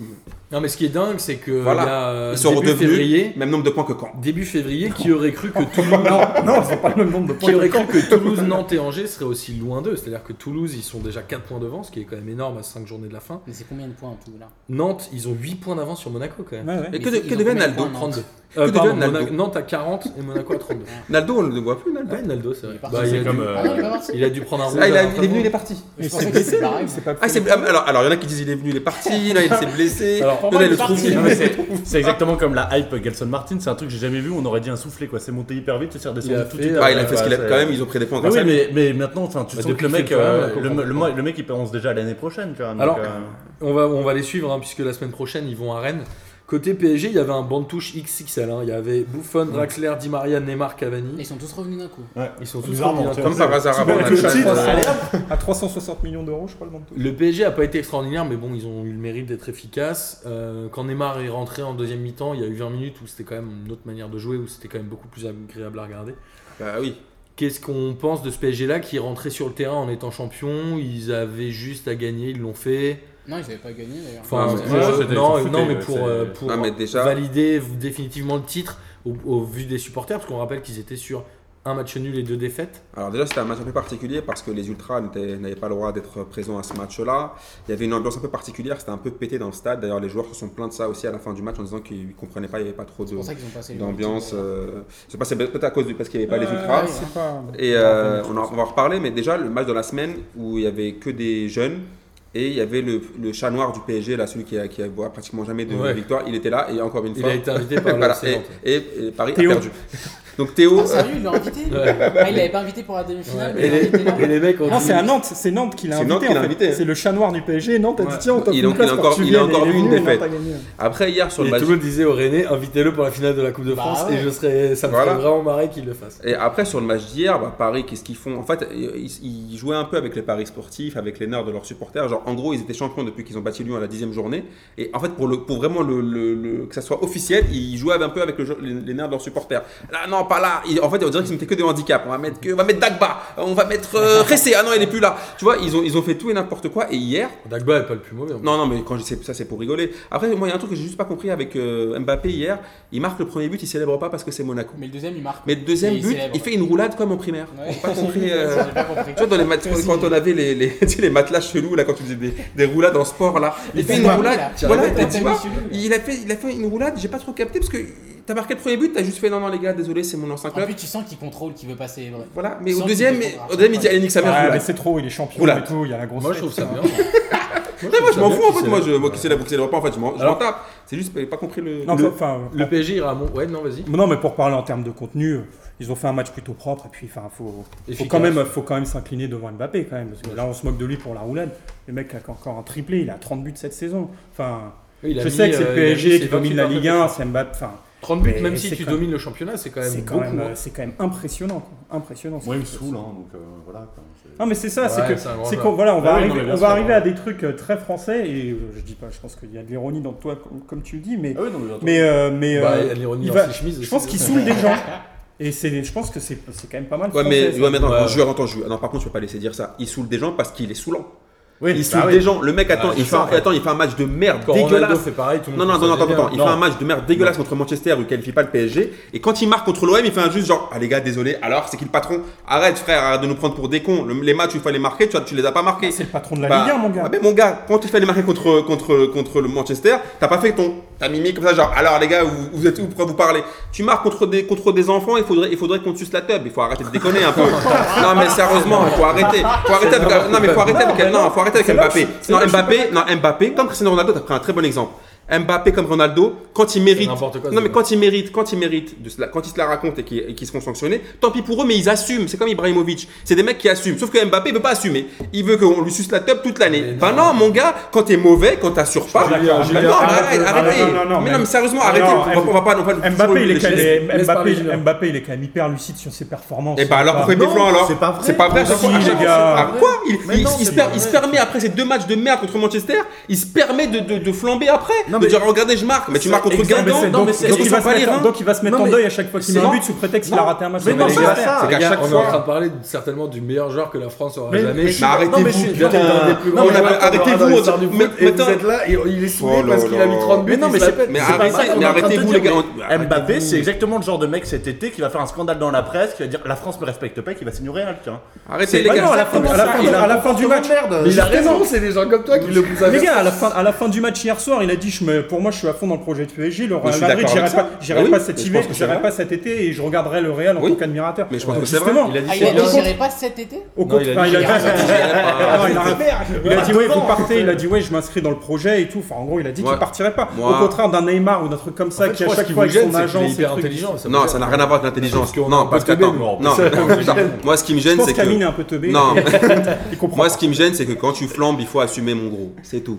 Speaker 1: Non, mais ce qui est dingue, c'est que
Speaker 2: Voilà.
Speaker 1: là, euh,
Speaker 2: Ils sont
Speaker 1: début
Speaker 2: redevenus
Speaker 1: février,
Speaker 2: même nombre de points que quand
Speaker 1: début février, qui aurait cru que Toulouse,
Speaker 3: Non, c'est pas le même nombre de points.
Speaker 1: qui aurait cru que Toulouse, Nantes et Angers seraient aussi loin d'eux C'est-à-dire que Toulouse, ils sont déjà 4 points devant, ce qui est quand même énorme à 5 journées de la fin.
Speaker 5: Mais c'est combien de points en tout là
Speaker 1: Nantes, ils ont 8 points d'avance sur Monaco quand même.
Speaker 3: Ouais, ouais.
Speaker 2: Et que,
Speaker 5: Mais
Speaker 2: de-
Speaker 5: ils
Speaker 2: que
Speaker 5: ont
Speaker 2: devient
Speaker 5: combien de
Speaker 2: Naldo
Speaker 5: points, Nantes
Speaker 1: Euh,
Speaker 2: Que
Speaker 1: pardon,
Speaker 2: devient Naldo
Speaker 1: Mona- Nantes à 40 et Monaco à 32.
Speaker 2: Naldo, on ne le voit plus, Naldo.
Speaker 1: Ouais, Naldo, c'est
Speaker 5: Il
Speaker 1: vrai.
Speaker 5: est parti,
Speaker 1: Bah, il,
Speaker 4: c'est
Speaker 1: a
Speaker 4: comme,
Speaker 1: dû,
Speaker 4: euh,
Speaker 5: Ah non, il est pas parti.
Speaker 1: il a dû prendre un rouge.
Speaker 2: Ah, il, a-
Speaker 1: à la
Speaker 2: il
Speaker 1: fin
Speaker 2: est venu,
Speaker 1: de-
Speaker 2: il est parti.
Speaker 3: Et
Speaker 5: Je
Speaker 3: c'est
Speaker 5: pensais que
Speaker 3: blessé,
Speaker 5: c'était
Speaker 3: lui,
Speaker 5: pareil.
Speaker 3: c'est pas
Speaker 2: Ah, c'est- ah, alors, alors, il y en a qui disent il est venu, il est parti, là, il s'est blessé.
Speaker 1: Alors,
Speaker 2: là, il le
Speaker 5: il est
Speaker 2: trouve.
Speaker 5: parti.
Speaker 4: Non, mais c'est- C'est exactement comme la hype Gelson Martin, c'est un truc que j'ai jamais vu, on aurait dit un soufflé quoi. C'est monté hyper vite, c'est redescendu
Speaker 1: Il a
Speaker 4: tout de
Speaker 1: fait,
Speaker 4: suite.
Speaker 1: euh,
Speaker 2: Ah, il a fait ce qu'il a
Speaker 4: Ouais,
Speaker 2: quand même, ils ont pris des points
Speaker 4: bah, Mais
Speaker 2: grâce
Speaker 4: oui,
Speaker 2: à lui.
Speaker 4: mais, mais maintenant, enfin, tu
Speaker 1: Bah,
Speaker 4: sens que
Speaker 1: depuis
Speaker 4: le mec,
Speaker 1: qu'il fait
Speaker 4: euh,
Speaker 1: pas,
Speaker 4: le,
Speaker 1: on comprend
Speaker 4: le mo- le mec, il pense déjà à l'année prochaine, tu vois. donc,
Speaker 1: Alors-
Speaker 4: euh,
Speaker 1: On va, on va les suivre, hein, puisque la semaine prochaine, ils vont à Rennes. Côté PSG, il y avait un banc de touche XXL. hein. Il y avait Buffon, Draxler, Di Maria, Neymar,
Speaker 5: Ils
Speaker 1: Cavani.
Speaker 5: sont tous revenus d'un coup.
Speaker 1: Ils sont tous
Speaker 3: Bizarrement,
Speaker 1: revenus. hein.
Speaker 3: tu vois.
Speaker 2: Comme par
Speaker 4: Bah,
Speaker 2: hasard, avant
Speaker 3: Bon,
Speaker 2: on a
Speaker 3: le
Speaker 2: le chat.
Speaker 3: titre,
Speaker 2: euh,
Speaker 3: à 360 millions d'euros, je crois, le monde.
Speaker 1: Le PSG a pas été extraordinaire, mais bon, ils ont eu le mérite d'être efficaces. Euh, quand Neymar est rentré en deuxième mi-temps, il y a eu 20 minutes où c'était quand même une autre manière de jouer, où c'était quand même beaucoup plus agréable à regarder.
Speaker 2: Bah oui.
Speaker 1: Qu'est-ce qu'on pense de ce PSG-là qui est rentré sur le terrain en étant champion Ils avaient juste à gagner, ils l'ont fait.
Speaker 5: Non, ils n'avaient pas gagné d'ailleurs.
Speaker 1: Enfin,
Speaker 2: Non,
Speaker 1: pour-
Speaker 2: mais-
Speaker 1: non,
Speaker 4: c'était-
Speaker 1: non,
Speaker 4: ils s'en
Speaker 1: non, mais
Speaker 4: foutaient,
Speaker 1: pour,
Speaker 4: c'est-
Speaker 1: euh, pour
Speaker 2: Non, mais déjà-
Speaker 1: valider définitivement le titre au, au vu des supporters, parce qu'on rappelle qu'ils étaient sur un match nul et deux défaites.
Speaker 2: Alors déjà, c'était un match un peu particulier parce que les Ultras n'étaient- n'avaient pas le droit d'être présents à ce match-là. Il y avait une ambiance un peu particulière, c'était un peu pété dans le stade. D'ailleurs, les joueurs se sont plaints de ça aussi à la fin du match en disant qu'ils ne comprenaient pas, il n'y avait pas trop
Speaker 5: C'est
Speaker 2: de-
Speaker 5: pour ça qu'ils ont passé les
Speaker 2: d'ambiance.
Speaker 5: huitièmes, euh,
Speaker 2: euh, Je sais pas, c'est peut-être à cause du... parce qu'il n'y avait pas les Ultras.
Speaker 5: ouais.
Speaker 3: C'est pas.
Speaker 2: Et euh, on, en- on va en reparler, mais déjà, le match de la semaine où il n'y avait que des jeunes et il y avait le, le chat noir du PSG, là, celui qui a, qui a voilà, pratiquement jamais de
Speaker 1: Ouais.
Speaker 2: victoire, il était là et encore une
Speaker 1: Il
Speaker 2: fois.
Speaker 1: a été invité par
Speaker 2: Voilà,
Speaker 1: l'AFC
Speaker 2: et,
Speaker 1: Nantes.
Speaker 2: et- et Paris
Speaker 3: Théo.
Speaker 2: a perdu. Donc Théo, euh,
Speaker 5: Ah, sérieux, il l'a invité
Speaker 1: Ouais.
Speaker 5: Ah, il l'avait pas invité pour la demi-finale,
Speaker 1: Et,
Speaker 5: mais il
Speaker 1: les,
Speaker 5: l'a invité là.
Speaker 1: et les mecs ont
Speaker 3: Non,
Speaker 1: dit-
Speaker 3: c'est à Nantes, c'est Nantes qui l'a
Speaker 2: C'est
Speaker 3: invité.
Speaker 2: Nantes qui
Speaker 3: en
Speaker 2: l'a
Speaker 3: fait.
Speaker 2: invité.
Speaker 3: C'est le chat noir du PSG. Nantes a
Speaker 1: Ouais.
Speaker 3: dit tiens, on t'offre
Speaker 2: Il a-
Speaker 3: une
Speaker 2: il a
Speaker 3: place
Speaker 2: encore-
Speaker 3: pour que tu
Speaker 2: il a
Speaker 3: viennes.
Speaker 2: encore
Speaker 3: Et
Speaker 2: vu une
Speaker 3: venu, et Nantes
Speaker 2: défaite.
Speaker 3: a gagné.
Speaker 2: après hier sur
Speaker 1: Et
Speaker 2: le match.
Speaker 1: tout le monde disait au René, invitez-le pour la finale de la Coupe de
Speaker 5: Bah
Speaker 1: France,
Speaker 5: ouais.
Speaker 1: et je serais, ça me
Speaker 2: Voilà.
Speaker 1: ferait vraiment marrer qu'il le fasse.
Speaker 2: Et après, sur le match d'hier, bah, Paris, qu'est-ce qu'ils font En fait, ils, ils jouaient un peu avec les paris sportifs, avec les nerfs de leurs supporters. Genre, en gros, ils étaient champions depuis qu'ils ont battu Lyon à la dixième journée. Et en fait, pour, le, pour vraiment le, le- le- que ça soit officiel, ils jouaient un peu avec le jeu- les, les nerfs de leurs supporters. Là, non, pas là. Ils- en fait, on dirait qu'ils mettaient que des handicaps. On va mettre, que, on va mettre Dagba, on va mettre euh, Ressé. Ah non, il est plus là. Tu vois, ils ont, ils ont fait tout et n'importe quoi. Et hier,
Speaker 1: Dagba est pas le plus mauvais. hein. en
Speaker 2: non, non, mais quand je sais ça, c'est pour rigoler. Après, moi, il y a un truc que j'ai juste pas compris avec euh, Mbappé hier. Il marque le premier but, il célèbre pas parce que c'est Monaco.
Speaker 5: Mais le deuxième, il marque.
Speaker 2: Mais le deuxième
Speaker 5: Et il
Speaker 2: but,
Speaker 5: célèbre.
Speaker 2: il fait une roulade comme en primaire.
Speaker 5: Ouais.
Speaker 2: J'ai pas compris. euh,
Speaker 5: J'ai pas compris.
Speaker 2: Tu vois, dans les mat-
Speaker 5: Aussi.
Speaker 2: quand on avait les, les, tu sais, les matelas chelous, là, quand tu faisais des, des roulades en sport, là, il fait une
Speaker 5: Dagba,
Speaker 2: roulade.
Speaker 5: là.
Speaker 2: Voilà,
Speaker 5: Dagba,
Speaker 2: tu
Speaker 5: Dagba,
Speaker 2: vois,
Speaker 5: chelou, là.
Speaker 2: il a, fait, il a fait une roulade, j'ai pas trop capté parce que t'as marqué le premier but, t'as juste fait non, non, les gars, désolé, c'est mon ancien
Speaker 5: En
Speaker 2: club.
Speaker 5: plus, tu sens qu'il contrôle, qu'il veut pas célébrer.
Speaker 2: Voilà, mais au
Speaker 5: Sans
Speaker 2: deuxième,
Speaker 5: qu'il
Speaker 2: mais-
Speaker 5: défende.
Speaker 2: au deuxième, il dit, allez, nique sa mère,
Speaker 3: Ah, mais
Speaker 2: roulade.
Speaker 3: c'est trop, il est champion
Speaker 2: Oula.
Speaker 3: et tout, il y a la grosse.
Speaker 1: Moi, je
Speaker 3: fête,
Speaker 1: trouve ça
Speaker 3: hein.
Speaker 1: bien.
Speaker 2: Ouais, Moi, je m'en
Speaker 1: Ça
Speaker 2: fous, en
Speaker 1: veut
Speaker 2: fait,
Speaker 1: dire
Speaker 2: moi,
Speaker 1: que
Speaker 2: je, moi qui sais la boxe et le repas, en fait, je m'en je m'en
Speaker 1: Alors-
Speaker 2: tape. C'est juste, j'ai pas compris le.
Speaker 3: Non,
Speaker 2: le-
Speaker 3: enfin,
Speaker 1: Le PSG ira à Mont. Ouais, non, vas-y.
Speaker 3: Non, mais pour parler en termes de contenu, euh, ils ont fait un match plutôt propre. Et puis, enfin, faut, faut
Speaker 1: Efficace.
Speaker 3: quand même, faut quand même s'incliner devant Mbappé quand même. Parce que là, on se moque de lui pour la roulade. Le mec a encore un triplé. Il a 30 buts cette saison. Enfin,
Speaker 1: Il a
Speaker 3: je
Speaker 1: mis,
Speaker 3: sais que c'est
Speaker 1: euh,
Speaker 3: le
Speaker 1: il a mis ses hein,
Speaker 3: PSG qui
Speaker 1: 28
Speaker 3: domine la Ligue
Speaker 1: parfaits.
Speaker 3: 1. C'est Mbappé. Enfin,
Speaker 1: 30 buts,
Speaker 3: Mais
Speaker 1: même si
Speaker 3: c'est
Speaker 1: tu
Speaker 3: quand-
Speaker 1: domines le championnat, c'est quand
Speaker 3: c'est
Speaker 1: même
Speaker 3: quand
Speaker 1: beaucoup.
Speaker 3: même,
Speaker 1: hein.
Speaker 3: euh, c'est quand même impressionnant. quoi. Impressionnant.
Speaker 4: Moi, il me
Speaker 3: cette
Speaker 4: saoule,
Speaker 3: saison.
Speaker 4: hein, donc euh, voilà. quoi, Ah c'est-
Speaker 3: Non mais c'est ça,
Speaker 1: Ouais,
Speaker 3: c'est que
Speaker 1: c'est un grand
Speaker 3: c'est
Speaker 1: joueur.
Speaker 3: qu'on voilà, on
Speaker 4: Ah
Speaker 3: va
Speaker 4: oui, non,
Speaker 3: arriver,
Speaker 4: mais bien
Speaker 3: on va
Speaker 4: sûr,
Speaker 3: arriver
Speaker 4: ouais.
Speaker 3: à des trucs euh, très français et euh, je dis pas, je pense qu'il y a de l'ironie dans toi comme, comme tu le dis, mais
Speaker 4: Ah oui, non, mais attends.
Speaker 3: mais euh, mais
Speaker 1: Bah,
Speaker 3: euh,
Speaker 1: il y a de l'ironie
Speaker 3: il
Speaker 1: dans
Speaker 3: va-
Speaker 1: ses chemises
Speaker 3: je
Speaker 1: aussi,
Speaker 3: pense
Speaker 1: hein.
Speaker 3: qu'il saoule des gens et c'est je pense que c'est c'est quand même pas mal.
Speaker 2: Ouais,
Speaker 3: français,
Speaker 2: mais,
Speaker 3: ça.
Speaker 2: ouais, mais attends,
Speaker 1: Ouais.
Speaker 2: quand je joue, attends, je joue. Non, par contre, je peux pas laisser dire ça. Il saoule des gens parce qu'il est saoulant.
Speaker 4: Oui,
Speaker 2: Il
Speaker 4: bah
Speaker 2: saoule
Speaker 4: oui.
Speaker 2: des gens. Le mec, attends,
Speaker 4: Ah,
Speaker 2: il
Speaker 4: c'est
Speaker 2: fait un-
Speaker 4: ça.
Speaker 2: attends, il fait un match de merde
Speaker 1: Quand Ronaldo
Speaker 2: dégueulasse.
Speaker 1: fait pareil, tout le
Speaker 2: Non,
Speaker 1: monde
Speaker 2: non,
Speaker 1: pense
Speaker 2: non,
Speaker 1: à
Speaker 2: attends,
Speaker 1: des
Speaker 2: attends, il
Speaker 1: merdes.
Speaker 2: fait un match de merde dégueulasse contre Manchester où il qualifie pas le PSG. Et quand il marque contre l'OM, il fait un juste genre, ah les gars, désolé, alors c'est qui le patron Arrête frère, arrête de nous prendre pour des cons. Le- les matchs où il fallait marquer, tu, vois, tu les as pas marqués.
Speaker 3: C'est le patron de la
Speaker 2: Bah,
Speaker 3: Ligue 1 mon gars.
Speaker 2: ah, mais mon gars, quand il fallait marquer contre, contre, contre le Manchester, t'as pas fait ton. T'as mimé comme ça, genre, alors les gars, vous, vous êtes où Pourquoi vous parlez Tu marques contre des, contre des enfants, il faudrait, il faudrait qu'on te suce la teub. Il faut arrêter de déconner un peu. non, mais sérieusement, il faut arrêter. Faut arrêter avec, non, mais faut arrêter avec, non, faut arrêter avec Mbappé. Non, Mbappé, non, Mbappé, comme Cristiano Ronaldo, t'as pris un très bon exemple. Mbappé comme Ronaldo, quand il mérite,
Speaker 1: n'importe quoi,
Speaker 2: non mais
Speaker 1: c'est
Speaker 2: quand il mérite, quand il mérite, de cela, quand ils se la racontent et qui, et qui se font sanctionner, tant pis pour eux, mais ils assument. C'est comme Ibrahimovic, c'est des mecs qui assument. Sauf que Mbappé il veut pas assumer. Il veut qu'on lui suce la teub toute l'année.
Speaker 1: Mais
Speaker 2: Bah
Speaker 1: non.
Speaker 2: non, mon gars, quand t'es mauvais, quand t'assures pas,
Speaker 3: suis
Speaker 2: bah
Speaker 3: d'accord,
Speaker 2: non,
Speaker 3: Julien,
Speaker 2: arrête,
Speaker 3: arrête,
Speaker 2: arrêtez.
Speaker 3: arrête, non, non,
Speaker 2: Mais
Speaker 3: mais-
Speaker 2: non, mais sérieusement,
Speaker 3: Non,
Speaker 2: arrêtez. On va- on va pas, on va pas.
Speaker 3: Mbappé, il est
Speaker 2: laisser-
Speaker 3: quand
Speaker 1: laisse-
Speaker 3: même,
Speaker 1: laisse parler,
Speaker 3: Mbappé,
Speaker 1: Julien.
Speaker 3: Mbappé, il est quand même hyper lucide sur ses performances.
Speaker 2: Et bah alors
Speaker 3: Pas-
Speaker 2: pourquoi il défend alors
Speaker 4: c'est pas vrai.
Speaker 2: C'est pas vrai.
Speaker 3: Si,
Speaker 2: pourquoi-
Speaker 3: les gars.
Speaker 2: Ah, Quoi il,
Speaker 4: Mais
Speaker 2: il-
Speaker 4: non,
Speaker 2: il se
Speaker 4: c'est
Speaker 2: per-
Speaker 4: pas
Speaker 2: il se
Speaker 4: vrai.
Speaker 2: permet après ces deux matchs de merde contre Manchester, il se permet de, de- de flamber après.
Speaker 4: Non,
Speaker 2: de dire regardez, je marque, mais tu marques contre
Speaker 3: Mais
Speaker 2: Guingamp.
Speaker 3: c'est-
Speaker 7: non,
Speaker 3: donc-
Speaker 7: mais c'est- est-ce
Speaker 3: donc il
Speaker 7: qu'ils
Speaker 3: va
Speaker 7: sont
Speaker 3: se
Speaker 7: pas
Speaker 3: mettre-
Speaker 7: les-
Speaker 3: Donc il va se mettre
Speaker 7: Non,
Speaker 3: en
Speaker 7: mais-
Speaker 3: deuil à chaque fois qu'il met
Speaker 7: c'est-
Speaker 3: un but sous prétexte qu'il a raté un match.
Speaker 7: Mais
Speaker 3: dans
Speaker 7: non,
Speaker 3: les
Speaker 7: c'est
Speaker 3: gars.
Speaker 7: pas ça.
Speaker 2: C'est qu'à
Speaker 1: Les gars,
Speaker 2: chaque
Speaker 1: on est en train
Speaker 2: fois.
Speaker 1: de parler de- certainement du meilleur joueur que la France aura
Speaker 7: Mais-
Speaker 1: jamais.
Speaker 7: mais je suis-
Speaker 2: arrêtez-vous,
Speaker 7: non, mais je suis-
Speaker 2: putain.
Speaker 7: putain,
Speaker 2: Non,
Speaker 7: non, mais
Speaker 2: mais
Speaker 7: attends,
Speaker 2: arrêtez-vous,
Speaker 1: Arrêtez-vous,
Speaker 2: mais- mais
Speaker 1: et vous
Speaker 2: attends.
Speaker 1: êtes là, et il est saoulé
Speaker 2: Oh là
Speaker 1: parce qu'il
Speaker 2: là
Speaker 1: a mis
Speaker 2: là.
Speaker 1: 30 buts.
Speaker 7: Mais non,
Speaker 1: il
Speaker 7: mais
Speaker 1: se
Speaker 7: c'est
Speaker 1: la
Speaker 7: pas,
Speaker 1: pète.
Speaker 2: mais
Speaker 7: c'est pas
Speaker 2: arrêtez-
Speaker 7: ça qu'on
Speaker 2: mais
Speaker 7: est en train de
Speaker 2: arrêtez-vous,
Speaker 7: te
Speaker 2: les
Speaker 7: dire,
Speaker 2: gars,
Speaker 7: mais
Speaker 2: on- arrêtez-vous.
Speaker 7: Mbappé, c'est exactement le genre de mec cet été qui va faire un scandale dans la presse, qui va dire la France me respecte pas, et qui va signer au Real, tiens.
Speaker 2: Arrêtez, les
Speaker 3: Bah non, à
Speaker 2: gars.
Speaker 3: la fin, à la fin- à la fin du match.
Speaker 6: Merde.
Speaker 1: Mais il a
Speaker 3: Justement.
Speaker 1: raison, c'est des gens comme toi qui le poussent à
Speaker 3: Les
Speaker 1: faire
Speaker 3: gars,
Speaker 1: ça.
Speaker 3: à la, fin, à la fin du match hier soir, il a dit je me- Pour moi, je suis à fond dans le projet de PSG. Le
Speaker 2: je
Speaker 3: Real
Speaker 2: suis
Speaker 3: Madrid,
Speaker 2: d'accord
Speaker 3: j'irai
Speaker 2: avec ça.
Speaker 3: pas, j'irai
Speaker 2: Oui,
Speaker 3: pas
Speaker 2: mais
Speaker 3: cet
Speaker 2: je
Speaker 3: hiver,
Speaker 2: pense que c'est
Speaker 3: j'irai
Speaker 2: vrai.
Speaker 3: pas cet été et je regarderai le Real en
Speaker 2: Oui.
Speaker 3: tant qu'admirateur.
Speaker 2: Mais je pense
Speaker 3: Euh,
Speaker 2: que c'est
Speaker 3: justement,
Speaker 2: vrai.
Speaker 1: Il a dit
Speaker 5: Ah, il
Speaker 1: c'est
Speaker 5: a dit
Speaker 1: bien.
Speaker 5: j'irai pas cet été
Speaker 3: Au
Speaker 1: Non, il a
Speaker 3: contraire,
Speaker 1: dit,
Speaker 3: il a
Speaker 1: j'irai
Speaker 3: Non, il a rien- il a dit ouais, vous partez, il a dit ouais, je m'inscris dans le projet et tout. Enfin, en gros, il a dit
Speaker 2: Ouais.
Speaker 3: qu'il partirait pas.
Speaker 2: Moi-
Speaker 3: Au contraire d'un Neymar ou d'un truc comme ça
Speaker 1: En fait,
Speaker 3: qui
Speaker 1: je
Speaker 3: à
Speaker 1: crois
Speaker 3: chaque
Speaker 1: qu'il
Speaker 3: fois
Speaker 1: vous
Speaker 3: avec son
Speaker 1: gêne, c'est qu'il
Speaker 3: agent,
Speaker 1: est
Speaker 3: c'est
Speaker 1: hyper
Speaker 3: le truc-
Speaker 1: intelligent.
Speaker 2: Non, ça n'a rien à voir avec l'intelligence. Non, parce
Speaker 1: que
Speaker 2: qu'attends,
Speaker 1: nous,
Speaker 2: non.
Speaker 1: on peut
Speaker 2: non. Moi, ce qui me
Speaker 3: Je
Speaker 2: gêne,
Speaker 3: pense
Speaker 2: c'est
Speaker 3: qu'Amine est
Speaker 2: que.
Speaker 3: un peu teubé.
Speaker 2: Non,
Speaker 3: il comprend.
Speaker 2: moi,
Speaker 3: pas.
Speaker 2: ce qui me gêne, c'est que quand tu flambes, il faut assumer mon gros. C'est tout.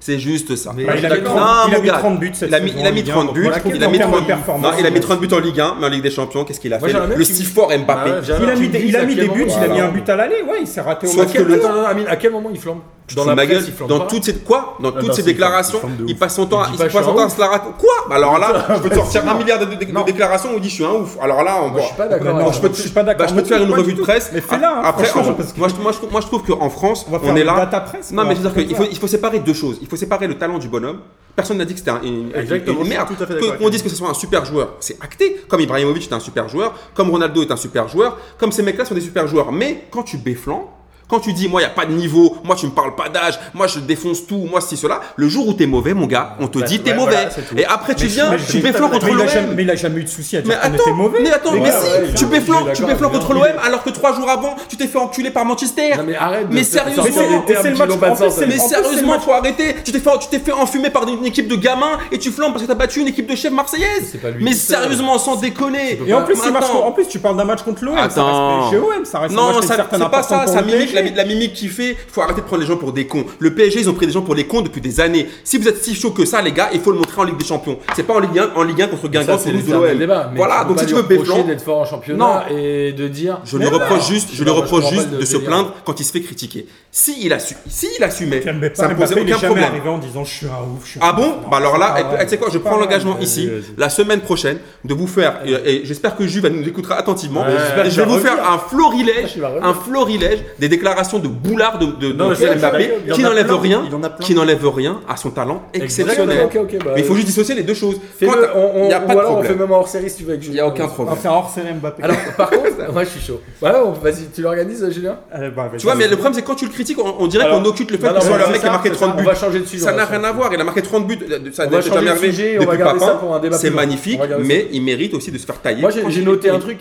Speaker 2: C'est juste ça.
Speaker 1: Mais-
Speaker 3: Bah, il a mis
Speaker 1: D'accord.
Speaker 3: 30
Speaker 2: Non,
Speaker 3: il a
Speaker 2: mon
Speaker 3: mis
Speaker 2: gars,
Speaker 3: 30 buts cette
Speaker 2: Il a mis,
Speaker 3: saison
Speaker 2: il a
Speaker 3: en
Speaker 2: mis
Speaker 3: Ligue un,
Speaker 2: 30
Speaker 3: donc
Speaker 2: buts,
Speaker 3: voilà,
Speaker 2: il a mis
Speaker 3: en termes de
Speaker 2: 30 buts.
Speaker 3: performance,
Speaker 2: Non, il a mis
Speaker 3: euh,
Speaker 2: 30 buts en Ligue 1, mais en Ligue des Champions, qu'est-ce qu'il a
Speaker 1: Moi,
Speaker 2: fait
Speaker 1: j'aimerais bien
Speaker 2: Le
Speaker 1: qu'il-
Speaker 2: si fort Mbappé.
Speaker 1: Bah ouais, j'aimerais
Speaker 3: Il a
Speaker 1: bien
Speaker 3: mis,
Speaker 1: qu'il
Speaker 3: des-
Speaker 1: me
Speaker 3: il
Speaker 1: dise
Speaker 3: a
Speaker 1: à
Speaker 3: mis
Speaker 1: quel
Speaker 3: des buts,
Speaker 1: moment-
Speaker 3: il a mis
Speaker 1: Voilà.
Speaker 3: un but à l'aller, ouais, il s'est raté au
Speaker 2: Sauf
Speaker 1: À
Speaker 3: match.
Speaker 1: quel-
Speaker 2: que le-
Speaker 1: Attends, non, non, Amine, à quel moment il flambe
Speaker 2: dans la
Speaker 1: presse,
Speaker 2: gueule,
Speaker 1: il flambe
Speaker 2: dans
Speaker 1: pas. Ah,
Speaker 2: toutes ces quoi, dans
Speaker 7: bah,
Speaker 2: toutes ces
Speaker 7: c'est une forme-
Speaker 2: déclarations,
Speaker 7: une forme de
Speaker 2: il
Speaker 7: ouf.
Speaker 2: passe son temps,
Speaker 1: Il dit
Speaker 2: il
Speaker 1: pas,
Speaker 2: passe son
Speaker 1: je suis
Speaker 2: temps
Speaker 1: un
Speaker 2: à se la raconter. Quoi Bah Alors là, je peux te sortir un milliard de, de- de
Speaker 1: Non.
Speaker 2: déclarations où il dit je suis un ouf. Alors là,
Speaker 1: Moi, je
Speaker 2: encore.
Speaker 1: suis pas d'accord.
Speaker 3: Non,
Speaker 1: avec
Speaker 3: je
Speaker 1: ça.
Speaker 3: peux- je suis pas
Speaker 2: Bah,
Speaker 3: d'accord.
Speaker 2: je peux te faire une
Speaker 3: Pas
Speaker 2: revue
Speaker 3: du
Speaker 2: de
Speaker 3: tout.
Speaker 2: presse.
Speaker 3: Mais fais-la, hein,
Speaker 2: Après,
Speaker 3: franchement,
Speaker 2: en-
Speaker 3: parce que-
Speaker 2: moi, je, moi, je- moi, je trouve qu'en France,
Speaker 3: On va
Speaker 2: on,
Speaker 3: faire
Speaker 2: est
Speaker 3: une
Speaker 2: là.
Speaker 3: data presse,
Speaker 2: non,
Speaker 3: quoi,
Speaker 2: mais je veux dire
Speaker 3: un truc
Speaker 2: qu'il
Speaker 3: comme
Speaker 2: faut,
Speaker 3: ça.
Speaker 2: il faut séparer deux choses. Il faut séparer le talent du bonhomme. Personne n'a dit que c'était un, une, une-
Speaker 7: Exactement,
Speaker 2: une
Speaker 7: je suis
Speaker 2: merde.
Speaker 7: tout à fait d'accord
Speaker 2: Que-
Speaker 7: avec
Speaker 2: Qu'on
Speaker 7: toi.
Speaker 2: dise que ce soit un super joueur, c'est acté. Comme Ibrahimovic est un super joueur, comme Ronaldo est un super joueur, comme ces mecs-là sont des super joueurs. Mais quand tu béflans, quand tu dis, moi, il n'y a pas de niveau, moi, tu me parles pas d'âge, moi, je défonce tout, moi, si, cela, le jour où t'es mauvais, mon gars, on te
Speaker 7: Bah,
Speaker 2: dit, t'es
Speaker 7: ouais,
Speaker 2: mauvais.
Speaker 7: voilà, c'est tout.
Speaker 2: et après, tu
Speaker 3: Mais
Speaker 2: viens,
Speaker 3: mais
Speaker 2: tu
Speaker 3: j'ai-
Speaker 2: béflans contre
Speaker 3: mais il a
Speaker 2: l'OM.
Speaker 3: jamais- Mais il a jamais eu de souci à
Speaker 2: Mais
Speaker 3: dire qu'on était
Speaker 2: attends,
Speaker 3: mauvais.
Speaker 2: mais attends,
Speaker 3: Les
Speaker 2: mais
Speaker 3: gars,
Speaker 2: si,
Speaker 3: ouais,
Speaker 2: tu
Speaker 3: ouais.
Speaker 2: béflans,
Speaker 1: il est
Speaker 2: tu
Speaker 1: d'accord,
Speaker 2: béflans
Speaker 1: il est
Speaker 2: contre l'OM alors que trois jours avant, tu t'es fait enculer par Manchester.
Speaker 1: Non, mais arrête. de
Speaker 2: Mais
Speaker 1: te faire
Speaker 2: sérieusement,
Speaker 1: sortir
Speaker 2: mais
Speaker 1: des termes
Speaker 3: c'est le
Speaker 1: qui
Speaker 3: match-
Speaker 1: n'ont pas de
Speaker 3: en fait,
Speaker 1: sens.
Speaker 3: c'est
Speaker 2: Mais
Speaker 3: En plus, c'est le
Speaker 2: sérieusement,
Speaker 3: match-
Speaker 2: faut arrêter. Tu t'es fait, tu t'es fait enfumer par une équipe de gamins et tu flambes parce que t'as battu une équipe de chefs marseillaise.
Speaker 1: C'est pas lui
Speaker 2: Mais
Speaker 1: tout seul.
Speaker 2: sérieusement, sans déconner.
Speaker 3: Et en
Speaker 2: Bah,
Speaker 3: plus, il marche-
Speaker 2: attends.
Speaker 3: en plus, tu parles d'un match contre l'OM, ça
Speaker 2: Attends.
Speaker 3: reste chez OM, ça reste un match
Speaker 2: Non,
Speaker 3: avec
Speaker 2: ça-
Speaker 3: certaines
Speaker 2: c'est pas ça,
Speaker 3: importances
Speaker 2: ça
Speaker 3: pour le
Speaker 2: mimique, la,
Speaker 3: PSG.
Speaker 2: la mimique qui fait, faut arrêter de prendre les gens pour des cons. Le PSG, ils ont pris des gens pour les cons depuis des années. Si vous êtes si chaud que ça, les gars, il faut le montrer en Ligue des Champions. C'est pas en Ligue 1, en Ligue 1 contre Guingamp
Speaker 1: Ça, c'est
Speaker 2: sur
Speaker 1: le
Speaker 2: nous de
Speaker 1: terme du débat.
Speaker 2: l'OM.
Speaker 1: mais
Speaker 2: Voilà,
Speaker 1: peux
Speaker 2: donc
Speaker 1: pas
Speaker 2: si tu
Speaker 1: lui
Speaker 2: veux
Speaker 1: reprocher
Speaker 2: béflant,
Speaker 1: d'être fort en championnat et de dire.
Speaker 2: Je lui
Speaker 3: Mais
Speaker 2: reproche
Speaker 1: non.
Speaker 2: juste,
Speaker 1: Non,
Speaker 2: je lui
Speaker 1: moi, je
Speaker 2: reproche
Speaker 1: comprends
Speaker 2: juste
Speaker 1: pas le
Speaker 2: de se
Speaker 1: délire.
Speaker 2: plaindre quand il se fait critiquer. Si il a su, si il assumait,
Speaker 3: Kylian Mbappé,
Speaker 2: ça ne posait
Speaker 3: Mbappé, il est
Speaker 2: aucun
Speaker 3: jamais
Speaker 2: problème.
Speaker 3: arrivé en disant je suis un ouf. je suis
Speaker 2: Ah
Speaker 3: un-
Speaker 2: bon
Speaker 3: Non,
Speaker 2: Bah alors
Speaker 3: c'est
Speaker 2: là,
Speaker 3: pas
Speaker 2: eh,
Speaker 3: vrai.
Speaker 2: tu sais quoi, je
Speaker 3: C'est pas
Speaker 2: prends
Speaker 3: vrai.
Speaker 2: l'engagement ici, la semaine prochaine, de vous faire, et, et j'espère que Juve elle nous écoutera attentivement,
Speaker 1: Ouais.
Speaker 2: et je vais vous faire un florilège,
Speaker 1: Il va revenir.
Speaker 2: un florilège des déclarations de boulard de, de, de
Speaker 7: Non, mais
Speaker 2: Kylian
Speaker 7: c'est-
Speaker 2: Mbappé,
Speaker 7: il y en
Speaker 2: qui
Speaker 7: a
Speaker 2: n'enlève
Speaker 7: plein,
Speaker 2: rien,
Speaker 7: il y en a plein.
Speaker 2: qui n'enlève rien à son talent exceptionnel.
Speaker 1: Ok, ok, bah,
Speaker 2: Mais il faut juste dissocier les deux choses. Quand
Speaker 1: Fais-le,
Speaker 2: t'as-
Speaker 1: on, on,
Speaker 2: Il n'y a
Speaker 1: ou
Speaker 2: pas de
Speaker 1: alors on fait
Speaker 2: problème.
Speaker 1: même hors série si tu veux avec
Speaker 2: Il
Speaker 1: Julien.
Speaker 2: n'y a aucun
Speaker 3: On va
Speaker 2: problème.
Speaker 3: faire hors série Mbappé.
Speaker 1: Alors, par contre, moi je suis chaud. Ouais, on- vas-y, tu l'organises, Julien
Speaker 3: Euh, bah, vas-y.
Speaker 2: Tu vois, mais le problème, c'est quand tu le critiques, on, on dirait
Speaker 1: Alors-
Speaker 2: qu'on occulte le fait
Speaker 1: Non,
Speaker 2: que
Speaker 1: non,
Speaker 2: soit
Speaker 1: mais
Speaker 2: le
Speaker 1: c'est
Speaker 2: mec qui
Speaker 1: ça,
Speaker 2: a marqué
Speaker 1: c'est
Speaker 2: 30
Speaker 1: ça.
Speaker 2: buts.
Speaker 1: On va changer de sujet.
Speaker 2: Ça
Speaker 1: on
Speaker 2: n'a
Speaker 1: va
Speaker 2: rien à voir, il a marqué 30 buts, euh, ça
Speaker 1: On va changer de
Speaker 2: jamais arrivé
Speaker 1: sujet, on va
Speaker 2: depuis
Speaker 1: garder ça
Speaker 2: Papin.
Speaker 1: pour un débat
Speaker 2: C'est
Speaker 1: plus long.
Speaker 2: magnifique,
Speaker 1: On va garder ça.
Speaker 2: mais il mérite aussi de se faire tailler.
Speaker 1: Moi, j'ai-
Speaker 2: Quand
Speaker 1: j'ai
Speaker 2: il-
Speaker 1: noté un
Speaker 2: il-
Speaker 1: truc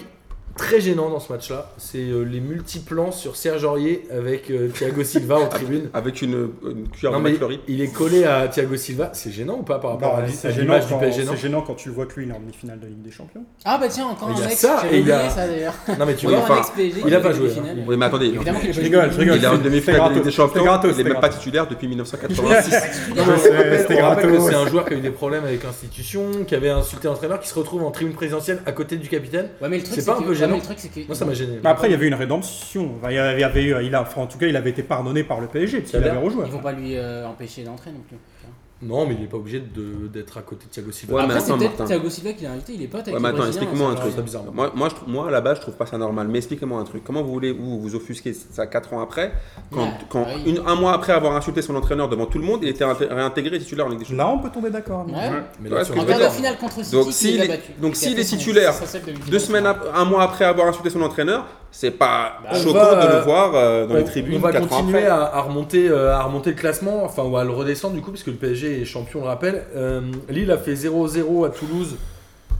Speaker 1: très gênant dans ce match-là, c'est euh, les multiplans sur Serge Aurier avec euh, Thiago Silva en tribune.
Speaker 2: Avec une, une cuillère
Speaker 1: Non,
Speaker 2: de
Speaker 1: mais
Speaker 2: McFlurry.
Speaker 1: il est collé à Thiago Silva. C'est gênant ou pas par rapport à
Speaker 3: Bah,
Speaker 1: l'i- à
Speaker 3: c'est gênant
Speaker 1: l'image du
Speaker 3: quand-
Speaker 1: PSG non
Speaker 3: c'est gênant quand tu vois que lui il est en demi-finale de Ligue des Champions.
Speaker 5: Ah bah tiens, encore
Speaker 1: Mais
Speaker 5: un
Speaker 1: il y a
Speaker 5: ex,
Speaker 1: ça, et
Speaker 5: j'avais
Speaker 1: il y a-
Speaker 5: oublié ça d'ailleurs.
Speaker 1: Non, mais tu
Speaker 2: Oui,
Speaker 1: vois,
Speaker 5: Encore un
Speaker 2: enfin,
Speaker 5: ex-PSG
Speaker 1: il a pas joué. hein.
Speaker 5: finale.
Speaker 2: Oui, mais attendez,
Speaker 5: Évidemment qu'il est pas
Speaker 3: Je rigole, je rigole.
Speaker 2: il est en demi-finale de Ligue des Champions, il
Speaker 3: c'est
Speaker 2: n'est même pas
Speaker 3: gratos.
Speaker 2: titulaire depuis 1986.
Speaker 3: Non,
Speaker 1: On
Speaker 3: mais
Speaker 1: rappelle-
Speaker 3: c'est- C'était
Speaker 1: on rappelle que
Speaker 3: gratos.
Speaker 1: c'est un joueur qui a eu des problèmes avec l'institution, qui avait insulté l'entraîneur, qui se retrouve en tribune présidentielle à côté du capitaine.
Speaker 5: Ouais, mais le truc,
Speaker 1: C'est
Speaker 5: c'est
Speaker 1: pas un
Speaker 5: que-
Speaker 1: peu
Speaker 5: ouais, mais
Speaker 1: gênant
Speaker 5: le truc, c'est que-
Speaker 1: Moi, ça m'a gêné.
Speaker 3: Mais après, Bah, il y avait une rédemption. Enfin, il y avait, il y avait- il a, enfin, en tout cas, il avait été pardonné par le PSG parce
Speaker 1: Ça
Speaker 3: qu'il
Speaker 1: a
Speaker 3: avait
Speaker 1: l'air-
Speaker 3: rejoué.
Speaker 5: Ils vont pas lui euh, empêcher d'entrer non plus.
Speaker 1: Non, mais il n'est pas obligé de- d'être à côté de Thiago Silva.
Speaker 2: Ouais, mais
Speaker 5: Après, c'est
Speaker 2: attends,
Speaker 5: peut-être
Speaker 2: Martin.
Speaker 5: Thiago Silva qui l'a invité, il est pote avec
Speaker 2: Ouais,
Speaker 5: les
Speaker 2: mais attends,
Speaker 5: Brésiliens,
Speaker 2: explique-moi un
Speaker 5: ça,
Speaker 2: truc.
Speaker 5: ça-
Speaker 1: bizarrement.
Speaker 2: Moi, moi, je trouve- moi, à la base, je trouve pas ça normal. Mais expliquez-moi un truc. Comment vous voulez vous, vous offusquer ça 4 ans après Quand,
Speaker 5: Ouais,
Speaker 2: quand
Speaker 5: ouais.
Speaker 2: une- un mois après avoir insulté son entraîneur devant tout le monde, il était inté- réintégré titulaire en Ligue des Champions.
Speaker 3: Là, on peut tomber d'accord. mais-
Speaker 5: Ouais.
Speaker 1: Mais
Speaker 2: Ouais,
Speaker 1: là,
Speaker 2: parce
Speaker 1: tu
Speaker 2: que
Speaker 5: En
Speaker 1: vois,
Speaker 5: quart de
Speaker 2: d'accord.
Speaker 5: finale contre City,
Speaker 2: Donc,
Speaker 5: il
Speaker 2: s'il
Speaker 5: les a
Speaker 2: est-
Speaker 5: battus.
Speaker 2: donc,
Speaker 5: Et
Speaker 2: s'il
Speaker 5: après,
Speaker 2: est
Speaker 5: son-
Speaker 2: titulaire,
Speaker 5: sa seule demi-finale.
Speaker 2: Deux semaines, ap- un mois après avoir insulté son entraîneur, c'est pas
Speaker 5: Bah,
Speaker 2: choquant
Speaker 1: on va,
Speaker 2: de
Speaker 1: euh,
Speaker 2: le voir euh, dans
Speaker 1: on-
Speaker 2: les tribunes.
Speaker 1: On va
Speaker 2: quatre ans
Speaker 1: continuer
Speaker 2: après.
Speaker 1: à, à remonter, euh, à remonter le classement, enfin, ou à le redescendre du coup, puisque le PSG est champion, on le rappelle. Euh, Lille a fait 0-0 à Toulouse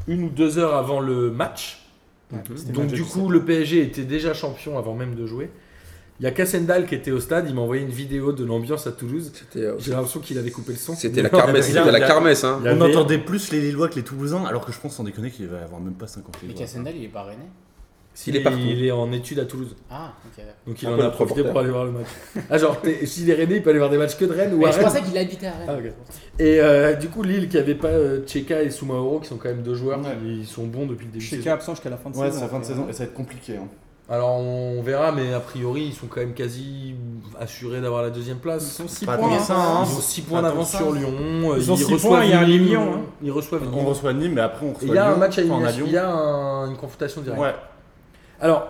Speaker 1: une ou deux heures avant le match.
Speaker 3: C'était
Speaker 1: Donc,
Speaker 3: match
Speaker 1: du
Speaker 3: de
Speaker 1: coup, le PSG était déjà champion avant même de jouer. Il y a Cassendal qui était au stade, il m'a envoyé une vidéo de l'ambiance à Toulouse.
Speaker 2: C'était, euh,
Speaker 1: J'ai l'impression qu'il avait coupé le son.
Speaker 2: C'était la kermesse.
Speaker 7: Il y a-
Speaker 2: C'était la
Speaker 7: il y a-
Speaker 2: kermesse. hein.
Speaker 1: Il y
Speaker 7: On
Speaker 1: avait-
Speaker 7: entendait plus les Lillois que les Toulousains, alors que je pense sans déconner qu'il va y avoir même pas 50
Speaker 5: Mais
Speaker 7: Lillois.
Speaker 5: Cassandal, il est pas rennais.
Speaker 1: Il est, partout. il est en étude à Toulouse.
Speaker 5: Ah, ok. d'accord.
Speaker 1: Donc il
Speaker 2: Un
Speaker 1: en
Speaker 2: peu
Speaker 1: a
Speaker 2: le
Speaker 1: profité
Speaker 2: reporter.
Speaker 1: pour aller voir le match. Ah genre, t'es- s'il est Rennais, il peut aller voir des matchs que de Rennes ou à
Speaker 5: Mais Je
Speaker 1: Rennes.
Speaker 5: pensais qu'il habitait à
Speaker 1: Ah,
Speaker 5: Rennes.
Speaker 1: ok. Et euh, du coup, Lille qui avait pas euh, Tcheka et Soumaoro, qui sont quand même deux joueurs
Speaker 7: Ouais.
Speaker 1: qui sont bons depuis le début de
Speaker 3: Chez qui
Speaker 1: saison.
Speaker 3: absent jusqu'à la fin de
Speaker 7: Ouais,
Speaker 3: saison.
Speaker 7: c'est la fin de saison et ça va être compliqué. hein.
Speaker 1: Alors on verra, mais a priori ils sont quand même quasi assurés d'avoir la deuxième
Speaker 3: Ils
Speaker 1: place.
Speaker 3: sont 6
Speaker 4: Pas
Speaker 3: points.
Speaker 4: tant que ça,
Speaker 3: hein.
Speaker 4: hein.
Speaker 1: Ils ont 6 points
Speaker 4: Attends
Speaker 1: d'avance
Speaker 4: ça.
Speaker 1: sur Lyon.
Speaker 3: Ils ont six points, il y a un
Speaker 1: Nîmes.
Speaker 3: million, hein.
Speaker 1: Ils reçoivent
Speaker 4: On
Speaker 1: Lyon.
Speaker 4: reçoit Nîmes, mais après on reçoit
Speaker 1: Il y a un
Speaker 4: Lyon,
Speaker 1: match à
Speaker 4: enfin, on a
Speaker 1: élimination,
Speaker 4: Lyon.
Speaker 1: il y a un- une confrontation directe.
Speaker 4: Ouais.
Speaker 1: Alors,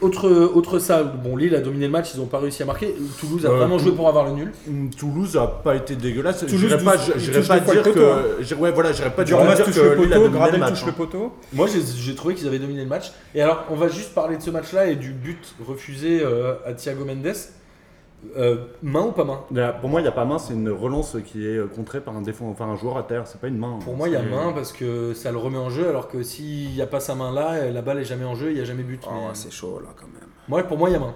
Speaker 1: autre, autre ça, bon, Lille a dominé le match, ils n'ont pas réussi à marquer. Toulouse a
Speaker 4: Euh,
Speaker 1: vraiment
Speaker 4: Tou-
Speaker 1: joué pour avoir le nul.
Speaker 4: Hum, Toulouse a pas été dégueulasse.
Speaker 3: Toulouse
Speaker 4: J'irais pas,
Speaker 3: touche-
Speaker 4: j'irais
Speaker 3: touche
Speaker 4: pas
Speaker 3: deux fois le
Speaker 4: dire
Speaker 3: poteau,
Speaker 4: que. j'irais- Ouais, voilà, j'irais pas dire
Speaker 3: Durmas
Speaker 4: dire
Speaker 3: touche
Speaker 4: que
Speaker 3: le
Speaker 4: Lille a
Speaker 3: poteau,
Speaker 4: dominé le
Speaker 3: Gradel
Speaker 4: match,
Speaker 3: touche
Speaker 4: hein.
Speaker 3: le poteau.
Speaker 1: Moi, j'ai- j'ai trouvé qu'ils avaient dominé le match. Et alors, on va juste parler de ce match-là et du but refusé euh, à Thiago Mendes. Euh, main ou pas main
Speaker 4: Là, pour moi, il n'y a pas main, c'est une relance qui est euh, contrée par un, défense, enfin, un joueur à terre. C'est pas une main. hein.
Speaker 1: Pour moi, il y a
Speaker 4: C'est-
Speaker 1: main parce que ça le remet en jeu, alors que s'il n'y a pas sa main là, euh, la balle est jamais en jeu, il n'y a jamais but.
Speaker 2: Oh,
Speaker 3: Ah,
Speaker 1: Mais-
Speaker 2: c'est chaud là quand même.
Speaker 1: Moi, pour moi, il y a main.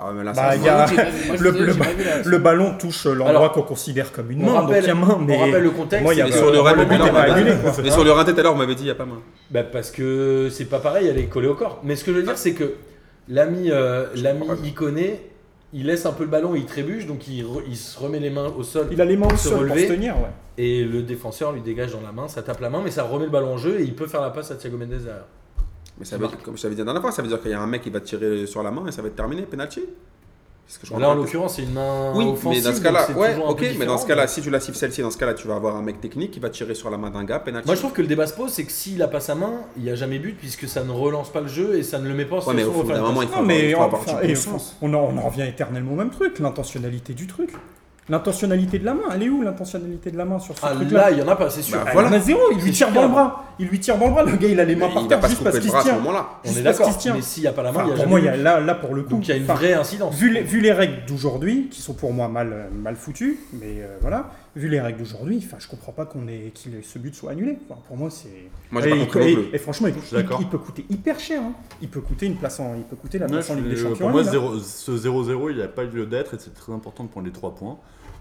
Speaker 2: Ah, mais là,
Speaker 3: Bah,
Speaker 2: ça
Speaker 3: il
Speaker 2: se
Speaker 3: y a-
Speaker 5: Moi, j'ai pas vu- moi, je
Speaker 3: le-
Speaker 5: suis désolé,
Speaker 3: le-
Speaker 5: j'ai pas vu la-
Speaker 3: Le ballon touche l'endroit
Speaker 1: Alors,
Speaker 3: qu'on considère comme une
Speaker 1: on
Speaker 3: main,
Speaker 1: rappelle-
Speaker 3: donc il y a main, mais
Speaker 1: On rappelle le contexte.
Speaker 3: moi, il y a
Speaker 2: Mais
Speaker 3: pas-
Speaker 2: sur le
Speaker 3: le
Speaker 2: raté
Speaker 3: but
Speaker 2: tout
Speaker 3: n'est
Speaker 2: à
Speaker 3: pas
Speaker 2: l'heure,
Speaker 3: annulé.
Speaker 2: on
Speaker 3: quoi.
Speaker 2: voit- mais sur le raté tout à l'heure, on m'avait dit il n'y a pas main.
Speaker 1: Bah, parce que c'est pas pareil, elle est collée au corps. Mais ce que je veux dire, c'est que l'ami euh, l'ami Iconé, il laisse un peu le ballon, il trébuche, donc il, re- il se remet les mains au sol.
Speaker 3: Il a les mains au
Speaker 1: Se
Speaker 3: sol pour
Speaker 1: relever.
Speaker 3: se tenir. ouais.
Speaker 1: Et le défenseur lui dégage dans la main, ça tape la main, mais ça remet le ballon en jeu et il peut faire la passe à Thiago Mendes derrière.
Speaker 2: Mais ça veut, comme je t'avais dit la dernière fois, ça veut dire qu'il y a un mec qui va tirer sur la main et ça va être terminé, penalty Parce que je
Speaker 1: Bon,
Speaker 2: comprends
Speaker 1: là, en
Speaker 2: pas.
Speaker 1: l'occurrence, c'est une main
Speaker 2: Oui, mais
Speaker 1: offensive.
Speaker 2: dans ce
Speaker 1: donc
Speaker 2: cas-là,
Speaker 1: c'est
Speaker 2: ouais,
Speaker 1: toujours un
Speaker 2: ok,
Speaker 1: peu
Speaker 2: mais dans ce
Speaker 1: différent,
Speaker 2: cas-là, si tu la cives celle-ci, dans ce cas-là, tu vas avoir un mec technique qui va tirer sur la main d'un gars, penalty.
Speaker 1: Moi, je trouve que le débat se pose, c'est que s'il a pas sa main, il n'y a jamais but puisque ça ne relance pas le jeu et ça ne le met pas en
Speaker 2: Ouais, mais
Speaker 1: situation
Speaker 2: au
Speaker 1: de
Speaker 2: fond d'un
Speaker 1: faire
Speaker 2: moment,
Speaker 1: une
Speaker 2: il faut
Speaker 3: Non, mais
Speaker 2: avoir, il faut
Speaker 3: enfin,
Speaker 2: avoir
Speaker 3: et
Speaker 2: du bon
Speaker 3: enfin,
Speaker 2: sens.
Speaker 3: on, en, on en revient éternellement au même truc, l'intentionnalité du truc. L'intentionnalité de la main, elle est où l'intentionnalité de la main sur ce
Speaker 1: passe. Ah,
Speaker 3: truc-là
Speaker 1: là, il y en a pas, c'est sûr.
Speaker 2: Bah,
Speaker 3: Ah,
Speaker 2: voilà.
Speaker 3: Il y en a zéro, il lui
Speaker 1: C'est
Speaker 3: tire dans
Speaker 1: clair.
Speaker 3: le bras. Il lui tire dans le bras, le gars il a les mains
Speaker 2: Mais il
Speaker 3: par
Speaker 2: n'a
Speaker 3: terre
Speaker 2: pas se
Speaker 3: juste
Speaker 2: couper
Speaker 3: parce
Speaker 2: le
Speaker 3: qu'il
Speaker 2: bras
Speaker 3: se
Speaker 2: à ce
Speaker 3: tient.
Speaker 2: moment-là.
Speaker 1: on
Speaker 3: juste
Speaker 1: est
Speaker 3: parce
Speaker 1: d'accord.
Speaker 3: qu'il se tient.
Speaker 1: Mais s'il n'y a pas la main,
Speaker 3: Enfin,
Speaker 1: il y a
Speaker 3: pour
Speaker 1: jamais
Speaker 3: moi, il
Speaker 1: but.
Speaker 3: y a, là, là pour le coup,
Speaker 1: Donc il y a une
Speaker 3: enfin,
Speaker 1: vraie incidence.
Speaker 3: vu, les, vu les règles d'aujourd'hui, qui sont pour moi mal, euh, mal foutues, mais euh, voilà, vu les règles d'aujourd'hui, enfin, je comprends pas qu'on ait, qu'il ait- ce but soit annulé. Enfin, pour moi, c'est.
Speaker 2: Moi, j'ai
Speaker 3: et,
Speaker 2: pas
Speaker 3: il-
Speaker 2: compris non
Speaker 3: et-
Speaker 2: plus.
Speaker 3: et franchement, il,
Speaker 4: suis d'accord.
Speaker 3: il- il peut coûter hyper cher. hein. Il peut coûter une place en, il peut coûter la
Speaker 4: Ouais,
Speaker 3: place en
Speaker 4: je-
Speaker 3: Ligue des
Speaker 4: euh,
Speaker 3: Champions.
Speaker 4: Pour
Speaker 3: hein.
Speaker 4: moi,
Speaker 3: là.
Speaker 4: zéro- ce 0-0, il n'y a pas lieu d'être et c'est très important de prendre les 3 points.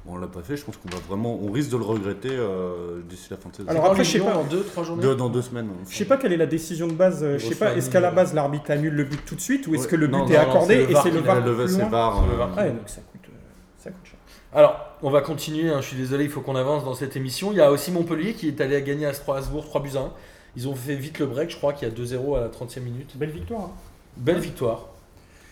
Speaker 4: Bon, on l'a pas fait, je pense qu'on va vraiment, on risque de le regretter euh, d'ici la fin de saison.
Speaker 3: Alors après, je sais
Speaker 1: Lyon
Speaker 3: pas.
Speaker 1: dans 2-3 journées.
Speaker 4: Deux- dans deux semaines. on-
Speaker 3: Je sais pas quelle est la décision de base. euh, Je sais pas. Est-ce qu'à la base l'arbitre annule le but tout de suite ou est-ce que le but
Speaker 4: Non,
Speaker 3: est
Speaker 4: non, non,
Speaker 3: accordé
Speaker 1: c'est le
Speaker 3: et
Speaker 1: VAR
Speaker 3: c'est
Speaker 1: qui
Speaker 3: le
Speaker 1: l'a
Speaker 3: VAR
Speaker 4: levé,
Speaker 3: plus
Speaker 4: c'est
Speaker 3: loin
Speaker 4: VAR,
Speaker 1: C'est le
Speaker 4: euh,
Speaker 1: VAR.
Speaker 3: Ouais, donc ça coûte, euh, ça coûte cher.
Speaker 1: Alors, on va continuer, hein, je suis désolé, il faut qu'on avance dans cette émission. Il y a aussi Montpellier qui est allé à gagner à Strasbourg 3 buts à 1. Ils ont fait vite le break, je crois qu'il y a 2-0 à la 30e minute.
Speaker 3: Belle victoire. hein.
Speaker 1: Belle victoire.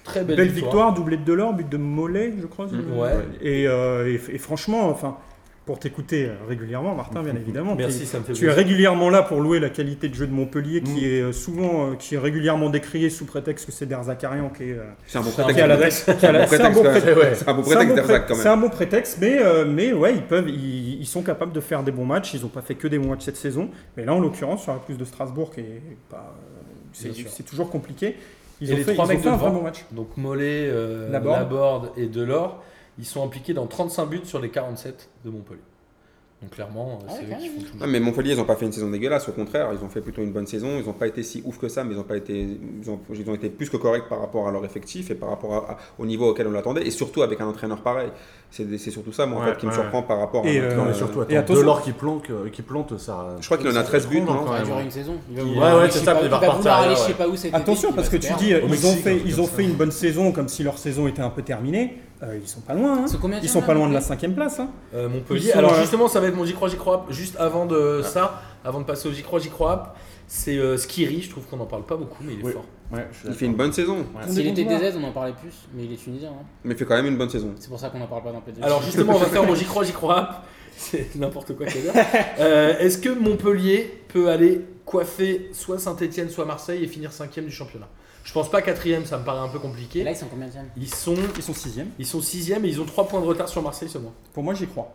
Speaker 1: Très belle,
Speaker 3: Belle, victoire. doublé de Delors, but de Mollet, je crois. c'est-
Speaker 1: Mm, Ouais.
Speaker 3: Et, euh, et- et franchement, enfin, pour t'écouter euh, régulièrement, Martin, bien évidemment.
Speaker 1: Mm. Merci,
Speaker 3: t'es-
Speaker 1: ça me fait
Speaker 3: Tu es
Speaker 1: plaisir. régulièrement
Speaker 3: régulièrement là pour louer la qualité de jeu de Montpellier,
Speaker 1: Mm.
Speaker 3: qui est euh, souvent, euh, qui est régulièrement décriée sous prétexte que c'est Derzakarian qui est. euh,
Speaker 2: C'est un bon
Speaker 3: qui a la-
Speaker 2: prétexte.
Speaker 3: qui a la- C'est un bon
Speaker 2: prétexte,
Speaker 3: prétexte.
Speaker 2: C'est un bon
Speaker 3: C'est un bon
Speaker 2: prétexte d'Erzac
Speaker 3: pré-
Speaker 2: quand
Speaker 3: C'est
Speaker 2: même.
Speaker 3: un bon prétexte, mais, euh, mais ouais, ils, peuvent, ils, ils sont capables de faire des bons matchs. Ils n'ont pas fait que des bons matchs cette saison. Mais là, en l'occurrence, sur la plus de Strasbourg, qui est pas, euh, c'est,
Speaker 1: Bien sûr.
Speaker 3: c'est toujours compliqué. Ils
Speaker 1: Et
Speaker 3: ont
Speaker 1: les
Speaker 3: fait,
Speaker 1: trois
Speaker 3: ils ont
Speaker 1: mecs
Speaker 3: fait un
Speaker 1: devant.
Speaker 3: vrai bon match.
Speaker 1: Donc Mollet, euh,
Speaker 3: Laborde.
Speaker 1: Laborde. et Delors, ils sont impliqués dans 35 buts sur les 47 de Montpellier. Donc clairement, euh,
Speaker 5: Ah ouais,
Speaker 1: c'est eux
Speaker 5: quand
Speaker 1: qui
Speaker 5: même.
Speaker 1: font tout.
Speaker 2: Non, mais Montpellier, ils n'ont pas fait une saison dégueulasse, au contraire, ils ont fait plutôt une bonne saison. Ils n'ont pas été si ouf que ça, mais ils ont, pas été, ils ont, ils ont été plus que corrects par rapport à leur effectif et par rapport à- à- au niveau auquel on l'attendait, et surtout avec un entraîneur pareil. C'est des- c'est surtout ça, moi, en
Speaker 4: Ouais,
Speaker 2: fait, qui me
Speaker 4: ouais. euh,
Speaker 2: surprend par rapport
Speaker 3: Et,
Speaker 2: à. notre-
Speaker 4: Non, mais surtout, attends,
Speaker 3: Et attention-
Speaker 4: Delors qui plante, euh, qui plante ça. hein,
Speaker 2: Je crois qu'il en a 13 buts, non
Speaker 5: Ça va durer
Speaker 4: ouais.
Speaker 5: une saison. Il va
Speaker 4: Ouais,
Speaker 5: vouloir
Speaker 4: ouais,
Speaker 5: aller,
Speaker 4: c'est
Speaker 5: je sais
Speaker 4: ça,
Speaker 5: pas-
Speaker 4: il
Speaker 5: il
Speaker 4: va
Speaker 5: va
Speaker 4: partir,
Speaker 5: vouloir aller
Speaker 4: ouais.
Speaker 5: je sais pas où cet été,
Speaker 3: Attention,
Speaker 5: il
Speaker 3: parce
Speaker 5: va
Speaker 3: que
Speaker 5: se
Speaker 3: tu
Speaker 5: perdre.
Speaker 3: dis, euh,
Speaker 4: Au
Speaker 3: ils ont
Speaker 4: Mexique,
Speaker 3: fait,
Speaker 4: un truc
Speaker 3: ils
Speaker 4: comme
Speaker 3: ont
Speaker 4: ça.
Speaker 3: fait une bonne saison, comme si leur saison était un peu terminée. Euh, ils sont pas loin. hein.
Speaker 5: Ils sont combien,
Speaker 3: Ils sont
Speaker 5: là,
Speaker 3: pas loin de la
Speaker 5: Montpellier
Speaker 3: cinquième place. hein.
Speaker 1: Euh, Montpellier.
Speaker 3: Ils sont,
Speaker 1: Alors
Speaker 3: euh, Ah.
Speaker 1: justement, ça va être mon j'y crois, j'y crois. Juste avant de ça, avant de passer au j'y crois, j'y crois, c'est euh, Skiri. Je trouve qu'on n'en parle pas beaucoup, mais il est
Speaker 4: Oui.
Speaker 1: fort.
Speaker 4: Ouais, je suis
Speaker 2: Il euh, fait une bonne saison,
Speaker 4: Ouais.
Speaker 5: Ah, S'il
Speaker 3: Ils
Speaker 5: était
Speaker 3: vont voir.
Speaker 5: DZ, on en parlait plus, mais il est tunisien. hein.
Speaker 2: mais il fait quand même une bonne saison.
Speaker 5: C'est pour ça qu'on en parle pas dans P2.
Speaker 1: Alors justement, on va faire mon j'y crois, j'y crois. C'est n'importe quoi. qu'elle a. Euh, Est-ce que Montpellier peut aller coiffer soit Saint-Etienne, soit Marseille et finir cinquième du championnat Je pense pas quatrième, ça me paraît un peu
Speaker 5: Et là,
Speaker 1: compliqué.
Speaker 5: ils sont combien de
Speaker 1: Ils sont,
Speaker 3: Ils sont sixième.
Speaker 1: ils sont sixième et ils ont trois points de retard sur Marseille seulement.
Speaker 3: Pour moi, j'y crois.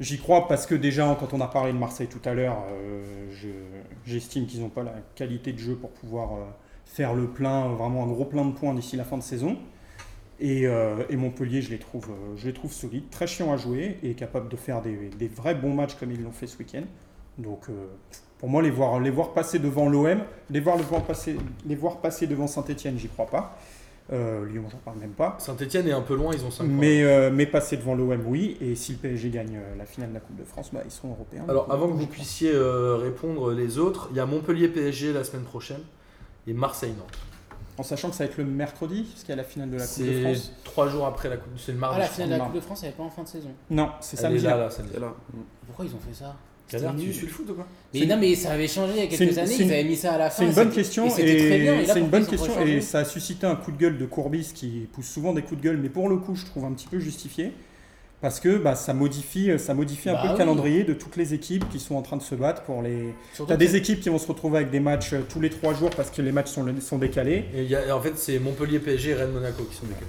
Speaker 3: J'y crois parce que déjà, quand on a parlé de Marseille tout à l'heure, euh, je- j'estime qu'ils n'ont pas la qualité de jeu pour pouvoir euh, faire le plein, euh, vraiment un gros plein de points d'ici la fin de saison. Et, euh, et Montpellier, je les, trouve, euh, je les trouve solides, très chiants à jouer et capables de faire des, des vrais bons matchs comme ils l'ont fait ce week-end. Donc, euh, pour moi, les voir, les voir passer devant l'OM, les voir, les voir passer, les voir passer devant Saint-Etienne, j'y crois pas. Euh, Lyon, j'en parle même pas.
Speaker 1: Saint-Etienne est un peu loin, ils ont cinq points.
Speaker 3: Mais, euh, mais passer devant l'OM, oui. Et si le PSG gagne euh, la finale de la Coupe de France, bah, ils seront européens.
Speaker 1: Alors
Speaker 3: Donc,
Speaker 1: avant que vous
Speaker 3: je-
Speaker 1: puissiez euh, répondre les autres, il y a Montpellier PSG la semaine prochaine et Marseille Nantes.
Speaker 3: En sachant que ça va être le mercredi, parce qu'il y a la finale de la Coupe de
Speaker 1: C'est
Speaker 3: France.
Speaker 1: trois jours après la Coupe, c'est le
Speaker 5: Ah,
Speaker 1: mardi.
Speaker 5: la
Speaker 1: je
Speaker 5: finale de la
Speaker 3: marre.
Speaker 5: Coupe de France, elle est pas en fin de saison.
Speaker 3: Non, c'est
Speaker 1: crois. Elle est
Speaker 3: samedi.
Speaker 1: là,
Speaker 3: là.
Speaker 1: là, samedi.
Speaker 2: Et là,
Speaker 5: Pourquoi ils ont fait ça
Speaker 1: Canard,
Speaker 5: nul.
Speaker 1: tu suis le foot ou quoi
Speaker 5: Mais
Speaker 3: C'est
Speaker 5: non, mais ça avait changé il y a
Speaker 3: c'est
Speaker 5: quelques
Speaker 3: une-
Speaker 5: années,
Speaker 3: c'est
Speaker 5: ils
Speaker 3: une-
Speaker 5: avaient mis ça à la fin.
Speaker 3: C'est une bonne question
Speaker 5: et Ah, c'était très bien, et
Speaker 3: et
Speaker 5: là,
Speaker 3: c'est une
Speaker 5: pourquoi
Speaker 3: bonne
Speaker 5: ils ont
Speaker 3: question
Speaker 5: rechangé
Speaker 3: et ça a suscité un coup de gueule de Courbis qui pousse souvent des coups de gueule, mais pour le coup, je trouve un petit peu justifié parce que bah, ça modifie, ça modifie un
Speaker 5: Bah
Speaker 3: peu
Speaker 5: oui.
Speaker 3: le calendrier de toutes les équipes qui sont en train de se battre pour les.
Speaker 5: Surtout
Speaker 3: T'as
Speaker 5: que-
Speaker 3: des équipes qui vont se retrouver avec des matchs euh, tous les trois jours parce que les matchs sont, le- sont décalés.
Speaker 1: Et il y a- En fait, c'est Montpellier, PSG et Rennes, Monaco qui sont décalés.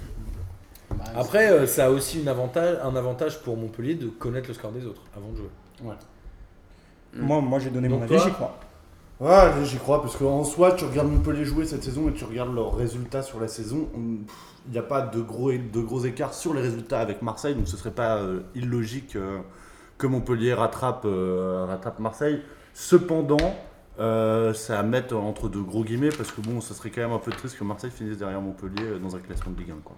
Speaker 5: Bah, c'est-
Speaker 1: Après, euh, ça a aussi une avantage, un avantage pour Montpellier de connaître le score des autres avant de jouer.
Speaker 5: Mm.
Speaker 3: Moi, moi, j'ai donné
Speaker 1: Donc
Speaker 3: mon
Speaker 1: toi
Speaker 3: avis, j'y crois.
Speaker 6: Ouais, j'y crois, parce qu'en soi, tu regardes Montpellier jouer cette saison et tu regardes leurs résultats sur la saison. on- pff,
Speaker 7: Il n'y a pas de gros, de gros écarts sur les résultats avec Marseille, donc ce serait pas euh, illogique euh, que Montpellier rattrape, euh, rattrape Marseille. Cependant, euh, c'est à mettre entre deux gros guillemets, parce que bon, ce serait quand même un peu triste que Marseille finisse derrière Montpellier euh, dans un classement de Ligue 1. Quoi.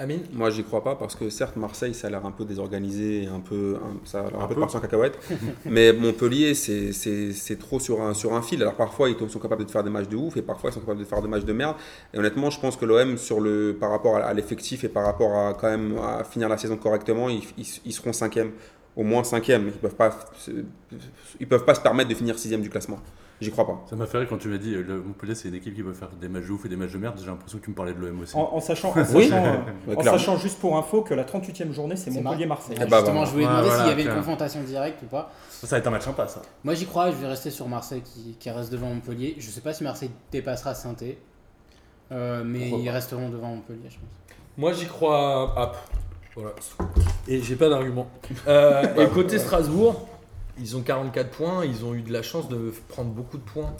Speaker 1: Amine
Speaker 2: Moi, j'y crois pas parce que certes, Marseille, ça a l'air un peu désorganisé, et un peu, un- ça a l'air un,
Speaker 7: Un peu.
Speaker 2: peu, de partir en cacahuète. mais Montpellier, c'est- c'est c'est trop sur un, sur un fil. Alors parfois, ils sont capables de faire des matchs de ouf et parfois, ils sont capables de faire des matchs de merde. Et honnêtement, je pense que l'OM, sur le, par rapport à, à l'effectif et par rapport à quand même à finir la saison correctement, ils, ils- ils seront cinquième, au moins cinquième. Ils peuvent pas, se- ils peuvent pas se permettre de finir sixième du classement. J'y crois pas.
Speaker 4: Ça m'a fait rire quand tu m'as dit euh, le Montpellier, c'est une équipe qui peut faire des matchs de ouf et des matchs de merde. J'ai l'impression que tu me parlais de l'OM aussi.
Speaker 3: En,
Speaker 7: Oh.
Speaker 3: en sachant, en
Speaker 2: Oui.
Speaker 3: sachant, euh,
Speaker 2: Ouais,
Speaker 3: en
Speaker 2: clairement.
Speaker 3: sachant juste pour info que la 38e journée, c'est
Speaker 5: C'est
Speaker 3: Montpellier-Marseille.
Speaker 5: Ah,
Speaker 2: Eh bah,
Speaker 5: justement,
Speaker 2: voilà.
Speaker 5: je voulais
Speaker 4: Ouais,
Speaker 5: demander
Speaker 4: voilà,
Speaker 5: s'il y avait une
Speaker 4: tiens.
Speaker 5: confrontation directe ou pas.
Speaker 7: Ça va être un match sympa, ça.
Speaker 5: Moi, j'y crois, je vais rester sur Marseille qui, qui reste devant Montpellier. Je sais pas si Marseille dépassera saint euh, mais
Speaker 2: Pourquoi
Speaker 5: ils
Speaker 2: pas.
Speaker 5: resteront devant Montpellier, je pense.
Speaker 1: Moi, j'y crois. Hop. Voilà. Et j'ai pas d'argument. Euh, et côté Strasbourg, ils ont 44 points. Ils ont eu de la chance de prendre beaucoup de points.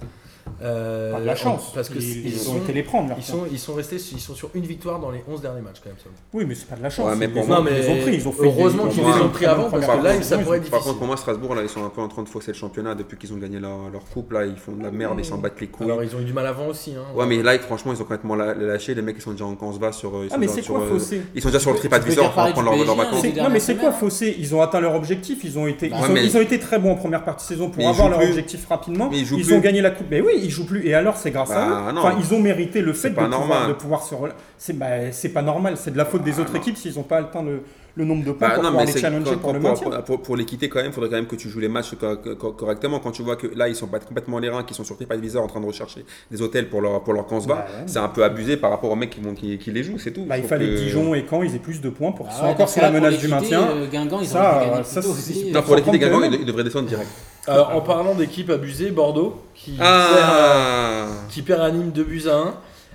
Speaker 1: Euh,
Speaker 3: Pas de la chance,
Speaker 1: Parce que
Speaker 3: ils,
Speaker 1: ils,
Speaker 3: ils
Speaker 1: sont,
Speaker 3: ont été les prendre. leurs
Speaker 1: ils sont ils sont restés ils sont sur une victoire dans les 11 derniers matchs quand même. seulement.
Speaker 3: points. Oui, mais c'est pas de la chance.
Speaker 2: Ouais, mais
Speaker 3: ils
Speaker 2: pour
Speaker 3: les
Speaker 2: moi,
Speaker 3: ont- ils les ont pris, ils ont fait
Speaker 1: heureusement
Speaker 3: des-
Speaker 1: qu'ils
Speaker 2: les ont
Speaker 3: une
Speaker 1: pris
Speaker 3: très bonne
Speaker 1: avant, parce
Speaker 3: première
Speaker 1: que là,
Speaker 3: saison,
Speaker 1: ça
Speaker 3: ils ont-
Speaker 1: pourrait être
Speaker 2: Par
Speaker 1: difficile.
Speaker 2: contre, pour moi, Strasbourg, là, ils sont un peu en train de fausser le championnat depuis qu'ils ont gagné leur, leur coupe. Là, ils font de la merde et ils s'en battent les couilles.
Speaker 1: Alors ils ont eu du mal avant aussi. Hein.
Speaker 2: Ouais, mais là, franchement, ils ont complètement la- lâché. Les mecs, ils sont déjà en on se va sur. euh, Ils sont,
Speaker 3: Ah, mais
Speaker 2: dans-
Speaker 3: c'est
Speaker 2: sur,
Speaker 3: quoi
Speaker 2: euh,
Speaker 3: fausser
Speaker 2: Ils sont déjà sur le
Speaker 5: Tu peux dire
Speaker 2: TripAdvisor pour
Speaker 5: pareil du
Speaker 2: prendre leurs leurs
Speaker 5: PSG, hein,
Speaker 2: vacances.
Speaker 5: c'est- Ces
Speaker 3: C'est- Non mais
Speaker 5: dernières
Speaker 3: c'est quoi
Speaker 5: semaines, hein.
Speaker 3: faussé Ils ont atteint leur objectif, ils ont été,
Speaker 5: Bah,
Speaker 3: ils,
Speaker 2: ouais,
Speaker 3: ont,
Speaker 2: mais-
Speaker 3: ils ont été très bons en première partie de saison pour
Speaker 2: Mais ils
Speaker 3: avoir
Speaker 2: jouent
Speaker 3: leur
Speaker 2: plus.
Speaker 3: objectif rapidement.
Speaker 2: Mais ils
Speaker 3: ils
Speaker 2: jouent plus.
Speaker 3: ont gagné la coupe. Mais oui, ils jouent plus. Et alors c'est grâce
Speaker 2: Bah,
Speaker 3: à eux.
Speaker 2: non.
Speaker 3: Enfin, ils ont mérité le fait de
Speaker 2: pas
Speaker 3: pouvoir,
Speaker 2: normal.
Speaker 3: de pouvoir se. rela- C'est bah, c'est pas normal. C'est de la faute des autres équipes s'ils n'ont pas atteint le, le nombre de points
Speaker 2: Bah,
Speaker 3: pour
Speaker 2: non,
Speaker 3: pouvoir
Speaker 2: mais
Speaker 3: les
Speaker 2: c'est
Speaker 3: challenger
Speaker 2: pour,
Speaker 3: pour le
Speaker 2: pour-
Speaker 3: maintien.
Speaker 2: pour- pour- pour les quitter quand même, faudrait quand même que tu joues les matchs euh, co- co- correctement. Quand tu vois que là, ils sont pas complètement les reins, qui sont sur TripAdvisor en train de rechercher des hôtels pour leur, pour leur camp se va,
Speaker 3: Bah, ouais.
Speaker 2: c'est un peu abusé par rapport aux mecs qui, vont, qui, qui les jouent, c'est tout.
Speaker 3: Bah, il
Speaker 2: Faut
Speaker 3: fallait
Speaker 2: que-
Speaker 3: Dijon et Caen, ils aient plus de points pour qu'ils
Speaker 5: Ah
Speaker 3: soient
Speaker 5: ouais,
Speaker 3: encore
Speaker 5: parce
Speaker 3: sur
Speaker 5: que
Speaker 3: la
Speaker 5: là, pour
Speaker 3: menace
Speaker 5: les
Speaker 3: du
Speaker 5: quitter,
Speaker 3: maintien.
Speaker 5: euh, Guingamp, ils ont
Speaker 3: Ça,
Speaker 5: gagné
Speaker 3: ça,
Speaker 5: plus tôt
Speaker 3: c'est-
Speaker 5: aussi.
Speaker 2: Non, pour les quitter
Speaker 3: Faut prendre
Speaker 2: également,
Speaker 3: quand
Speaker 2: ils,
Speaker 3: même.
Speaker 2: de- ils devraient descendre direct.
Speaker 1: Euh, en parlant d'équipe abusée, Bordeaux qui euh,
Speaker 2: Ah
Speaker 1: qui perd à Nîmes 2 buts à 1.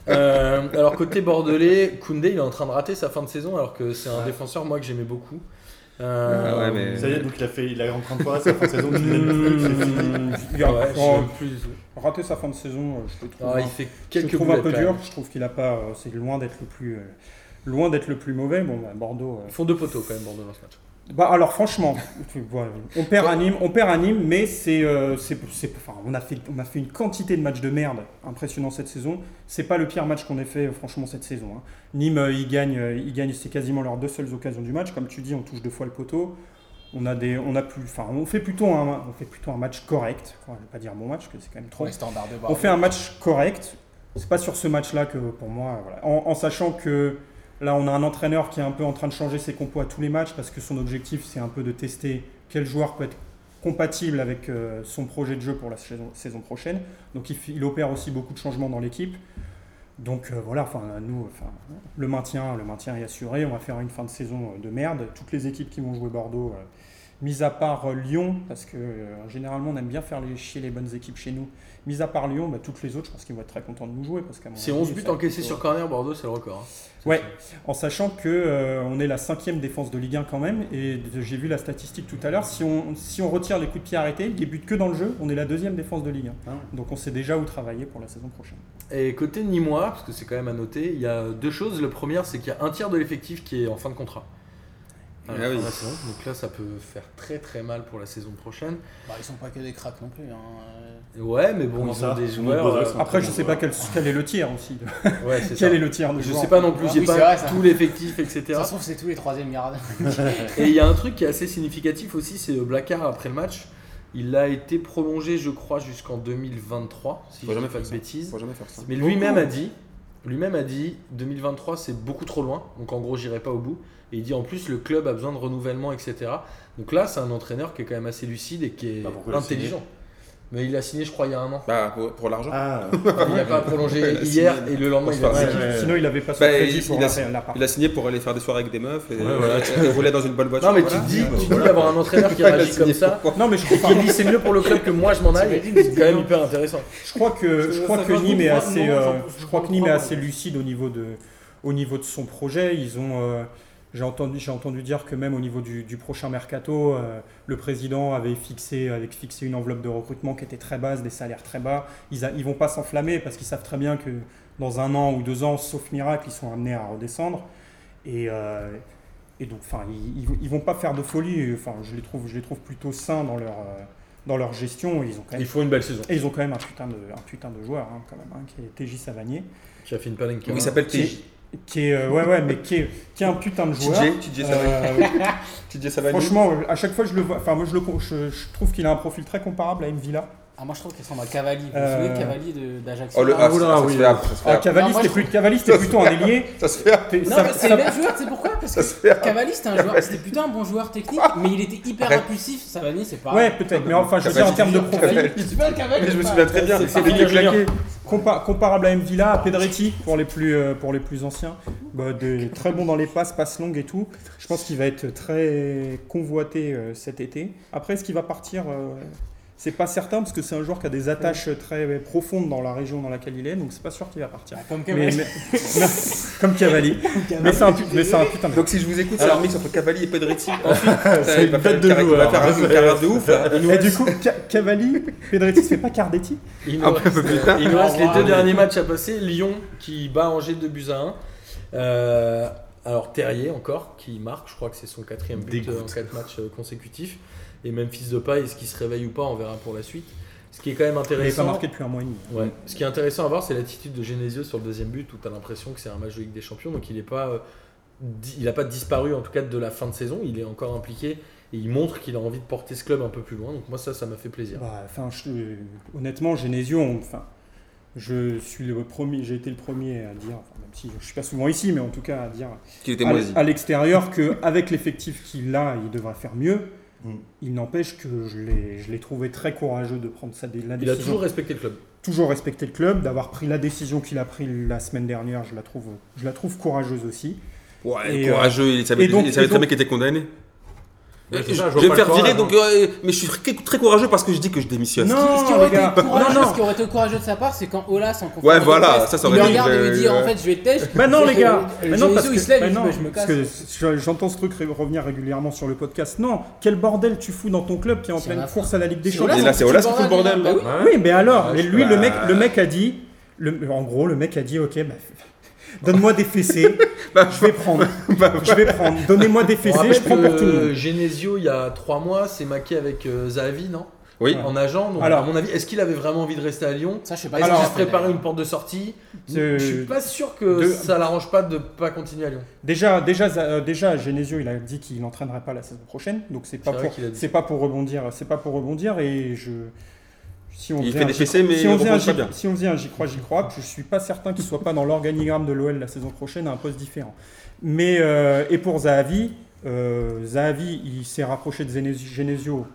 Speaker 1: Euh, alors côté bordelais, Koundé il est en train de rater sa fin de saison alors que c'est un défenseur moi que j'aimais beaucoup. Euh,
Speaker 2: Ah ouais, mais-
Speaker 6: Ça y est, donc il a fait, il a encore une fois sa fin de saison. tu l'as vu, c'est fini.
Speaker 3: Mmh, il y a-
Speaker 1: ouais,
Speaker 3: oh,
Speaker 1: je- plus-
Speaker 3: Rater sa fin de saison, euh, je le trouve.
Speaker 1: Ah, il fait
Speaker 3: je
Speaker 1: quelques
Speaker 3: le trouve un
Speaker 1: boulettes, hein.
Speaker 3: peu
Speaker 1: quand
Speaker 3: dur.
Speaker 1: même.
Speaker 3: Je trouve qu'il a pas. euh, C'est loin d'être le plus. euh, Loin d'être le plus mauvais, bon bah, Bordeaux. euh,
Speaker 1: Ils font deux poteaux quand même Bordeaux dans ce match.
Speaker 3: Bah alors franchement, tu vois, on perd à Nîmes, on perd à Nîmes, mais c'est, euh, c'est, c'est- enfin, on a fait, on a fait une quantité de matchs de merde impressionnant cette saison. C'est pas le pire match qu'on ait fait euh, franchement cette saison. hein. Nîmes, euh, ils gagnent, euh, ils gagnent, c'est quasiment leurs deux seules occasions du match. Comme tu dis, on touche deux fois le poteau. On a des, on a plus, enfin, on fait plutôt un, on fait plutôt un match correct. Enfin, je vais pas dire bon match, parce que c'est quand même trop.
Speaker 5: Pour les standards de
Speaker 3: On
Speaker 5: bord.
Speaker 3: fait un match correct. C'est pas sur ce match-là que, pour moi, voilà. en, en sachant que là, on a un entraîneur qui est un peu en train de changer ses compos à tous les matchs parce que son objectif, c'est un peu de tester quel joueur peut être compatible avec euh, son projet de jeu pour la saison, saison prochaine. Donc, il, f- il opère aussi beaucoup de changements dans l'équipe. Donc euh, voilà, enfin nous, enfin le maintien, le maintien est assuré. On va faire une fin de saison euh, de merde. Toutes les équipes qui vont jouer Bordeaux, euh, mis à part euh, Lyon, parce que euh, généralement on aime bien faire les, chier les bonnes équipes chez nous. Mis à part Lyon, bah, toutes les autres, je pense qu'ils vont être très contents de nous jouer. Parce qu'à mon
Speaker 1: C'est
Speaker 3: avis,
Speaker 1: 11
Speaker 3: ça
Speaker 1: buts
Speaker 3: va être
Speaker 1: encaissés
Speaker 3: plutôt-
Speaker 1: sur corner Bordeaux c'est le record. hein.
Speaker 3: Ouais, en sachant que euh, on est la cinquième défense de Ligue 1 quand même, et de- j'ai vu la statistique tout à l'heure, si on, si on retire les coups de pied arrêtés, les buts que dans le jeu, on est la deuxième défense de Ligue
Speaker 1: Ah
Speaker 3: 1. Donc on sait déjà où travailler pour la saison prochaine.
Speaker 1: Et côté Nîmois, parce que c'est quand même à noter, il y a deux choses. La première, c'est qu'il y a un tiers de l'effectif qui est en fin de contrat. À la
Speaker 2: Ah
Speaker 1: fin de
Speaker 2: oui.
Speaker 1: la saison. Donc là, ça peut faire très très mal pour la saison prochaine.
Speaker 5: Bah, ils sont pas que des cracks non plus. hein, euh.
Speaker 1: Ouais, mais bon,
Speaker 6: Comment
Speaker 1: ils
Speaker 6: ça
Speaker 1: ont des
Speaker 6: Nous,
Speaker 1: joueurs.
Speaker 6: Bordeaux, ils sont
Speaker 3: Après, je
Speaker 6: très
Speaker 3: sais
Speaker 6: bons
Speaker 3: pas quel, quel est le tir aussi. de-
Speaker 1: euh, ouais, c'est ça.
Speaker 3: Quel est le tir de
Speaker 1: Je
Speaker 3: joueur.
Speaker 1: sais pas non plus,
Speaker 5: Ah
Speaker 1: j'ai
Speaker 5: oui, c'est
Speaker 1: pas
Speaker 5: vrai, ça.
Speaker 1: tout l'effectif, etc.
Speaker 5: Ça se trouve, c'est tous les troisièmes yards.
Speaker 1: Et il y a un truc qui est assez significatif aussi, c'est le Blacard après le match. Il a été prolongé, je crois, jusqu'en 2023, si je
Speaker 2: Faut
Speaker 1: ne dis
Speaker 2: jamais
Speaker 1: pas
Speaker 2: faire
Speaker 1: de
Speaker 2: ça.
Speaker 1: bêtises.
Speaker 2: Faut jamais faire ça.
Speaker 1: Mais lui-même a dit lui-même a dit 2023 c'est beaucoup trop loin, donc en gros j'irai pas au bout. Et il dit en plus le club a besoin de renouvellement, etc. Donc là c'est un entraîneur qui est quand même assez lucide et qui est
Speaker 6: Bah, pourquoi il a
Speaker 1: intelligent. Mais il l'a signé je crois il y a un an.
Speaker 2: Bah, pour, pour l'argent.
Speaker 6: Ah,
Speaker 1: Il n'a pas prolongé
Speaker 2: Il a
Speaker 1: hier
Speaker 2: signé.
Speaker 1: et le lendemain il a
Speaker 2: Ouais,
Speaker 1: signé.
Speaker 2: ouais.
Speaker 3: Sinon, il avait pas son
Speaker 2: Bah,
Speaker 3: crédit
Speaker 2: il-
Speaker 3: pour
Speaker 2: il
Speaker 3: la,
Speaker 2: a-
Speaker 3: la part.
Speaker 2: Il a signé pour aller faire des soirées avec des meufs et,
Speaker 1: voilà.
Speaker 2: et rouler dans une bonne voiture.
Speaker 1: Non mais tu
Speaker 2: voilà.
Speaker 1: te dis, tu te dis d'avoir un entraîneur qui réagit comme ça.
Speaker 3: Non, mais je crois,
Speaker 1: Il dit c'est mieux pour le club que moi je m'en aille, c'est quand même hyper intéressant.
Speaker 3: je crois que, je crois que
Speaker 6: Ça va,
Speaker 3: Nîmes est
Speaker 6: moi,
Speaker 3: assez,
Speaker 6: non,
Speaker 3: euh,
Speaker 6: j'en-
Speaker 3: je crois que Nîmes est assez lucide au niveau de, au niveau de son projet. Ils ont, euh, j'ai entendu, j'ai entendu dire que même au niveau du, du prochain mercato, euh, le président avait fixé, avait fixé une enveloppe de recrutement qui était très basse, des salaires très bas. Ils, a- ils vont pas s'enflammer parce qu'ils savent très bien que dans un an ou deux ans, sauf miracle, ils sont amenés à redescendre. Et, euh, et donc, enfin, ils, ils- ils vont pas faire de folie. Enfin, je les trouve, je les trouve plutôt sains dans leur, euh, dans leur gestion. Ils ont quand même
Speaker 1: Il faut une belle saison.
Speaker 3: et ils ont quand même un putain de, un putain de joueur, hein, quand même, hein, qui est TJ Savanier.
Speaker 1: Qui a fait une palenque.
Speaker 2: Donc, il s'appelle TJ.
Speaker 3: Qui est, euh, ouais, ouais, mais qui est, qui est un putain de joueur.
Speaker 2: TJ, TJ Savanier.
Speaker 3: Euh,
Speaker 2: TJ Savani.
Speaker 3: franchement, euh, à chaque fois, je le vois. Enfin, moi, je, le, con- je, je trouve qu'il a un profil très comparable à Mvila.
Speaker 5: Ah, moi je trouve qu'il ressemble à Cavalli. Vous vous
Speaker 3: Euh,
Speaker 5: souvenez de Cavalli de- d'Ajaccio
Speaker 2: Oh le
Speaker 5: Ah,
Speaker 2: ah, ça, ça se fait après, ça se fait
Speaker 3: Ah,
Speaker 2: après.
Speaker 3: Cavalli,
Speaker 5: Non, moi,
Speaker 3: c'était
Speaker 5: je
Speaker 3: plus- Cavalli, c'était plutôt un ailier.
Speaker 2: Ça se fait après.
Speaker 3: T'es-
Speaker 5: Non,
Speaker 3: ça-
Speaker 5: mais c'est
Speaker 3: ça-
Speaker 5: le même joueur, c'est pourquoi Parce
Speaker 2: Ça
Speaker 5: que
Speaker 2: se fait après.
Speaker 5: Cavalli, c'était un joueur, c'était plutôt un bon joueur technique, mais il était hyper
Speaker 2: Arrête.
Speaker 5: impulsif. Savanier, c'est pas.
Speaker 3: Ouais, peut-être, mais enfin, je veux dire, en termes de profil,
Speaker 5: Je dis pas le Cavalli.
Speaker 2: Mais je me
Speaker 5: pas-
Speaker 2: souviens très bien.
Speaker 5: c'est
Speaker 2: Il était
Speaker 5: Fabien
Speaker 2: claqué.
Speaker 3: compa- comparable à Mvila, à Pedretti, pour les plus, euh, pour les plus anciens. Bah, des- très bon dans les passes, passes longues et tout. Je pense qu'il va être très convoité euh, cet été. Après, est-ce qu'il va partir euh, C'est pas certain, parce que c'est un joueur qui a des attaches très profondes dans la région dans laquelle il est, donc c'est pas sûr qu'il va partir.
Speaker 5: Comme
Speaker 3: Mais-
Speaker 5: Cavalli.
Speaker 3: mais- non, comme Cavalli. mais c'est un, pu- mais c'est un putain de.
Speaker 2: Donc si je vous écoute, c'est un mix entre Cavalli et Pedretti. Ensuite, ça,
Speaker 7: C'est
Speaker 2: il va
Speaker 7: une
Speaker 2: faire
Speaker 7: bête de
Speaker 2: carré- il va
Speaker 7: joueur.
Speaker 2: faire une carrière de ouf. hein. là.
Speaker 3: Et du coup, Ca- Cavalli, Pedretti, c'est pas Cardetti
Speaker 1: Il nous reste, il nous reste les deux derniers matchs à passer. Lyon qui bat Angers 2 buts à 1. Euh, alors Terrier encore qui marque, je crois que c'est son quatrième but euh, en quatre matchs euh, consécutifs. Et même fils de paille, est-ce qu'il se réveille ou pas, on verra pour la suite. Ce qui est quand même
Speaker 3: Il n'avait pas
Speaker 1: intéressant.
Speaker 3: marqué depuis un mois et demi.
Speaker 1: Ouais. Ce qui est intéressant à voir, c'est l'attitude de Genesio sur le deuxième but où tu as l'impression que c'est un match de Ligue des Champions, donc il n'est pas, euh, di- il a pas disparu en tout cas de la fin de saison. Il est encore impliqué et il montre qu'il a envie de porter ce club un peu plus loin. Donc moi ça, ça m'a fait plaisir.
Speaker 3: Bah, enfin, je- euh, honnêtement, Genesio, on- enfin, je suis le premier, j'ai été le premier à dire, enfin, même si je suis pas souvent ici, mais en tout cas à dire
Speaker 2: Qu'il était
Speaker 3: à,
Speaker 2: moisi.
Speaker 3: à l'extérieur que avec l'effectif qu'il a, il devrait faire mieux.
Speaker 7: Mm.
Speaker 3: Il n'empêche que je l'ai, je l'ai trouvé très courageux de prendre sa dé- la
Speaker 1: Il a
Speaker 3: décision.
Speaker 1: toujours respecté le club.
Speaker 3: toujours respecté le club, d'avoir pris la décision qu'il a prise la semaine dernière. Je la trouve, je la trouve courageuse aussi.
Speaker 2: Ouais,
Speaker 3: Et, euh,
Speaker 2: courageux, il savait,
Speaker 3: et donc,
Speaker 2: il savait
Speaker 3: et
Speaker 2: très bien
Speaker 3: donc-
Speaker 2: qu'il était condamné.
Speaker 4: Ouais,
Speaker 2: Euh,
Speaker 4: c'est
Speaker 2: je
Speaker 4: ça, je
Speaker 2: je
Speaker 4: vois
Speaker 2: vais
Speaker 4: pas
Speaker 2: me
Speaker 4: le hein.
Speaker 2: faire virer,
Speaker 4: courage,
Speaker 2: donc, euh, mais je suis très, très courageux parce que je dis que je démissionne.
Speaker 5: Ce qui aurait été
Speaker 3: regarde.
Speaker 5: courageux,
Speaker 2: Non, non.
Speaker 5: ce qui aurait été courageux de sa part, c'est quand Ola s'en confie.
Speaker 2: Ouais, voilà, ça, ça
Speaker 5: Il
Speaker 2: aurait
Speaker 5: le
Speaker 2: été-
Speaker 5: regarde et lui dit
Speaker 2: euh,
Speaker 5: en fait, je vais te têche.
Speaker 3: Bah non les gars,
Speaker 5: Et
Speaker 3: Bah non,
Speaker 5: Genesio,
Speaker 3: parce que-
Speaker 5: il se lève,
Speaker 3: bah
Speaker 5: il dit
Speaker 3: non,
Speaker 5: bah, je me
Speaker 3: parce
Speaker 5: casse.
Speaker 3: que je- j'entends ce truc ré- revenir régulièrement sur le podcast. Non, quel bordel tu fous dans ton club qui est en
Speaker 5: C'est
Speaker 3: pleine
Speaker 5: un
Speaker 3: course à la Ligue des
Speaker 5: C'est
Speaker 3: Champions.
Speaker 2: Et là, c'est
Speaker 5: son
Speaker 2: Olas
Speaker 5: petit
Speaker 2: qui fout le bordel,
Speaker 5: Bah
Speaker 2: là.
Speaker 5: oui.
Speaker 3: Oui, mais alors,
Speaker 2: Ouais,
Speaker 3: mais
Speaker 2: je-
Speaker 3: lui, le,
Speaker 2: bah-
Speaker 3: mec, le mec a dit, le- en gros, le mec a dit, ok, bah, donne-moi des fessées,
Speaker 2: Bah,
Speaker 3: je vais prendre, je vais prendre, donnez-moi des
Speaker 1: On
Speaker 3: fessées,
Speaker 1: rappelle
Speaker 3: je prends pour
Speaker 1: que
Speaker 3: tout le monde.
Speaker 1: Genesio, il y a trois mois, s'est maqué avec euh, Zahavi, non
Speaker 2: Oui.
Speaker 3: Ah,
Speaker 1: En agent. Donc,
Speaker 3: Alors-
Speaker 1: à mon avis, est-ce qu'il avait vraiment envie de rester à Lyon Bah,
Speaker 5: Ça, je sais pas.
Speaker 1: Est-ce
Speaker 3: Alors-
Speaker 1: qu'il se préparait une porte de sortie
Speaker 3: C'est-
Speaker 1: Je suis pas sûr que
Speaker 3: de-
Speaker 1: ça l'arrange pas de pas continuer à Lyon.
Speaker 3: Déjà, déjà, euh, déjà, Genesio, il a dit qu'il n'entraînerait pas la saison prochaine, donc c'est pas
Speaker 1: C'est vrai
Speaker 3: pour,
Speaker 1: qu'il a dit.
Speaker 3: c'est pas pour rebondir, c'est pas pour rebondir, et je. Si on
Speaker 2: Il
Speaker 3: faisait
Speaker 2: fait
Speaker 3: un
Speaker 2: des
Speaker 3: J-
Speaker 2: fessées, mais
Speaker 3: si
Speaker 2: il
Speaker 3: on faisait un
Speaker 2: rebondit
Speaker 3: J-
Speaker 2: pas bien.
Speaker 3: si on faisait un j'y crois, j'y crois, je suis pas certain qu'il soit pas dans l'organigramme de l'OL la saison prochaine à un poste différent. Mais euh, et pour Zahavi, euh, Zahavi, il s'est rapproché de Zene- Genesio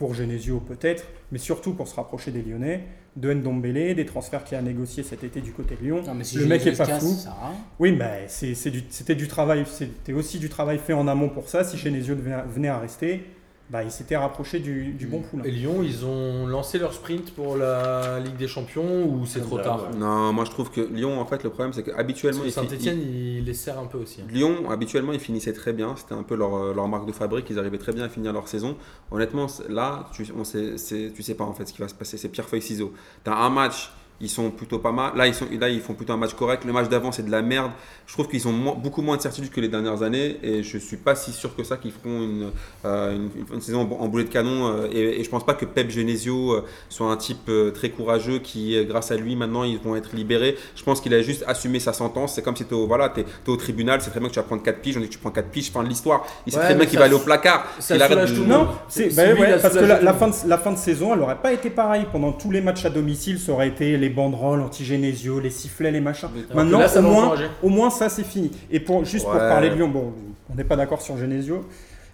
Speaker 3: pour Genesio peut-être, mais surtout pour se rapprocher des Lyonnais, de Ndombele, des transferts qu'il a négociés cet été du côté de Lyon.
Speaker 5: Non, mais si
Speaker 3: le mec
Speaker 5: Genesio
Speaker 3: est
Speaker 5: se
Speaker 3: pas
Speaker 5: casse,
Speaker 3: fou.
Speaker 5: ça sert à rien.
Speaker 3: Oui, mais c'est- c'est du- c'était du travail, c'était aussi du travail fait en amont pour ça. Si Genesio devait- venait à rester, bah, il s'était rapproché du, du bon poulain.
Speaker 1: Mm. Et Lyon, ils ont lancé leur sprint pour la Ligue des Champions ou c'est
Speaker 3: Ah,
Speaker 1: trop tard
Speaker 2: Non, moi je trouve que Lyon, en fait, le problème c'est qu'habituellement, ils,
Speaker 1: Saint-Etienne, il... les sert un peu aussi. hein.
Speaker 2: Lyon, habituellement, ils finissaient très bien. C'était un peu leur, euh, leur marque de fabrique. Ils arrivaient très bien à finir leur saison. Honnêtement, c'est- là, tu, on sait, c'est- tu sais pas en fait ce qui va se passer. C'est pierre feuille ciseaux. T'as un match, ils sont plutôt pas mal. Là, ils sont, là, ils font plutôt un match correct. Le match d'avant, c'est de la merde. Je trouve qu'ils ont moins- beaucoup moins de certitude que les dernières années. Et je suis pas si sûr que ça qu'ils feront une, euh, une, une saison en boulet de canon. euh, et, et je pense pas que Pep Genesio euh, soit un type euh, très courageux qui, euh, grâce à lui, maintenant, ils vont être libérés. Je pense qu'il a juste assumé sa sentence. C'est comme si tu voilà, t'es- t'es au tribunal, c'est très bien que tu vas prendre 4 piges. On dit que tu prends 4 piges, fin de l'histoire. Il sait
Speaker 1: Ouais,
Speaker 2: très
Speaker 1: mais
Speaker 2: bien qu'il
Speaker 1: ça
Speaker 2: va aller au
Speaker 1: sou-
Speaker 2: placard.
Speaker 1: ça
Speaker 2: Il
Speaker 1: soulage
Speaker 2: arrête
Speaker 1: tout
Speaker 2: de...
Speaker 1: le monde.
Speaker 3: Non, c'est
Speaker 1: C'est-
Speaker 3: bah
Speaker 1: c'est lui,
Speaker 3: ouais,
Speaker 1: il a
Speaker 3: parce que
Speaker 1: soulagé
Speaker 3: la,
Speaker 1: tout
Speaker 3: la
Speaker 1: le
Speaker 3: fin de, la fin de saison, elle n'aurait pas été pareille. Pendant tous les matchs à domicile, ça aurait été les banderoles anti-Genesio, les sifflets, les machins.
Speaker 2: Mais-
Speaker 3: Maintenant,
Speaker 1: Là, ça
Speaker 3: au,
Speaker 1: m'a
Speaker 3: moins,
Speaker 1: encouragé.
Speaker 3: au moins, ça, c'est fini. Et pour, juste pour
Speaker 2: Ouais.
Speaker 3: parler de Lyon, bon, on n'est pas d'accord sur Genesio,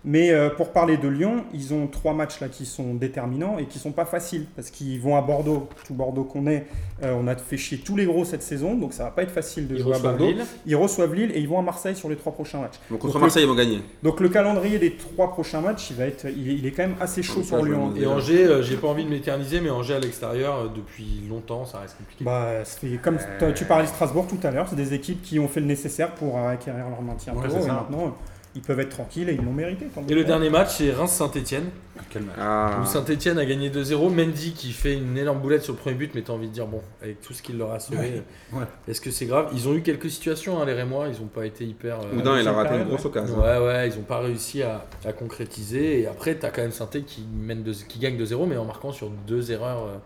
Speaker 3: mais euh, pour parler de Lyon, ils ont trois matchs là qui sont déterminants et qui sont pas faciles parce qu'ils vont à Bordeaux, tout Bordeaux qu'on est. euh, on a fait chier tous les gros cette saison, donc ça va pas être facile de
Speaker 1: Ils
Speaker 3: jouer à
Speaker 1: reçoivent
Speaker 3: Bordeaux.
Speaker 1: Lille.
Speaker 3: Ils reçoivent Lille et ils vont à Marseille sur les trois prochains matchs.
Speaker 2: Donc contre
Speaker 3: Donc,
Speaker 2: Marseille, ils vont gagner.
Speaker 3: Donc le calendrier des trois prochains matchs, il va être, il, est- il est quand même assez chaud
Speaker 2: Donc, ça,
Speaker 3: pour
Speaker 2: je
Speaker 3: Lyon.
Speaker 2: vais
Speaker 1: Et Angers, euh, j'ai pas envie de m'éterniser, mais Angers à l'extérieur, euh, depuis longtemps, ça reste compliqué.
Speaker 3: Bah, c'est comme
Speaker 2: Euh.
Speaker 3: t- tu parlais de Strasbourg tout à l'heure, c'est des équipes qui ont fait le nécessaire pour euh, acquérir leur maintien.
Speaker 7: Ouais,
Speaker 3: pro,
Speaker 7: c'est
Speaker 3: et
Speaker 7: ça.
Speaker 3: maintenant, euh, ils peuvent être tranquilles et ils l'ont mérité. tant
Speaker 1: et
Speaker 3: mieux.
Speaker 1: le dernier match, c'est Reims-Saint-Etienne,
Speaker 2: Ah.
Speaker 1: où Saint-Etienne a gagné 2-0. Mendy qui fait une énorme boulette sur le premier but, mais t'as envie de dire, bon, avec tout ce qu'il leur a sauvé,
Speaker 7: Ouais. Ouais.
Speaker 1: est-ce que c'est grave Ils ont eu quelques situations, hein, les Rémois, ils ont pas été hyper. euh,
Speaker 2: Oudin, il a
Speaker 3: deuxième
Speaker 2: raté une
Speaker 3: période,
Speaker 2: grosse occasion.
Speaker 1: Ouais, ouais, ils ont pas réussi à, à concrétiser. Et après, t'as quand même Saint-Étienne qui, mène de, qui gagne 2-0, mais en marquant sur deux erreurs euh,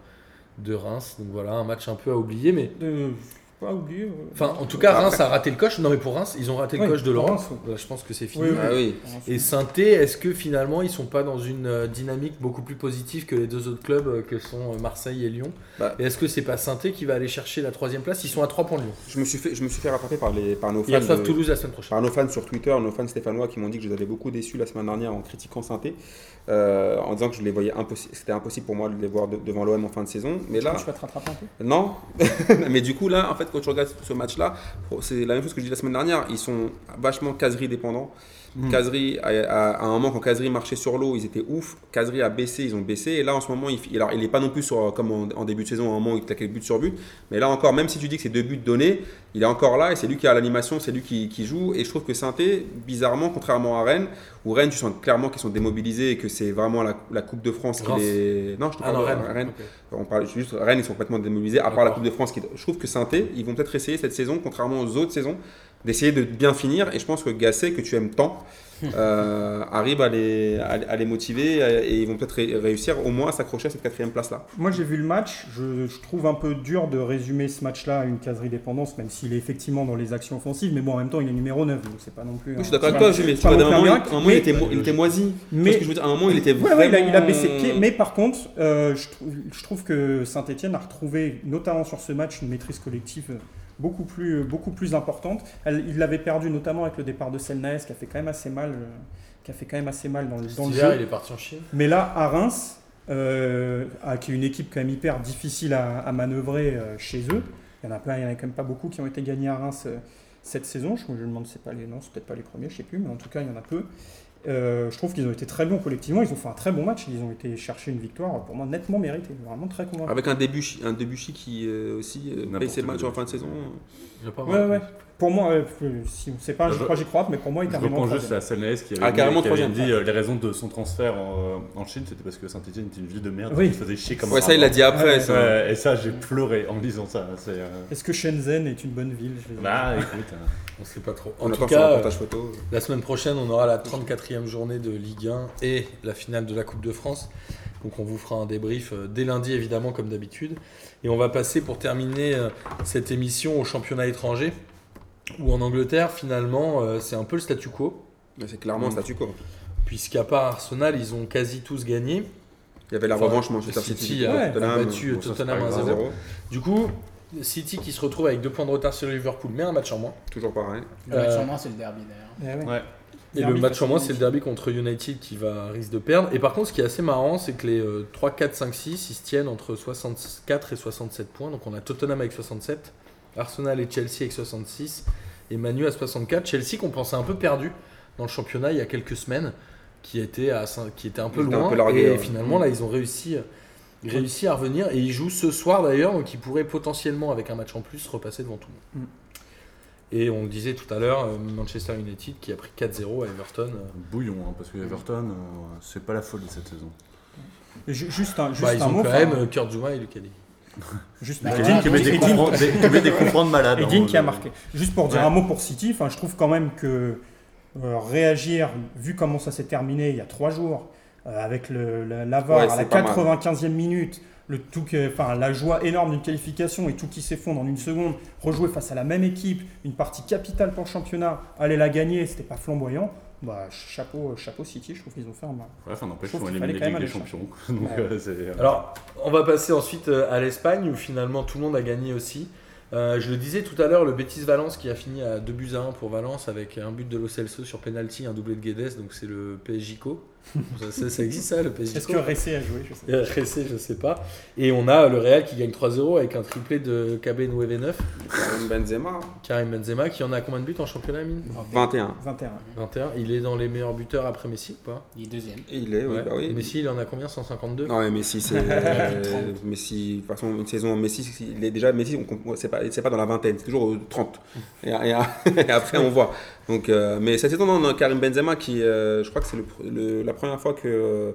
Speaker 1: de Reims. Donc voilà, un match un peu à oublier, mais.
Speaker 3: De- faut pas oublier. euh,
Speaker 1: Enfin, en tout cas, Reims a raté le coche. Non, mais pour Reims, ils ont raté le
Speaker 3: Oui,
Speaker 1: coche de
Speaker 3: pour
Speaker 1: Laurent.
Speaker 3: Reims,
Speaker 1: Bah, je pense que c'est fini.
Speaker 3: Oui,
Speaker 2: Ah oui.
Speaker 1: Et saint est-ce que finalement, ils sont pas dans une euh, dynamique beaucoup plus positive que les deux autres clubs euh, que sont euh, Marseille et Lyon
Speaker 2: Bah.
Speaker 1: Et est-ce que c'est pas saint qui va aller chercher la troisième place Ils sont à 3 points de Lyon.
Speaker 2: Je me suis fait, je me suis fait rattraper par, les, par nos
Speaker 1: Ils
Speaker 2: fans.
Speaker 1: reçoivent
Speaker 2: de-
Speaker 1: Toulouse la semaine prochaine.
Speaker 2: par nos fans sur Twitter, nos fans stéphanois qui m'ont dit que je les avais beaucoup déçus la semaine dernière en critiquant saint en disant que je les voyais impossi- c'était impossible pour moi de les voir de- devant l'OM en fin de saison. Mais là,
Speaker 3: Tu vas te rattraper un peu
Speaker 2: non. mais du coup, là, en fait, quand tu regardes ce match-là, c'est la même chose que je dis la semaine dernière. Ils sont vachement caserie dépendants.
Speaker 1: Hmm.
Speaker 2: Caserie, à, à- à un moment, quand Caserie marchait sur l'eau, ils étaient ouf. Caserie a baissé, ils ont baissé. Et là, en ce moment, il, f- alors, il est pas non plus sur, comme en, en début de saison, à un moment, il claquait but sur but. Mais là encore, même si tu dis que c'est deux buts donnés, il est encore là et c'est lui qui a l'animation, c'est lui qui, qui joue. Et je trouve que Sainté, bizarrement, contrairement à Rennes, où Rennes, tu sens clairement qu'ils sont démobilisés et que c'est vraiment la, la Coupe de France qui
Speaker 1: Reims.
Speaker 2: les. Non, je te
Speaker 1: Ah
Speaker 2: parle
Speaker 1: non,
Speaker 2: de
Speaker 1: Rennes.
Speaker 2: Rennes.
Speaker 1: Ok.
Speaker 2: On parle juste Rennes, ils sont complètement démobilisés, à part la
Speaker 1: D'accord.
Speaker 2: Coupe de France. Qui... Je trouve que saint ils vont peut-être essayer cette saison, contrairement aux autres saisons, d'essayer de bien finir. Et je pense que Gasset, que tu aimes tant,
Speaker 3: Hmm.
Speaker 2: euh, arrive à les, à, à les motiver euh, et ils vont peut-être ré- réussir au moins à s'accrocher à cette quatrième place-là.
Speaker 3: Moi, j'ai vu le match. Je, je trouve un peu dur de résumer ce match-là à une caserie dépendance, même s'il est effectivement dans les actions offensives. Mais bon, en même temps, il est numéro 9, donc c'est pas non plus.
Speaker 2: Oui, je
Speaker 3: un-
Speaker 2: suis d'accord avec
Speaker 3: c'est
Speaker 2: toi,
Speaker 3: pas-
Speaker 2: Jules, mais tu
Speaker 3: c'est pas
Speaker 2: vois,
Speaker 3: non
Speaker 2: d'un
Speaker 3: plus un
Speaker 2: moment, il-
Speaker 3: miracle,
Speaker 2: à un moment,
Speaker 3: mais-
Speaker 2: il, était mo- il était moisi. Tu vois ce
Speaker 3: mais
Speaker 2: que je veux dire à un moment, il était
Speaker 3: Ouais,
Speaker 2: vraiment...
Speaker 3: ouais, il, a, il a baissé le pied, mais par contre, euh, je, trou- je trouve que Saint-Etienne a retrouvé, notamment sur ce match, une maîtrise collective euh, beaucoup plus, euh, beaucoup plus importante. Elle- il l'avait perdu notamment avec le départ de Selnaes, qui a fait quand même assez mal, euh, qui a fait quand même assez mal dans, le- dans
Speaker 1: Cet
Speaker 3: le
Speaker 1: hiver,
Speaker 3: jeu.
Speaker 1: il est parti en Chine.
Speaker 3: Mais là, à Reims, euh, ah, qui est une équipe quand même hyper difficile à, à manœuvrer euh, chez eux, il y en a plein, il y en a quand même pas beaucoup qui ont été gagnés à Reims euh, cette saison. Je, je me demande, si c'est pas les, non, c'est peut-être pas les premiers, je sais plus, mais en tout cas, il y en a peu. Euh, je trouve qu'ils ont été très bons collectivement, ils ont fait un très bon match, ils ont été chercher une victoire euh, pour moi nettement méritée, vraiment très
Speaker 4: Ah,
Speaker 3: convaincant.
Speaker 2: Avec un début, chi- un début chi qui euh, aussi euh,
Speaker 4: N'importe
Speaker 2: paye ses
Speaker 4: quel
Speaker 2: matchs
Speaker 4: début.
Speaker 2: en fin de saison.
Speaker 1: Il a pas
Speaker 3: Ouais, ouais. Pour moi, euh, euh, si on sait pas, je
Speaker 4: Je-
Speaker 3: crois j'y crois, mais pour moi, il
Speaker 4: Je
Speaker 3: termine en
Speaker 4: reprends juste
Speaker 3: troisième.
Speaker 4: à Selnaes qui avait,
Speaker 2: Ah,
Speaker 4: dit-
Speaker 2: carrément
Speaker 4: qui avait
Speaker 2: troisième,
Speaker 4: dit euh, les raisons de son transfert en, euh, en Chine, c'était parce que Saint-Etienne était une ville de merde,
Speaker 3: Oui.
Speaker 4: qui se faisait chier comme un
Speaker 2: Ouais, ça, il l'a
Speaker 4: rat.
Speaker 2: dit après.
Speaker 3: Ouais,
Speaker 2: ça.
Speaker 4: Ouais, et ça, j'ai pleuré en lisant ça. C'est, euh,
Speaker 3: Est-ce que Shenzhen est une bonne ville Je les ai-
Speaker 4: Bah, écoute. hein.
Speaker 1: On sait pas trop. En
Speaker 2: On
Speaker 1: tout
Speaker 2: attend son
Speaker 1: cas,
Speaker 2: reportage photo.
Speaker 1: La semaine prochaine, on aura la 34e journée de Ligue 1 et la finale de la Coupe de France. Donc on vous fera un débrief euh, dès lundi, évidemment, comme d'habitude. Et on va passer, pour terminer euh, cette émission, au championnat étranger, où en Angleterre, finalement, euh, c'est un peu le statu quo,
Speaker 2: Mais c'est clairement
Speaker 3: Hmm.
Speaker 2: un statu quo.
Speaker 1: puisqu'à part Arsenal, ils ont quasi tous gagné.
Speaker 2: Il y avait la
Speaker 1: Enfin,
Speaker 2: revanche Manchester
Speaker 1: City
Speaker 2: City,
Speaker 1: a
Speaker 2: contre Tottenham.
Speaker 1: battu
Speaker 2: ça, c'est
Speaker 1: Tottenham
Speaker 2: pas grave.
Speaker 1: 1-0. Du coup, City qui se retrouve avec deux points de retard sur Liverpool, mais un match en moins.
Speaker 2: Toujours pareil.
Speaker 5: Le match en main, c'est le derby d'ailleurs.
Speaker 3: Eh ouais.
Speaker 4: Ouais.
Speaker 1: Et le
Speaker 3: Derby
Speaker 1: match en moins,
Speaker 3: face à
Speaker 1: c'est le derby contre United qui va risque de perdre. Et par contre, ce qui est assez marrant, c'est que les euh, 3, 4, 5, 6, ils se tiennent entre 64 et 67 points. Donc on a Tottenham avec 67, Arsenal et Chelsea avec 66, et Manu à 64. Chelsea qu'on pensait un peu perdu dans le championnat il y a quelques semaines, qui était, à, cin- qui était un peu
Speaker 2: Ils étaient
Speaker 1: loin.
Speaker 2: un peu largués,
Speaker 1: et
Speaker 2: ouais.
Speaker 1: finalement, là, ils ont réussi, euh, réussi à revenir. Et ils jouent ce soir d'ailleurs, donc ils pourraient potentiellement, avec un match en plus, repasser devant tout le monde. Et on le disait tout à l'heure, euh, Manchester United qui a pris 4-0 à Everton. euh,
Speaker 4: Bouillon, hein, parce que Everton, euh, c'est pas la folie cette saison.
Speaker 3: Et ju- Juste un, juste
Speaker 1: Bah,
Speaker 3: un
Speaker 1: ils ont
Speaker 3: mot.
Speaker 1: quand
Speaker 3: enfin,
Speaker 1: même euh, Kurt Zuma et Lucadi.
Speaker 3: Juste
Speaker 5: Bah,
Speaker 3: un-
Speaker 5: Edin
Speaker 4: Edine qui met des
Speaker 3: Edin-
Speaker 4: coups francs- des- qui met des coups francs de malade.
Speaker 2: Ah,
Speaker 3: Et
Speaker 4: hein,
Speaker 3: Dean qui a
Speaker 4: euh,
Speaker 3: marqué. Juste pour dire
Speaker 4: Ouais.
Speaker 3: un mot pour City, enfin, je trouve quand même que euh, réagir, vu comment ça s'est terminé il y a trois jours, euh, avec le, la, la VAR
Speaker 2: Ouais,
Speaker 3: à
Speaker 2: c'est
Speaker 3: la
Speaker 2: pas mal.
Speaker 3: 95e minute, le tout que- enfin, la joie énorme d'une qualification et tout qui s'effondre en une seconde, rejouer face à la même équipe, une partie capitale pour le championnat, aller la gagner, c'était pas flamboyant. bah, chapeau, chapeau City, je trouve qu'ils ont fait un mal.
Speaker 8: Ouais, enfin, n'empêche,
Speaker 3: Je trouve
Speaker 8: on
Speaker 3: qu'il
Speaker 8: élimine
Speaker 3: fallait
Speaker 8: les
Speaker 3: quand
Speaker 8: Ligues
Speaker 3: même
Speaker 8: des
Speaker 3: aller
Speaker 8: Champions. Donc,
Speaker 3: Ouais.
Speaker 8: euh, c'est.
Speaker 1: Alors, on va passer ensuite euh, à l'Espagne où finalement tout le monde a gagné aussi. Euh, je le disais tout à l'heure, le Betis Valence qui a fini à 2 buts à 1 pour Valence avec un but de Lo Celso sur penalty, un doublé de Guedes, donc c'est le PSJCO. ça, ça- ça existe ça, le
Speaker 3: Est-ce
Speaker 1: PSJCO
Speaker 3: que Ressé a joué Je sais pas.
Speaker 1: Euh, RC, je sais pas. Et on a le Real qui gagne 3-0 avec un triplé de KB 9
Speaker 2: Karim Benzema,
Speaker 1: Karim Benzema qui en a combien de buts en championnat, Mine
Speaker 2: 21.
Speaker 3: 21.
Speaker 1: 21. Il est dans les meilleurs buteurs après Messi ou pas
Speaker 5: Il est deuxième.
Speaker 2: Il est, oui, bah oui.
Speaker 1: Messi, il en a combien 152
Speaker 2: Non, mais Messi, c'est. euh, Messi, de toute façon, une saison, Messi, c'est- il est déjà, Messi, on comp- c'est pas, c'est pas dans la vingtaine, c'est toujours aux 30. Et, et- et après, on voit. Donc, euh, mais cette saison, non, non, Karim Benzema, qui, euh, je crois que c'est le pr- le- la première fois que. euh,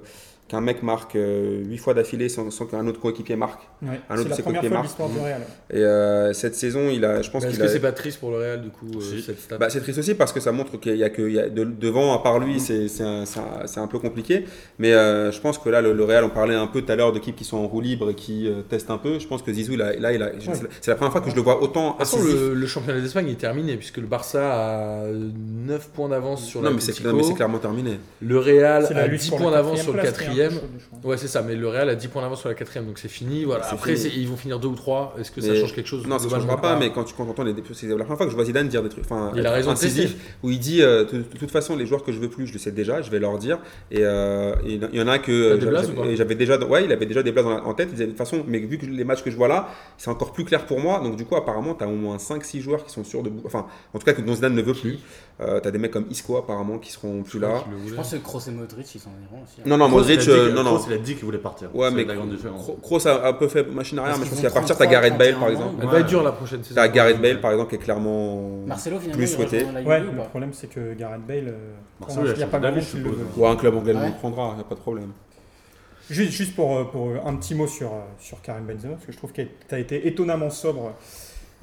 Speaker 2: Qu'un mec marque 8 fois d'affilée sans, sans qu'un autre coéquipier marque.
Speaker 3: Ouais.
Speaker 2: Un autre
Speaker 3: C'est
Speaker 2: de
Speaker 3: la
Speaker 2: ses
Speaker 3: première
Speaker 2: côtés
Speaker 3: fois de
Speaker 2: marque.
Speaker 3: l'histoire du Real.
Speaker 2: Et euh, cette saison, il a, je pense
Speaker 1: Bah, Est-ce
Speaker 2: qu'il
Speaker 1: que
Speaker 2: a.
Speaker 1: c'est pas triste pour le Real du coup euh,
Speaker 8: Si.
Speaker 1: cette stat
Speaker 2: Bah, c'est triste aussi parce que ça montre qu'il y a que il y a de- devant, à part lui, c'est c'est un, c'est un- c'est un peu compliqué. Mais euh, je pense que là, le, le Real, on parlait un peu tout à l'heure d'équipes qui sont en roue libre et qui euh, testent un peu. Je pense que Zizou, il a- là, il a- je- c'est la- c'est la première fois que je le vois autant
Speaker 1: De toute façon,
Speaker 2: incisif.
Speaker 1: le, le championnat d'Espagne est terminé puisque le Barça a 9 points d'avance sur
Speaker 2: Non, mais c'est
Speaker 1: l'Atlético.
Speaker 2: non, mais c'est clairement terminé.
Speaker 1: Le Real
Speaker 3: C'est la
Speaker 1: a
Speaker 3: lutte
Speaker 1: 10
Speaker 3: pour
Speaker 1: points
Speaker 3: la
Speaker 1: d'avance
Speaker 3: quatrième
Speaker 1: sur le
Speaker 3: place qui est un peu
Speaker 1: quatrième.
Speaker 3: chaude, je crois.
Speaker 1: Ouais, c'est ça, mais le Real a 10 points d'avance sur la quatrième, donc c'est fini. Voilà.
Speaker 2: C'est
Speaker 1: Après,
Speaker 2: fini.
Speaker 1: c'est- ils vont finir 2 ou 3. Est-ce que ça
Speaker 2: Mais-
Speaker 1: change quelque chose
Speaker 2: Non, ça ne
Speaker 1: Globalement,
Speaker 2: changera pas, mais quand tu quand t'entends les. C'est la première fois que je vois Zidane dire des trucs. Enfin,
Speaker 1: Il a
Speaker 2: être
Speaker 1: raison de
Speaker 2: incisif, où il dit euh, de de toute façon, les joueurs que je veux plus, je le sais déjà, je vais leur dire. Et euh, il il y en a que.
Speaker 1: T'as
Speaker 2: euh,
Speaker 1: des
Speaker 2: j'avais-
Speaker 1: blazes ou pas
Speaker 2: j'avais- J'avais déjà. Ouais, il avait déjà des blazes en, en tête. Il disait, de toute façon, mais vu que les matchs que je vois là, c'est encore plus clair pour moi. Donc, du coup, apparemment, tu as au moins 5-6 joueurs qui sont sûrs de. bou- Enfin, en tout cas, que dont Zidane ne veut plus. tu as des mecs comme Isco, apparemment, qui seront plus là.
Speaker 1: qui le voulaient.
Speaker 5: Je pense que Kroos et Modric, ils s'en iront aussi. hein.
Speaker 2: Non, non,
Speaker 8: Kroos, il a
Speaker 2: Modric,
Speaker 8: dit
Speaker 2: euh,
Speaker 8: que-
Speaker 2: non, non.
Speaker 8: Kroos, il a dit qu'il voulait partir.
Speaker 2: Ouais,
Speaker 8: c'est
Speaker 2: mais
Speaker 8: la grande différence.
Speaker 2: Cro- Kroos a un peu fait machine arrière,
Speaker 5: Parce
Speaker 2: mais je pense
Speaker 5: qu'ils
Speaker 2: qu'à
Speaker 5: ont
Speaker 2: partir, t'as Gareth Bale, par
Speaker 5: 33,
Speaker 2: exemple.
Speaker 1: Elle
Speaker 5: Ouais.
Speaker 1: va être dure la prochaine saison.
Speaker 2: T'as Gareth Bale, par exemple, qui est clairement.
Speaker 5: Marcelo, finalement,
Speaker 2: Plus
Speaker 5: il
Speaker 2: souhaité.
Speaker 5: rejoint la Juve
Speaker 3: Ouais,
Speaker 5: ou
Speaker 3: le
Speaker 5: pas
Speaker 3: problème c'est que Gareth Bale, euh, pour
Speaker 8: Marcelo, il a
Speaker 3: l'instant, il n'y a pas
Speaker 8: changé
Speaker 3: grand
Speaker 8: d'avis,
Speaker 3: monde
Speaker 8: je
Speaker 3: qui le
Speaker 8: suppose.
Speaker 3: veut.
Speaker 2: Ou un club anglais le
Speaker 5: Ouais.
Speaker 2: prendra, il a pas de problème. hein.
Speaker 3: Juste, juste pour, euh, pour euh, un petit mot sur, euh, sur Karim Benzema, parce que je trouve que tu as été étonnamment sobre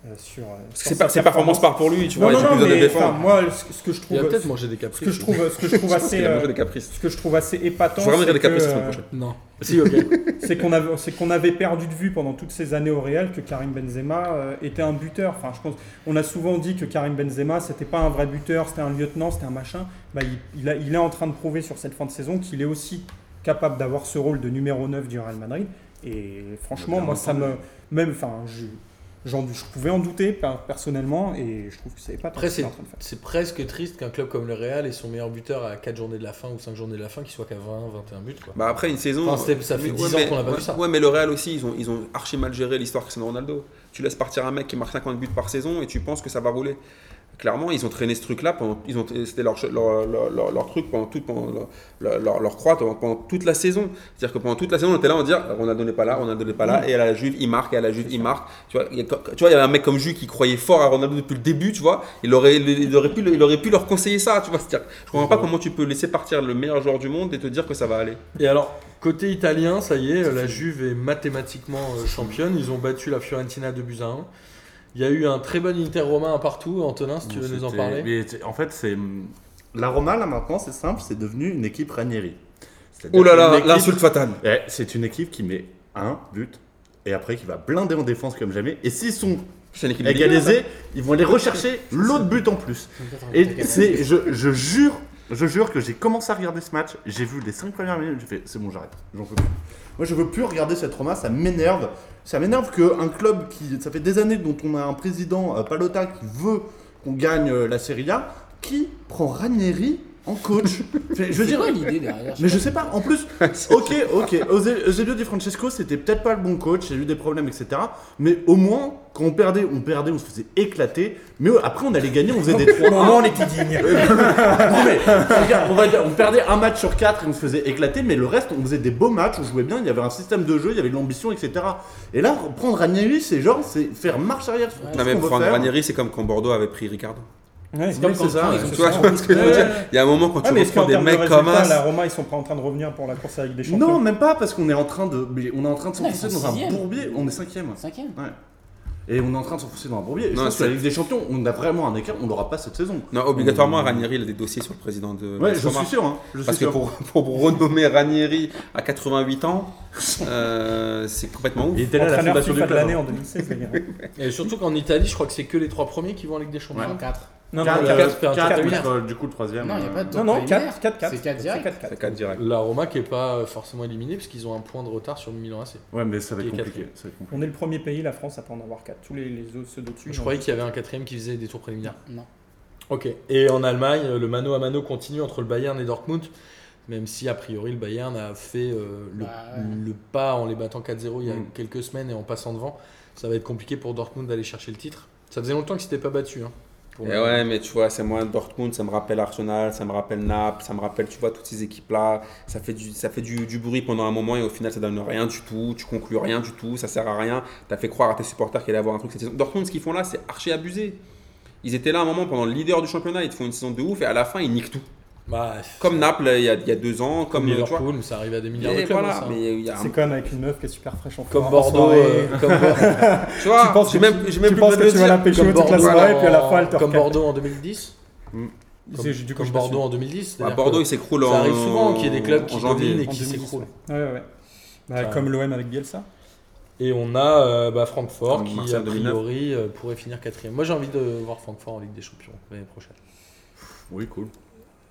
Speaker 3: euh, sur. euh,
Speaker 2: Parce que
Speaker 3: sur
Speaker 2: c'est
Speaker 3: sa
Speaker 2: pas, c'est performance
Speaker 3: performance.
Speaker 2: par pour lui, tu
Speaker 3: Non,
Speaker 2: vois, il
Speaker 3: non,
Speaker 2: a
Speaker 3: non,
Speaker 2: plus besoin de
Speaker 3: mais,
Speaker 2: le
Speaker 3: enfin,
Speaker 2: défendre.
Speaker 3: moi, ce, que- ce que je
Speaker 1: Il
Speaker 3: trouve,
Speaker 1: a peut-être
Speaker 3: ce
Speaker 1: mangé des
Speaker 3: que
Speaker 1: caprices.
Speaker 3: je trouve, ce que je trouve assez,
Speaker 2: Il a
Speaker 3: euh,
Speaker 2: mangé des caprices.
Speaker 3: ce que je trouve assez épatant,
Speaker 2: Faut vraiment dire
Speaker 3: c'est
Speaker 2: des
Speaker 3: que,
Speaker 2: caprices la semaine
Speaker 3: euh,
Speaker 2: prochaine.
Speaker 1: Non. Si, ok.
Speaker 3: c'est qu'on avait, c'est qu'on avait perdu de vue pendant toutes ces années au Real que Karim Benzema euh, était un buteur. Enfin, je pense, on a souvent dit que Karim Benzema, c'était pas un vrai buteur, c'était un lieutenant, c'était un machin. Bah, il, il a- il est en train de prouver sur cette fin de saison qu'il est aussi capable d'avoir ce rôle de numéro 9 du Real Madrid. Et franchement, moi, ça me, même, enfin, je, j'en- je pouvais en douter per- personnellement, et je trouve que c'est pas
Speaker 1: Après,
Speaker 3: ce qu'il est en train de faire.
Speaker 1: C'est presque triste qu'un club comme le Real ait son meilleur buteur à 4 journées de la fin ou 5 journées de la fin qui soit qu'à 20, 21 buts. Quoi.
Speaker 2: Bah après une saison.
Speaker 1: Enfin, c'était- ça fait
Speaker 2: mais-
Speaker 1: 10
Speaker 2: ouais,
Speaker 1: ans
Speaker 2: mais-
Speaker 1: qu'on n'a pas
Speaker 2: ouais,
Speaker 1: vu ça.
Speaker 2: Ouais, mais le Real aussi, ils ont, ils ont archi mal géré l'histoire Cristiano Ronaldo. Tu laisses partir un mec qui marque 50 buts par saison et tu penses que ça va rouler. Clairement, ils ont traîné ce truc-là. pendant- ils ont- C'était leur, leur, leur- leur- leur truc pendant tout, pendant leur- leur, leur, leur croix pendant- pendant toute la saison. C'est-à-dire que pendant toute la saison, on était là, on disait Ronaldo n'est pas là, Ronaldo n'est pas
Speaker 1: Mm.
Speaker 2: là. Et à la Juve, il marque, et à la Juve, il marque. Tu vois, il y a, tu vois, il y avait un mec comme Juve qui croyait fort à Ronaldo depuis le début, tu vois. Il aurait, il aurait, pu, il aurait pu leur conseiller ça, tu vois. C'est-à-dire, je
Speaker 1: Mm.
Speaker 2: comprends pas comment tu peux laisser partir le meilleur joueur du monde et te dire que ça va aller.
Speaker 1: Et alors, côté italien, ça y est, la Juve est mathématiquement euh, championne. Ils ont battu la Fiorentina de buts à 1. Il y a eu un très bon Inter romain à partout. Antonin, si tu veux nous en
Speaker 8: C'était-
Speaker 1: parler.
Speaker 8: mais c'est- En fait, c'est.
Speaker 4: hum, La Roma, là maintenant, c'est simple, c'est devenu une équipe Ranieri. C'est-à-dire
Speaker 2: Oh là
Speaker 4: une
Speaker 2: là,
Speaker 4: équipe-
Speaker 2: l'insulte fatale.
Speaker 4: Eh, c'est une équipe qui met un but et après qui va blinder en défense comme jamais. Et s'ils sont
Speaker 2: C'est une équipe de Ligue un, ça.
Speaker 4: égalisés, ils vont aller rechercher l'autre but en plus. Et c'est, je, je jure, je jure que j'ai commencé à regarder ce match, j'ai vu les 5 premières minutes, j'ai fait c'est bon, j'arrête, j'en peux plus. Moi, je veux plus regarder cette Roma, ça m'énerve. Ça m'énerve qu'un club qui, ça fait des années dont on a un président, euh, Palota, qui veut qu'on gagne euh, la Serie A, qui prend Ranieri en coach. je veux
Speaker 5: C'est
Speaker 4: dire,
Speaker 5: quoi l'idée derrière
Speaker 4: mais je sais pas, en plus, ok, ok, Ose- Eusebio Di Francesco, c'était peut-être pas le bon coach, il y a eu des problèmes, etc. Mais au moins, quand on perdait, on perdait, on se faisait éclater. Mais après, on allait gagner, on faisait des 3
Speaker 3: Moment, on était digne.
Speaker 4: non mais regarde, on, va dire, on perdait un match sur quatre et on se faisait éclater, mais le reste, on faisait des beaux matchs, on jouait bien, il y avait un système de jeu, il y avait de l'ambition, etc. Et là, prendre Ranieri, c'est genre, c'est faire marche arrière sur tout
Speaker 2: Non,
Speaker 4: ce
Speaker 2: mais
Speaker 4: qu'on veut
Speaker 2: prendre
Speaker 4: faire.
Speaker 2: Ranieri, c'est comme quand Bordeaux avait pris Ricardo.
Speaker 3: Ouais,
Speaker 5: C'est comme
Speaker 3: oui,
Speaker 5: quand
Speaker 3: ça,
Speaker 5: ils ont
Speaker 2: Tu
Speaker 3: c'est
Speaker 2: vois
Speaker 3: ça.
Speaker 2: ce que je veux dire Il y a un moment quand
Speaker 3: Ouais,
Speaker 2: tu
Speaker 3: mais est-ce
Speaker 2: reprends
Speaker 3: qu'en
Speaker 2: des
Speaker 3: termes de
Speaker 2: mecs comme
Speaker 3: résultats, la
Speaker 2: As.
Speaker 3: Roma, ils sont pas en train de revenir pour la course avec des champions
Speaker 4: Non, même pas, parce qu'on est en train de, mais on est en train de s'enfoncer
Speaker 5: ils sont
Speaker 4: dans un
Speaker 5: sixième.
Speaker 4: bourbier. On est cinquième.
Speaker 5: Cinquième.
Speaker 4: Ouais. Et on est en train de s'enfoncer dans un bourbier. Et je
Speaker 2: Non,
Speaker 4: pense que la
Speaker 2: c'est-
Speaker 4: Ligue des Champions, on a vraiment un écart, on l'aura pas cette saison.
Speaker 2: Non, obligatoirement, Ranieri, il a des dossiers sur le président de.
Speaker 4: Ouais,
Speaker 2: de
Speaker 4: je
Speaker 2: Roma.
Speaker 4: suis sûr. Hein. Je suis
Speaker 2: Parce que
Speaker 4: sûr.
Speaker 2: pour, pour renommer Ranieri à 88 ans, euh, c'est complètement ouf.
Speaker 4: Il était là à la
Speaker 3: Entraîneur
Speaker 4: fondation du
Speaker 3: FIFA de
Speaker 4: club. hein.
Speaker 3: l'année en 2016, les gars.
Speaker 1: Et surtout qu'en Italie, je crois que c'est que les trois premiers qui vont en Ligue des Champions.
Speaker 5: Quatre.
Speaker 3: Non,
Speaker 1: Quatre,
Speaker 3: non,
Speaker 1: quatre,
Speaker 3: euh,
Speaker 1: faire un
Speaker 7: Quatre,
Speaker 1: tour
Speaker 7: oui,
Speaker 1: préliminaire.
Speaker 7: euh, du coup, le troisième.
Speaker 5: Non, il n'y a
Speaker 7: euh,
Speaker 5: pas de tour
Speaker 3: non, non,
Speaker 5: préliminaire.
Speaker 3: 4, 4, 4.
Speaker 5: C'est 4 direct.
Speaker 2: C'est 4 direct.
Speaker 1: La Roma qui est pas euh, forcément éliminée, parce qu'ils ont un point de retard sur le Milan AC.
Speaker 7: Ouais, mais ça va être
Speaker 1: Qui est
Speaker 7: compliqué. ça va être compliqué.
Speaker 3: On est le premier pays, la France, à pas en avoir 4. Tous les, les autres, ceux d'au-dessus.
Speaker 1: Je
Speaker 3: non.
Speaker 1: croyais qu'il y avait un quatrième qui faisait des tours préliminaires.
Speaker 5: Non.
Speaker 1: Ok. Et en Allemagne, le mano à mano continue entre le Bayern et Dortmund, même si a priori le Bayern a fait euh, le,
Speaker 5: Bah, ouais.
Speaker 1: le pas en les battant 4-0 il y a
Speaker 7: Mm.
Speaker 1: quelques semaines et en passant devant. Ça va être compliqué pour Dortmund d'aller chercher le titre. Ça faisait longtemps qu'ils s'étaient pas battus. hein, pour
Speaker 2: Et
Speaker 1: le-
Speaker 2: Eh ouais, mais tu vois, c'est moi, Dortmund, ça me rappelle Arsenal, ça me rappelle Naples, ça me rappelle, tu vois, toutes ces équipes-là. Ça fait, du, ça fait du, du bruit pendant un moment et au final, ça donne rien du tout, tu conclus rien du tout, ça sert à rien. T'as fait croire à tes supporters qu'il allait avoir un truc cette saison. Dortmund, ce qu'ils font là, c'est archi abusé. Ils étaient là à un moment pendant le leader du championnat, ils te font une saison de ouf et à la fin, ils niquent tout.
Speaker 1: Bah,
Speaker 2: Comme Naples, il y a, il y a deux ans, comme,
Speaker 1: comme
Speaker 2: tu vois.
Speaker 1: Liverpool, ça arrive à des milliards de
Speaker 2: Et
Speaker 1: clubs. hein,
Speaker 2: voilà,
Speaker 1: ça.
Speaker 2: mais il y a un-
Speaker 3: C'est comme avec une meuf qui est super fraîche en
Speaker 1: Comme
Speaker 3: en
Speaker 1: Bordeaux,
Speaker 3: soirée.
Speaker 1: euh, comme Bordeaux.
Speaker 2: Tu vois,
Speaker 3: tu penses
Speaker 2: j'ai
Speaker 3: que
Speaker 2: même, j'ai même
Speaker 3: tu
Speaker 2: plus
Speaker 3: penses
Speaker 2: besoin
Speaker 3: que
Speaker 2: de
Speaker 3: tu vas la
Speaker 2: dire.
Speaker 3: pécho toute la soirée, puis à la fin, elle te
Speaker 1: euh, comme
Speaker 3: recale.
Speaker 1: Bordeaux en 2010.
Speaker 3: Ils-
Speaker 1: Comme,
Speaker 3: du coup,
Speaker 1: comme
Speaker 3: je Bah,
Speaker 1: Bordeaux en 2010.
Speaker 2: À
Speaker 1: c'est-à-dire
Speaker 2: Bordeaux,
Speaker 1: que
Speaker 2: il s'écroule en
Speaker 1: ça arrive souvent qu'il y ait des clubs qui
Speaker 2: en janvier.
Speaker 1: dominent et
Speaker 3: En
Speaker 1: qui
Speaker 3: 2010,
Speaker 1: s'écroulent.
Speaker 3: m'assume. Ouais, ouais, ouais. Bah,
Speaker 1: Ça-
Speaker 3: comme l'OM avec Bielsa.
Speaker 1: Et on a euh, bah, Francfort
Speaker 2: Comme
Speaker 1: qui, a
Speaker 2: Marseille 2009.
Speaker 1: priori, euh, pourrait finir quatrième. Moi, j'ai envie de voir Francfort en Ligue des Champions l'année prochaine.
Speaker 4: Oui, cool.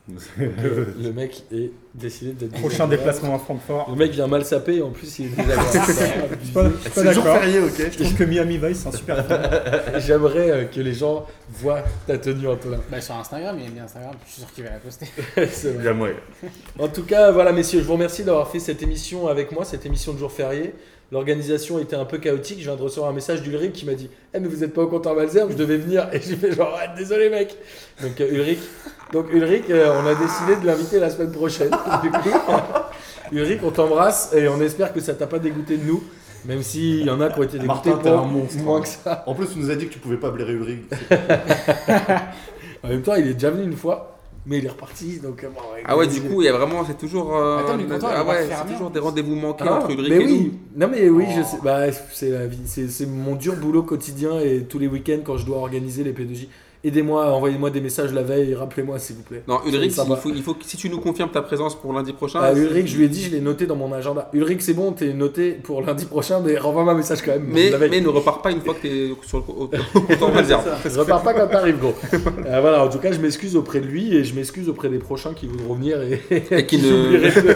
Speaker 1: Le mec est décidé d'être.
Speaker 3: Prochain
Speaker 1: désagréable.
Speaker 3: déplacement à Francfort.
Speaker 1: Le mec vient mal saper et en plus, il est désagréable.
Speaker 3: Je suis pas, je suis pas
Speaker 6: C'est jour
Speaker 3: d'accord.
Speaker 6: férié, ok
Speaker 3: Je trouve que Miami Vice, c'est un super film.
Speaker 1: J'aimerais euh, que les gens voient ta tenue en plein.
Speaker 5: Bah, sur Instagram, il aime bien Instagram, je suis sûr qu'il va la poster.
Speaker 1: C'est vrai.
Speaker 7: Il y a moyen.
Speaker 1: En tout cas, voilà, messieurs, je vous remercie d'avoir fait cette émission avec moi, cette émission de jour férié. L'organisation était un peu chaotique. Je viens de recevoir un message d'Ulrich qui m'a dit Eh, mais vous n'êtes pas au compteur Malzerbe, je devais venir. Et j'ai fait genre Ah, Désolé, mec. Donc, euh, Ulrich, donc, Ulrich euh, on a décidé de l'inviter la semaine prochaine. Du coup, Ulrich, on t'embrasse et on espère que ça t'a pas dégoûté de nous, même s'il y en a qui ont été dégoûtés
Speaker 6: Martin, t'es
Speaker 1: pour
Speaker 6: un monstre,
Speaker 1: moins
Speaker 6: hein.
Speaker 1: que ça.
Speaker 6: En plus, tu nous as dit que tu pouvais pas blairer Ulrich.
Speaker 1: En même temps, il est déjà venu une fois, mais il est reparti. Donc, euh, bon,
Speaker 2: Ah ouais, du
Speaker 1: désolé.
Speaker 2: coup, il y a vraiment, c'est toujours, euh,
Speaker 5: Attends, mais content,
Speaker 2: ah
Speaker 5: on va
Speaker 2: ouais,
Speaker 5: faire
Speaker 2: c'est
Speaker 5: bien.
Speaker 2: toujours des rendez-vous manqués
Speaker 1: Ah,
Speaker 2: entre Ulrich
Speaker 1: mais
Speaker 2: et nous.
Speaker 1: oui. Non mais oui, je
Speaker 5: Oh.
Speaker 1: sais. Bah, c'est la vie. C'est, c'est mon dur boulot quotidien et tous les week-ends quand je dois organiser les P2J. Aidez-moi, envoyez-moi des messages la veille, rappelez-moi s'il vous plaît.
Speaker 2: Non, Ulrich,
Speaker 1: Ça
Speaker 2: il
Speaker 1: va.
Speaker 2: faut, il faut que si tu nous confirmes ta présence pour lundi prochain.
Speaker 1: Ah, Ulrich, je lui ai dit, je l'ai noté dans mon agenda. Ulrich, c'est bon, t'es noté pour lundi prochain, mais renvoie-moi un message quand même.
Speaker 2: mais,
Speaker 1: la veille.
Speaker 2: mais ne repars pas une fois que t'es sur le co- au- au compte en réserve.
Speaker 1: Je repars pas quand t'arrives, gros. Euh, voilà, en tout cas, je m'excuse auprès de lui et je m'excuse auprès des prochains qui voudront venir et,
Speaker 2: Et qui ne.
Speaker 1: j'oublierai de-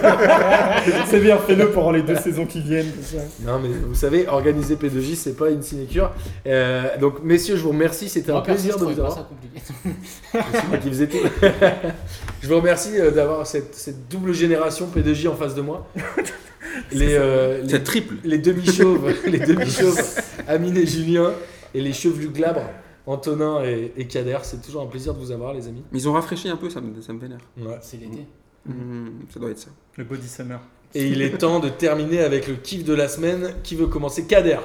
Speaker 3: C'est bien, fais-le pendant les deux saisons qui viennent. c'est ça.
Speaker 1: Non, mais vous savez, organiser P2J, c'est pas une sinécure. Euh, donc, messieurs, je vous remercie, c'était un
Speaker 5: Moi, perso,
Speaker 1: plaisir
Speaker 5: je
Speaker 1: de
Speaker 5: trouvais
Speaker 1: vous
Speaker 5: pas
Speaker 1: avoir.
Speaker 5: ça compliqué.
Speaker 1: C'est moi qui faisais tout. je vous remercie euh, d'avoir cette, cette double génération P2J en face de moi. Les, euh, les,
Speaker 2: C'est triple.
Speaker 1: les demi-chauves, les demi-chauves, Amine et Julien, et les chevelus glabres, Antonin et, et Kader. C'est toujours un plaisir de vous avoir, les amis.
Speaker 2: Mais Ils ont rafraîchi un peu, ça me, ça me vénère.
Speaker 1: Ouais.
Speaker 5: C'est l'été.
Speaker 1: Mhm.
Speaker 2: Hmm, ça doit être ça.
Speaker 3: Le body summer.
Speaker 1: Et il est temps de terminer avec le kiff de la semaine. Qui veut commencer Kader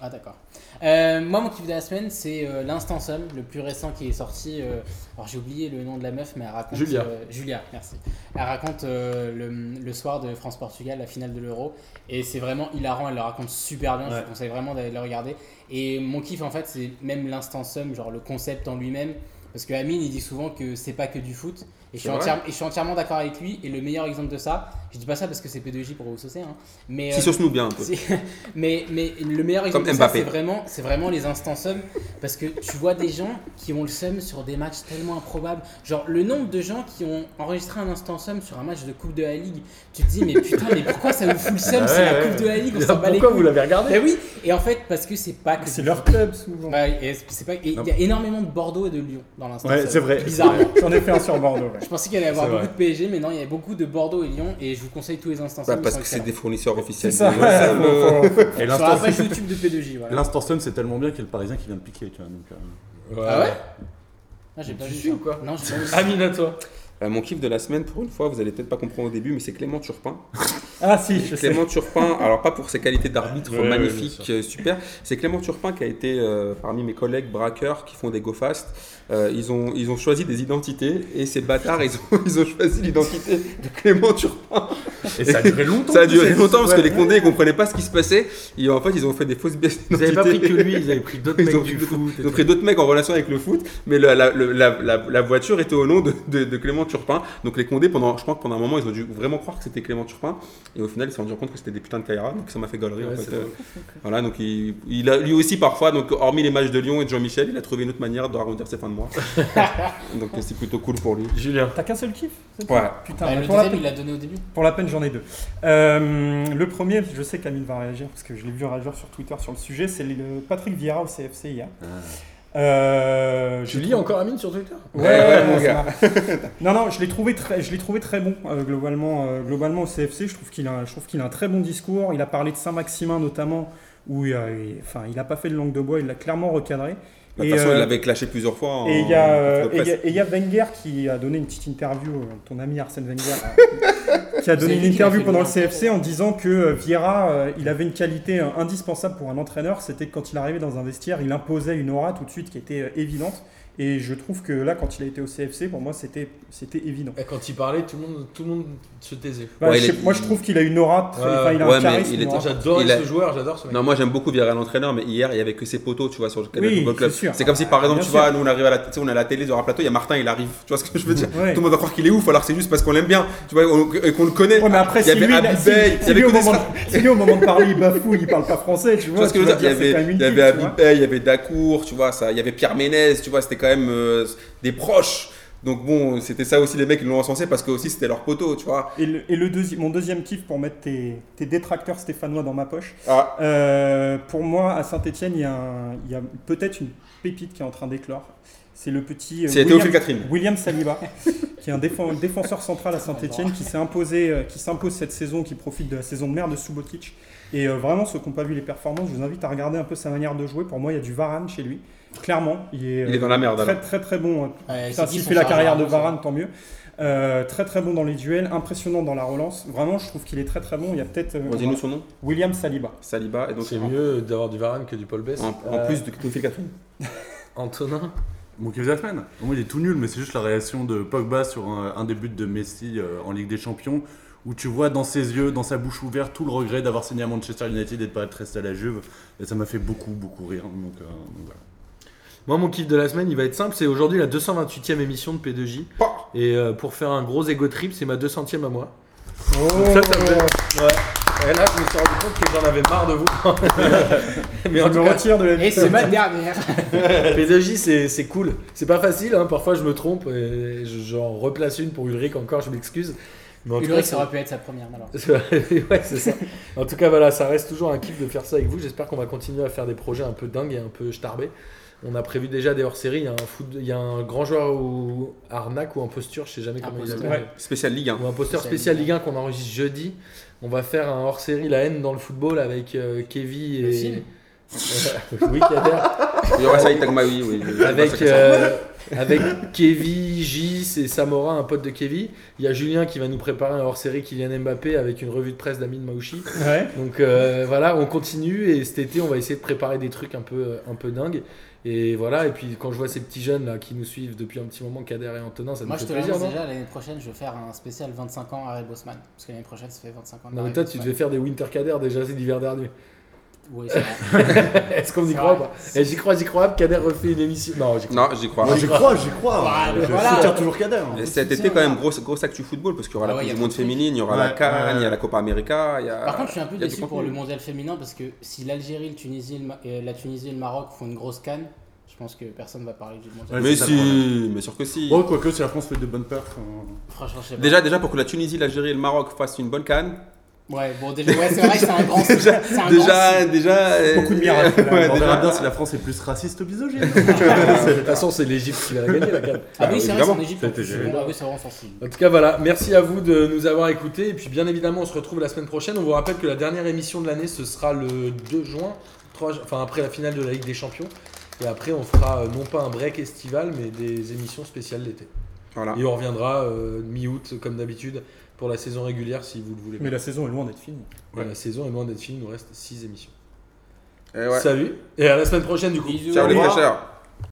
Speaker 5: Ah d'accord. Euh, moi mon kiff de la semaine c'est euh, l'instant somme, le plus récent qui est sorti. euh, alors j'ai oublié le nom de la meuf mais elle raconte...
Speaker 1: Julia.
Speaker 5: euh, Julia, merci. Elle raconte euh, le, le soir de France-Portugal, la finale de l'euro. Et c'est vraiment hilarant, elle le raconte super bien, je vous conseille vraiment d'aller le regarder. Et mon kiff en fait c'est même l'instant somme, genre le concept en lui-même. Parce que Amine il dit souvent que c'est pas que du foot. Et je, suis
Speaker 2: vrai.
Speaker 5: entière- et je suis entièrement d'accord avec lui. Et le meilleur exemple de ça, je dis pas ça parce que c'est P2J pour vous saucer. Hein, mais,
Speaker 2: Si
Speaker 5: euh,
Speaker 2: sur nous bien un peu.
Speaker 5: c'est- mais, mais le meilleur exemple,
Speaker 2: Comme
Speaker 5: de ça,
Speaker 2: Mbappé.
Speaker 5: c'est vraiment, c'est vraiment les instants sommes. Parce que tu vois des gens qui ont le seum sur des matchs tellement improbables. Genre, le nombre de gens qui ont enregistré un instant somme sur un match de Coupe de la Ligue, tu te dis, mais putain, mais pourquoi ça vous fout le seum
Speaker 2: Ah
Speaker 7: Ouais,
Speaker 5: C'est la
Speaker 7: ouais.
Speaker 5: Coupe de la Ligue, on s'en bat les
Speaker 1: Pourquoi vous
Speaker 5: couilles.
Speaker 1: l'avez regardé
Speaker 5: Ben oui, et en fait, parce que c'est pas que.
Speaker 3: Ah, C'est
Speaker 5: du
Speaker 3: leur
Speaker 5: foot.
Speaker 3: club souvent.
Speaker 5: Ouais, et c'est pas- et il y a énormément de Bordeaux et de Lyon dans l'instant
Speaker 7: Ouais,
Speaker 5: somme.
Speaker 7: c'est vrai.
Speaker 5: Bizarrement.
Speaker 3: J'en ai fait un sur Bordeaux. ouais.
Speaker 5: Je pensais qu'il allait y avoir
Speaker 3: C'est
Speaker 5: beaucoup
Speaker 3: vrai.
Speaker 5: de PSG, mais non, il y a beaucoup de Bordeaux et Lyon, et je vous conseille tous les instants
Speaker 2: Bah,
Speaker 5: sommes, ils
Speaker 2: parce
Speaker 5: sont
Speaker 2: que c'est
Speaker 5: excellents.
Speaker 2: des fournisseurs
Speaker 3: C'est
Speaker 2: officiels.
Speaker 3: ça.
Speaker 2: Ils savent, euh,
Speaker 3: ouais, faut- faut-
Speaker 7: Et
Speaker 5: Sur la
Speaker 7: l'instant
Speaker 5: page YouTube de P2J, voilà.
Speaker 7: l'instant stun, c'est tellement bien qu'il y a le parisien qui vient de piquer. Tu vois, donc, euh,
Speaker 5: Ah ouais Ah, j'ai pas
Speaker 1: Tu
Speaker 5: vu
Speaker 1: suis
Speaker 5: ça.
Speaker 1: ou quoi
Speaker 5: Non, j'ai pas vu ça.
Speaker 1: Amine, à toi.
Speaker 2: euh, mon kiff de la semaine, pour une fois, vous allez peut-être pas comprendre au début, mais c'est Clément Turpin.
Speaker 3: Ah si, je sais.
Speaker 2: Clément Turpin, alors pas pour ses qualités d'arbitre
Speaker 7: Ouais, ouais,
Speaker 2: magnifiques,
Speaker 7: bien
Speaker 2: euh, super, c'est Clément Turpin qui a été euh, parmi mes collègues braqueurs qui font des go fast. Euh, ils, ont, ils ont choisi des identités et ces bâtards, ils ont, ils ont choisi l'identité de Clément Turpin.
Speaker 3: Et ça a duré longtemps.
Speaker 2: Ça a duré
Speaker 3: tout ça.
Speaker 2: longtemps parce que
Speaker 3: Ouais.
Speaker 2: les Condés ils comprenaient pas ce qui se passait. Et en fait, ils ont fait des fausses baisses
Speaker 1: Ils n'avaient pas pris que lui, ils avaient pris d'autres
Speaker 2: Ils ont
Speaker 1: mecs
Speaker 2: pris
Speaker 1: du
Speaker 2: d'autres-
Speaker 1: foot. et
Speaker 2: Ils ont
Speaker 1: tout.
Speaker 2: pris d'autres mecs en relation avec le foot, mais la, la- le- la- la- la voiture était au nom de, de- de Clément Turpin. Donc les Condés, pendant, je pense que pendant un moment, ils ont dû vraiment croire que c'était Clément Turpin. Et au final, ils se sont rendus compte que c'était des putains de Kaira. Donc ça m'a fait galerie. en
Speaker 1: Ouais,
Speaker 2: fait.
Speaker 1: c'est
Speaker 2: Euh,
Speaker 1: drôle.
Speaker 2: voilà, donc il, il a, lui aussi, parfois, donc, hormis les matchs de Lyon et de Jean-Michel, il a trouvé une autre manière d'arrondir ses fins de mois. donc c'est plutôt cool pour lui.
Speaker 1: Julien.
Speaker 3: T'as qu'un seul kiff c'est tout
Speaker 2: Voilà.
Speaker 3: Putain,
Speaker 5: Bah,
Speaker 3: mais
Speaker 5: le
Speaker 3: pour la
Speaker 5: deuxième, il l'a donné au début.
Speaker 3: Pour la peine, j'en ai deux. Euh, le premier, je sais qu'Amine va réagir parce que je l'ai vu réagir sur Twitter sur le sujet, c'est le Patrick Vieira au CFC hier. Euh,
Speaker 1: Tu
Speaker 3: je
Speaker 1: lis
Speaker 3: trouve-
Speaker 1: encore Amine sur Twitter
Speaker 3: Ouais,
Speaker 2: Ah. Ouais, ouais,
Speaker 3: ouais,
Speaker 2: mon
Speaker 3: ouais, c'est
Speaker 2: gars.
Speaker 3: marrant. non, non, je l'ai trouvé très, je l'ai trouvé très bon euh, globalement, euh, globalement au CFC. Je trouve qu'il a, je trouve qu'il a un très bon discours. Il a parlé de Saint-Maximin notamment, où il a, il- enfin, il a pas fait de langue de bois. Il l'a clairement recadré.
Speaker 2: Bah, De toute
Speaker 3: Et,
Speaker 2: façon,
Speaker 3: euh,
Speaker 2: il l'avait clashé plusieurs fois. en-
Speaker 3: et il y, a,
Speaker 2: en
Speaker 3: euh,
Speaker 2: conférence de
Speaker 3: et il y
Speaker 2: presse.
Speaker 3: a- et il y a Wenger qui a donné une petite interview, euh, ton ami Arsène Wenger, euh, qui a donné
Speaker 5: Vous avez
Speaker 3: une
Speaker 5: vu qu'il a
Speaker 3: interview
Speaker 5: fait
Speaker 3: pendant le
Speaker 5: le
Speaker 3: CFC en disant que euh, Vieira, euh, il avait une qualité euh, indispensable pour un entraîneur, c'était que quand il arrivait dans un vestiaire, il imposait une aura tout de suite qui était euh, évidente. Et je trouve que là, quand il a été au CFC, pour moi, c'était c'était évident.
Speaker 1: Et Bah, Quand il parlait, tout le monde, tout le monde se taisait.
Speaker 3: Bah,
Speaker 2: Ouais,
Speaker 3: je
Speaker 2: il
Speaker 3: sais-
Speaker 2: est-
Speaker 3: moi, je trouve qu'il a une aura, très-
Speaker 1: Ouais,
Speaker 3: enfin, il a
Speaker 2: ouais,
Speaker 3: un
Speaker 2: mais
Speaker 3: charisme.
Speaker 2: il
Speaker 3: une
Speaker 2: était
Speaker 3: aura.
Speaker 2: déjà-
Speaker 1: J'adore
Speaker 2: Il a-
Speaker 1: ce joueur, j'adore ce mec.
Speaker 2: Non, moi j'aime beaucoup Vieira l'entraîneur, mais hier il y avait que ses poteaux, tu vois, sur le canal
Speaker 3: Oui,
Speaker 2: du football club.
Speaker 3: c'est sûr.
Speaker 2: C'est comme si par exemple,
Speaker 3: Bien
Speaker 2: tu
Speaker 3: sûr.
Speaker 2: vois, nous on arrive à la, tu sais, on est à la télé sur un plateau, il y a Martin, il arrive. Tu vois ce que je veux dire
Speaker 3: Ouais.
Speaker 2: Tout le monde va croire qu'il est ouf, alors que c'est juste parce qu'on l'aime bien, tu vois, on- et qu'on le connaît.
Speaker 3: Ouais, mais après,
Speaker 2: il y
Speaker 3: si
Speaker 2: avait
Speaker 3: lui, il a-
Speaker 2: Abibey,
Speaker 3: si-
Speaker 2: il y
Speaker 3: si
Speaker 2: avait
Speaker 3: lui, au
Speaker 2: que des
Speaker 3: moment
Speaker 2: stars.
Speaker 3: de- si lui, au moment de parler, il bafouille, il parle pas français, tu
Speaker 2: Tu vois
Speaker 3: vois.
Speaker 2: ce que
Speaker 3: tu
Speaker 2: je veux
Speaker 3: vas
Speaker 2: dire Il y
Speaker 3: dire, c'est quand
Speaker 2: avait,
Speaker 3: même une
Speaker 2: il y avait
Speaker 3: pipe, tu vois.
Speaker 2: Abibey, il y avait Dacour, tu vois, ça, il y avait Pierre Ménès, tu vois, c'était quand même euh, des proches. Donc bon, c'était ça aussi les mecs ils l'ont encensé parce que aussi c'était leur poteau, tu vois.
Speaker 3: Et, le, et le deuxi- mon deuxième kiff pour mettre tes, tes détracteurs stéphanois dans ma poche.
Speaker 2: Ah,
Speaker 3: Euh, pour moi, à Saint-Etienne, il y a, un- il y a peut-être une pépite qui est en train d'éclore. C'est le petit euh,
Speaker 2: c'est
Speaker 3: William,
Speaker 2: Théophile Catherine.
Speaker 3: William Saliba, qui est un défen- défenseur central à Saint-Etienne, qui s'est imposé, euh, qui s'impose cette saison, qui profite de la saison de merde de Subotic. Et euh, vraiment, ceux qui n'ont pas vu les performances, je vous invite à regarder un peu sa manière de jouer. Pour moi, il y a du Varane chez lui. Clairement, il est,
Speaker 2: Il est
Speaker 3: euh,
Speaker 2: dans la merde.
Speaker 3: très
Speaker 2: alors.
Speaker 3: très très bon. hein.
Speaker 5: Ouais, c'est
Speaker 3: Putain,
Speaker 5: qui
Speaker 3: s'il
Speaker 5: son
Speaker 3: fait la
Speaker 5: Sarah
Speaker 3: carrière de
Speaker 5: Varane, ça
Speaker 3: Varane, tant mieux. Euh, très très bon dans les duels, impressionnant dans la relance. Vraiment, je trouve qu'il est très très bon. Il y a peut-être euh,
Speaker 2: Dis-nous son nom,
Speaker 3: William Saliba.
Speaker 2: Saliba, et donc
Speaker 1: c'est mieux d'avoir du Varane que du Paul Bess.
Speaker 2: En, en plus de Théophile Catherine.
Speaker 1: Antonin.
Speaker 4: Mon kiff de la semaine. Au moins, il est tout nul, mais c'est juste la réaction de Pogba sur un, un des buts de Messi euh, en Ligue des Champions, où tu vois dans ses yeux, dans sa bouche ouverte, tout le regret d'avoir signé à Manchester United et de pas être resté à la Juve. Et ça m'a fait beaucoup, beaucoup rire. Donc, euh, donc voilà.
Speaker 1: Moi, mon kiff de la semaine, il va être simple. C'est aujourd'hui la 228e émission de P2J.
Speaker 2: Pouah.
Speaker 1: Et euh, pour faire un gros ego trip, c'est ma 200e à moi.
Speaker 3: Oh,
Speaker 1: Ça, ça me fait- ouais. Et là, je me suis rendu compte que j'en avais marre de vous. Mais en
Speaker 3: je
Speaker 1: tout
Speaker 3: me
Speaker 1: cas,
Speaker 3: retire de la
Speaker 5: Et c'est ma dernière.
Speaker 1: P2J, c'est- c'est cool. C'est pas facile, hein. parfois je me trompe. et je- J'en replace une pour Ulrich encore, je m'excuse. Mais en tout cas,
Speaker 5: Ulrich,
Speaker 1: c'est-
Speaker 5: ça aurait pu être sa première, alors.
Speaker 1: ouais, c'est ça. En tout cas, voilà, ça reste toujours un kiff de faire ça avec vous. J'espère qu'on va continuer à faire des projets un peu dingues et un peu starbés. On a prévu déjà des hors-séries. Il y a un foot- il y a un grand joueur ou arnaque ou imposture, je sais jamais comment il
Speaker 5: Imposture.
Speaker 1: s'appelle.
Speaker 3: Ouais.
Speaker 2: Spécial Ligue 1.
Speaker 1: Ou imposteur spécial Ligue 1 qu'on enregistre jeudi. On va faire un hors-série La haine dans le football avec euh, Kevin
Speaker 5: Le
Speaker 1: et
Speaker 5: film
Speaker 1: Euh, Louis Kader.
Speaker 2: Il y aura Saïd Tagmaoui, oui. Il y aura
Speaker 1: avec,
Speaker 2: bah, ça.
Speaker 1: euh, avec Kevin, Gis et Samora, un pote de Kevin. Il y a Julien qui va nous préparer un hors-série Kylian Mbappé avec une revue de presse d'Amin Maouchi.
Speaker 3: Ouais.
Speaker 1: Donc euh, voilà, on continue et cet été on va essayer de préparer des trucs un peu un peu dingues. Et voilà, et puis quand je vois ces petits jeunes là qui nous suivent depuis un petit moment, Kader et Antonin, ça nous
Speaker 5: Moi, je
Speaker 1: fait
Speaker 5: te
Speaker 1: plaisir,
Speaker 5: l'annonce
Speaker 1: non
Speaker 5: déjà, l'année prochaine, je vais faire un spécial 25 ans Harry Bosman. Parce que l'année prochaine, ça fait 25 ans.
Speaker 1: Non
Speaker 5: d'Harry
Speaker 1: mais toi tu
Speaker 5: Bosman.
Speaker 1: devais faire des Winter Kader déjà, c'est l'hiver dernier.
Speaker 5: Ouais, c'est vrai.
Speaker 1: Est-ce qu'on y
Speaker 5: C'est
Speaker 1: croit ou
Speaker 5: vrai.
Speaker 1: pas Et j'y crois, j'y crois, pas, Kader refait une émission. Non, j'y crois.
Speaker 2: Non, j'y crois.
Speaker 6: Moi, j'y crois, j'y crois.
Speaker 5: Bah,
Speaker 6: Je
Speaker 5: voilà.
Speaker 6: soutiens toujours Kader. hein.
Speaker 2: Et cet été, quand même, grosse, grosse actu football, parce qu'il y aura
Speaker 5: Ah
Speaker 2: la
Speaker 5: ouais,
Speaker 2: Coupe
Speaker 5: y a
Speaker 2: du
Speaker 5: plein
Speaker 2: Monde
Speaker 5: de trucs.
Speaker 2: féminine, il y aura la
Speaker 7: Ouais,
Speaker 2: Cannes,
Speaker 7: ouais.
Speaker 2: il y a la Copa América. il Y a...
Speaker 5: Par contre, je suis un peu
Speaker 2: il y a du
Speaker 5: déçu pour
Speaker 2: contenu.
Speaker 5: le mondial féminin parce que si l'Algérie, le Tunisie, le Ma- euh, la Tunisie et le Maroc font une grosse canne, je pense que personne va parler du mondial.
Speaker 7: Ouais,
Speaker 2: Mais
Speaker 7: c'est ça le
Speaker 2: si, mais sûr que si.
Speaker 7: Bon, Oh, quoique, si la France fait de bonnes perfs. euh,
Speaker 5: Franchement, je sais pas.
Speaker 2: Déjà, déjà, pour que la Tunisie, l'Algérie et le Maroc fassent une bonne canne.
Speaker 5: Ouais, bon, déjà, ouais, c'est vrai que c'est un grand signe.
Speaker 2: Déjà,
Speaker 5: Ah, C'est un grand
Speaker 2: déjà,
Speaker 5: signe.
Speaker 2: déjà. euh,
Speaker 3: Beaucoup de miracles, là,
Speaker 2: ouais,
Speaker 7: On
Speaker 2: déjà.
Speaker 7: verra bien si la France est plus raciste ou misogyne.
Speaker 1: De toute façon, c'est l'Égypte qui va la gagner la canne.
Speaker 5: Ah oui, c'est vrai, c'est en
Speaker 2: évidemment.
Speaker 5: Égypte. en plus,
Speaker 4: C'était
Speaker 5: c'est bon,
Speaker 4: gênant.
Speaker 5: Ah oui, c'est vraiment sensible.
Speaker 1: En tout cas, voilà. Merci à vous de nous avoir écoutés. Et puis, bien évidemment, on se retrouve la semaine prochaine. On vous rappelle que la dernière émission de l'année, ce sera le 2 juin, 3 ju- enfin après la finale de la Ligue des Champions. Et après, on fera euh, non pas un break estival, mais des émissions spéciales d'été.
Speaker 2: Voilà.
Speaker 1: Et on reviendra euh, mi-août, comme d'habitude, pour la saison régulière, si vous le voulez.
Speaker 3: Mais la saison est loin d'être finie.
Speaker 1: Et La saison est loin d'être finie, il nous reste 6 émissions.
Speaker 2: Et ouais.
Speaker 1: Salut, et à la semaine prochaine du coup.
Speaker 5: Bisous.
Speaker 2: Ciao les
Speaker 5: Au revoir.
Speaker 2: fraîcheurs.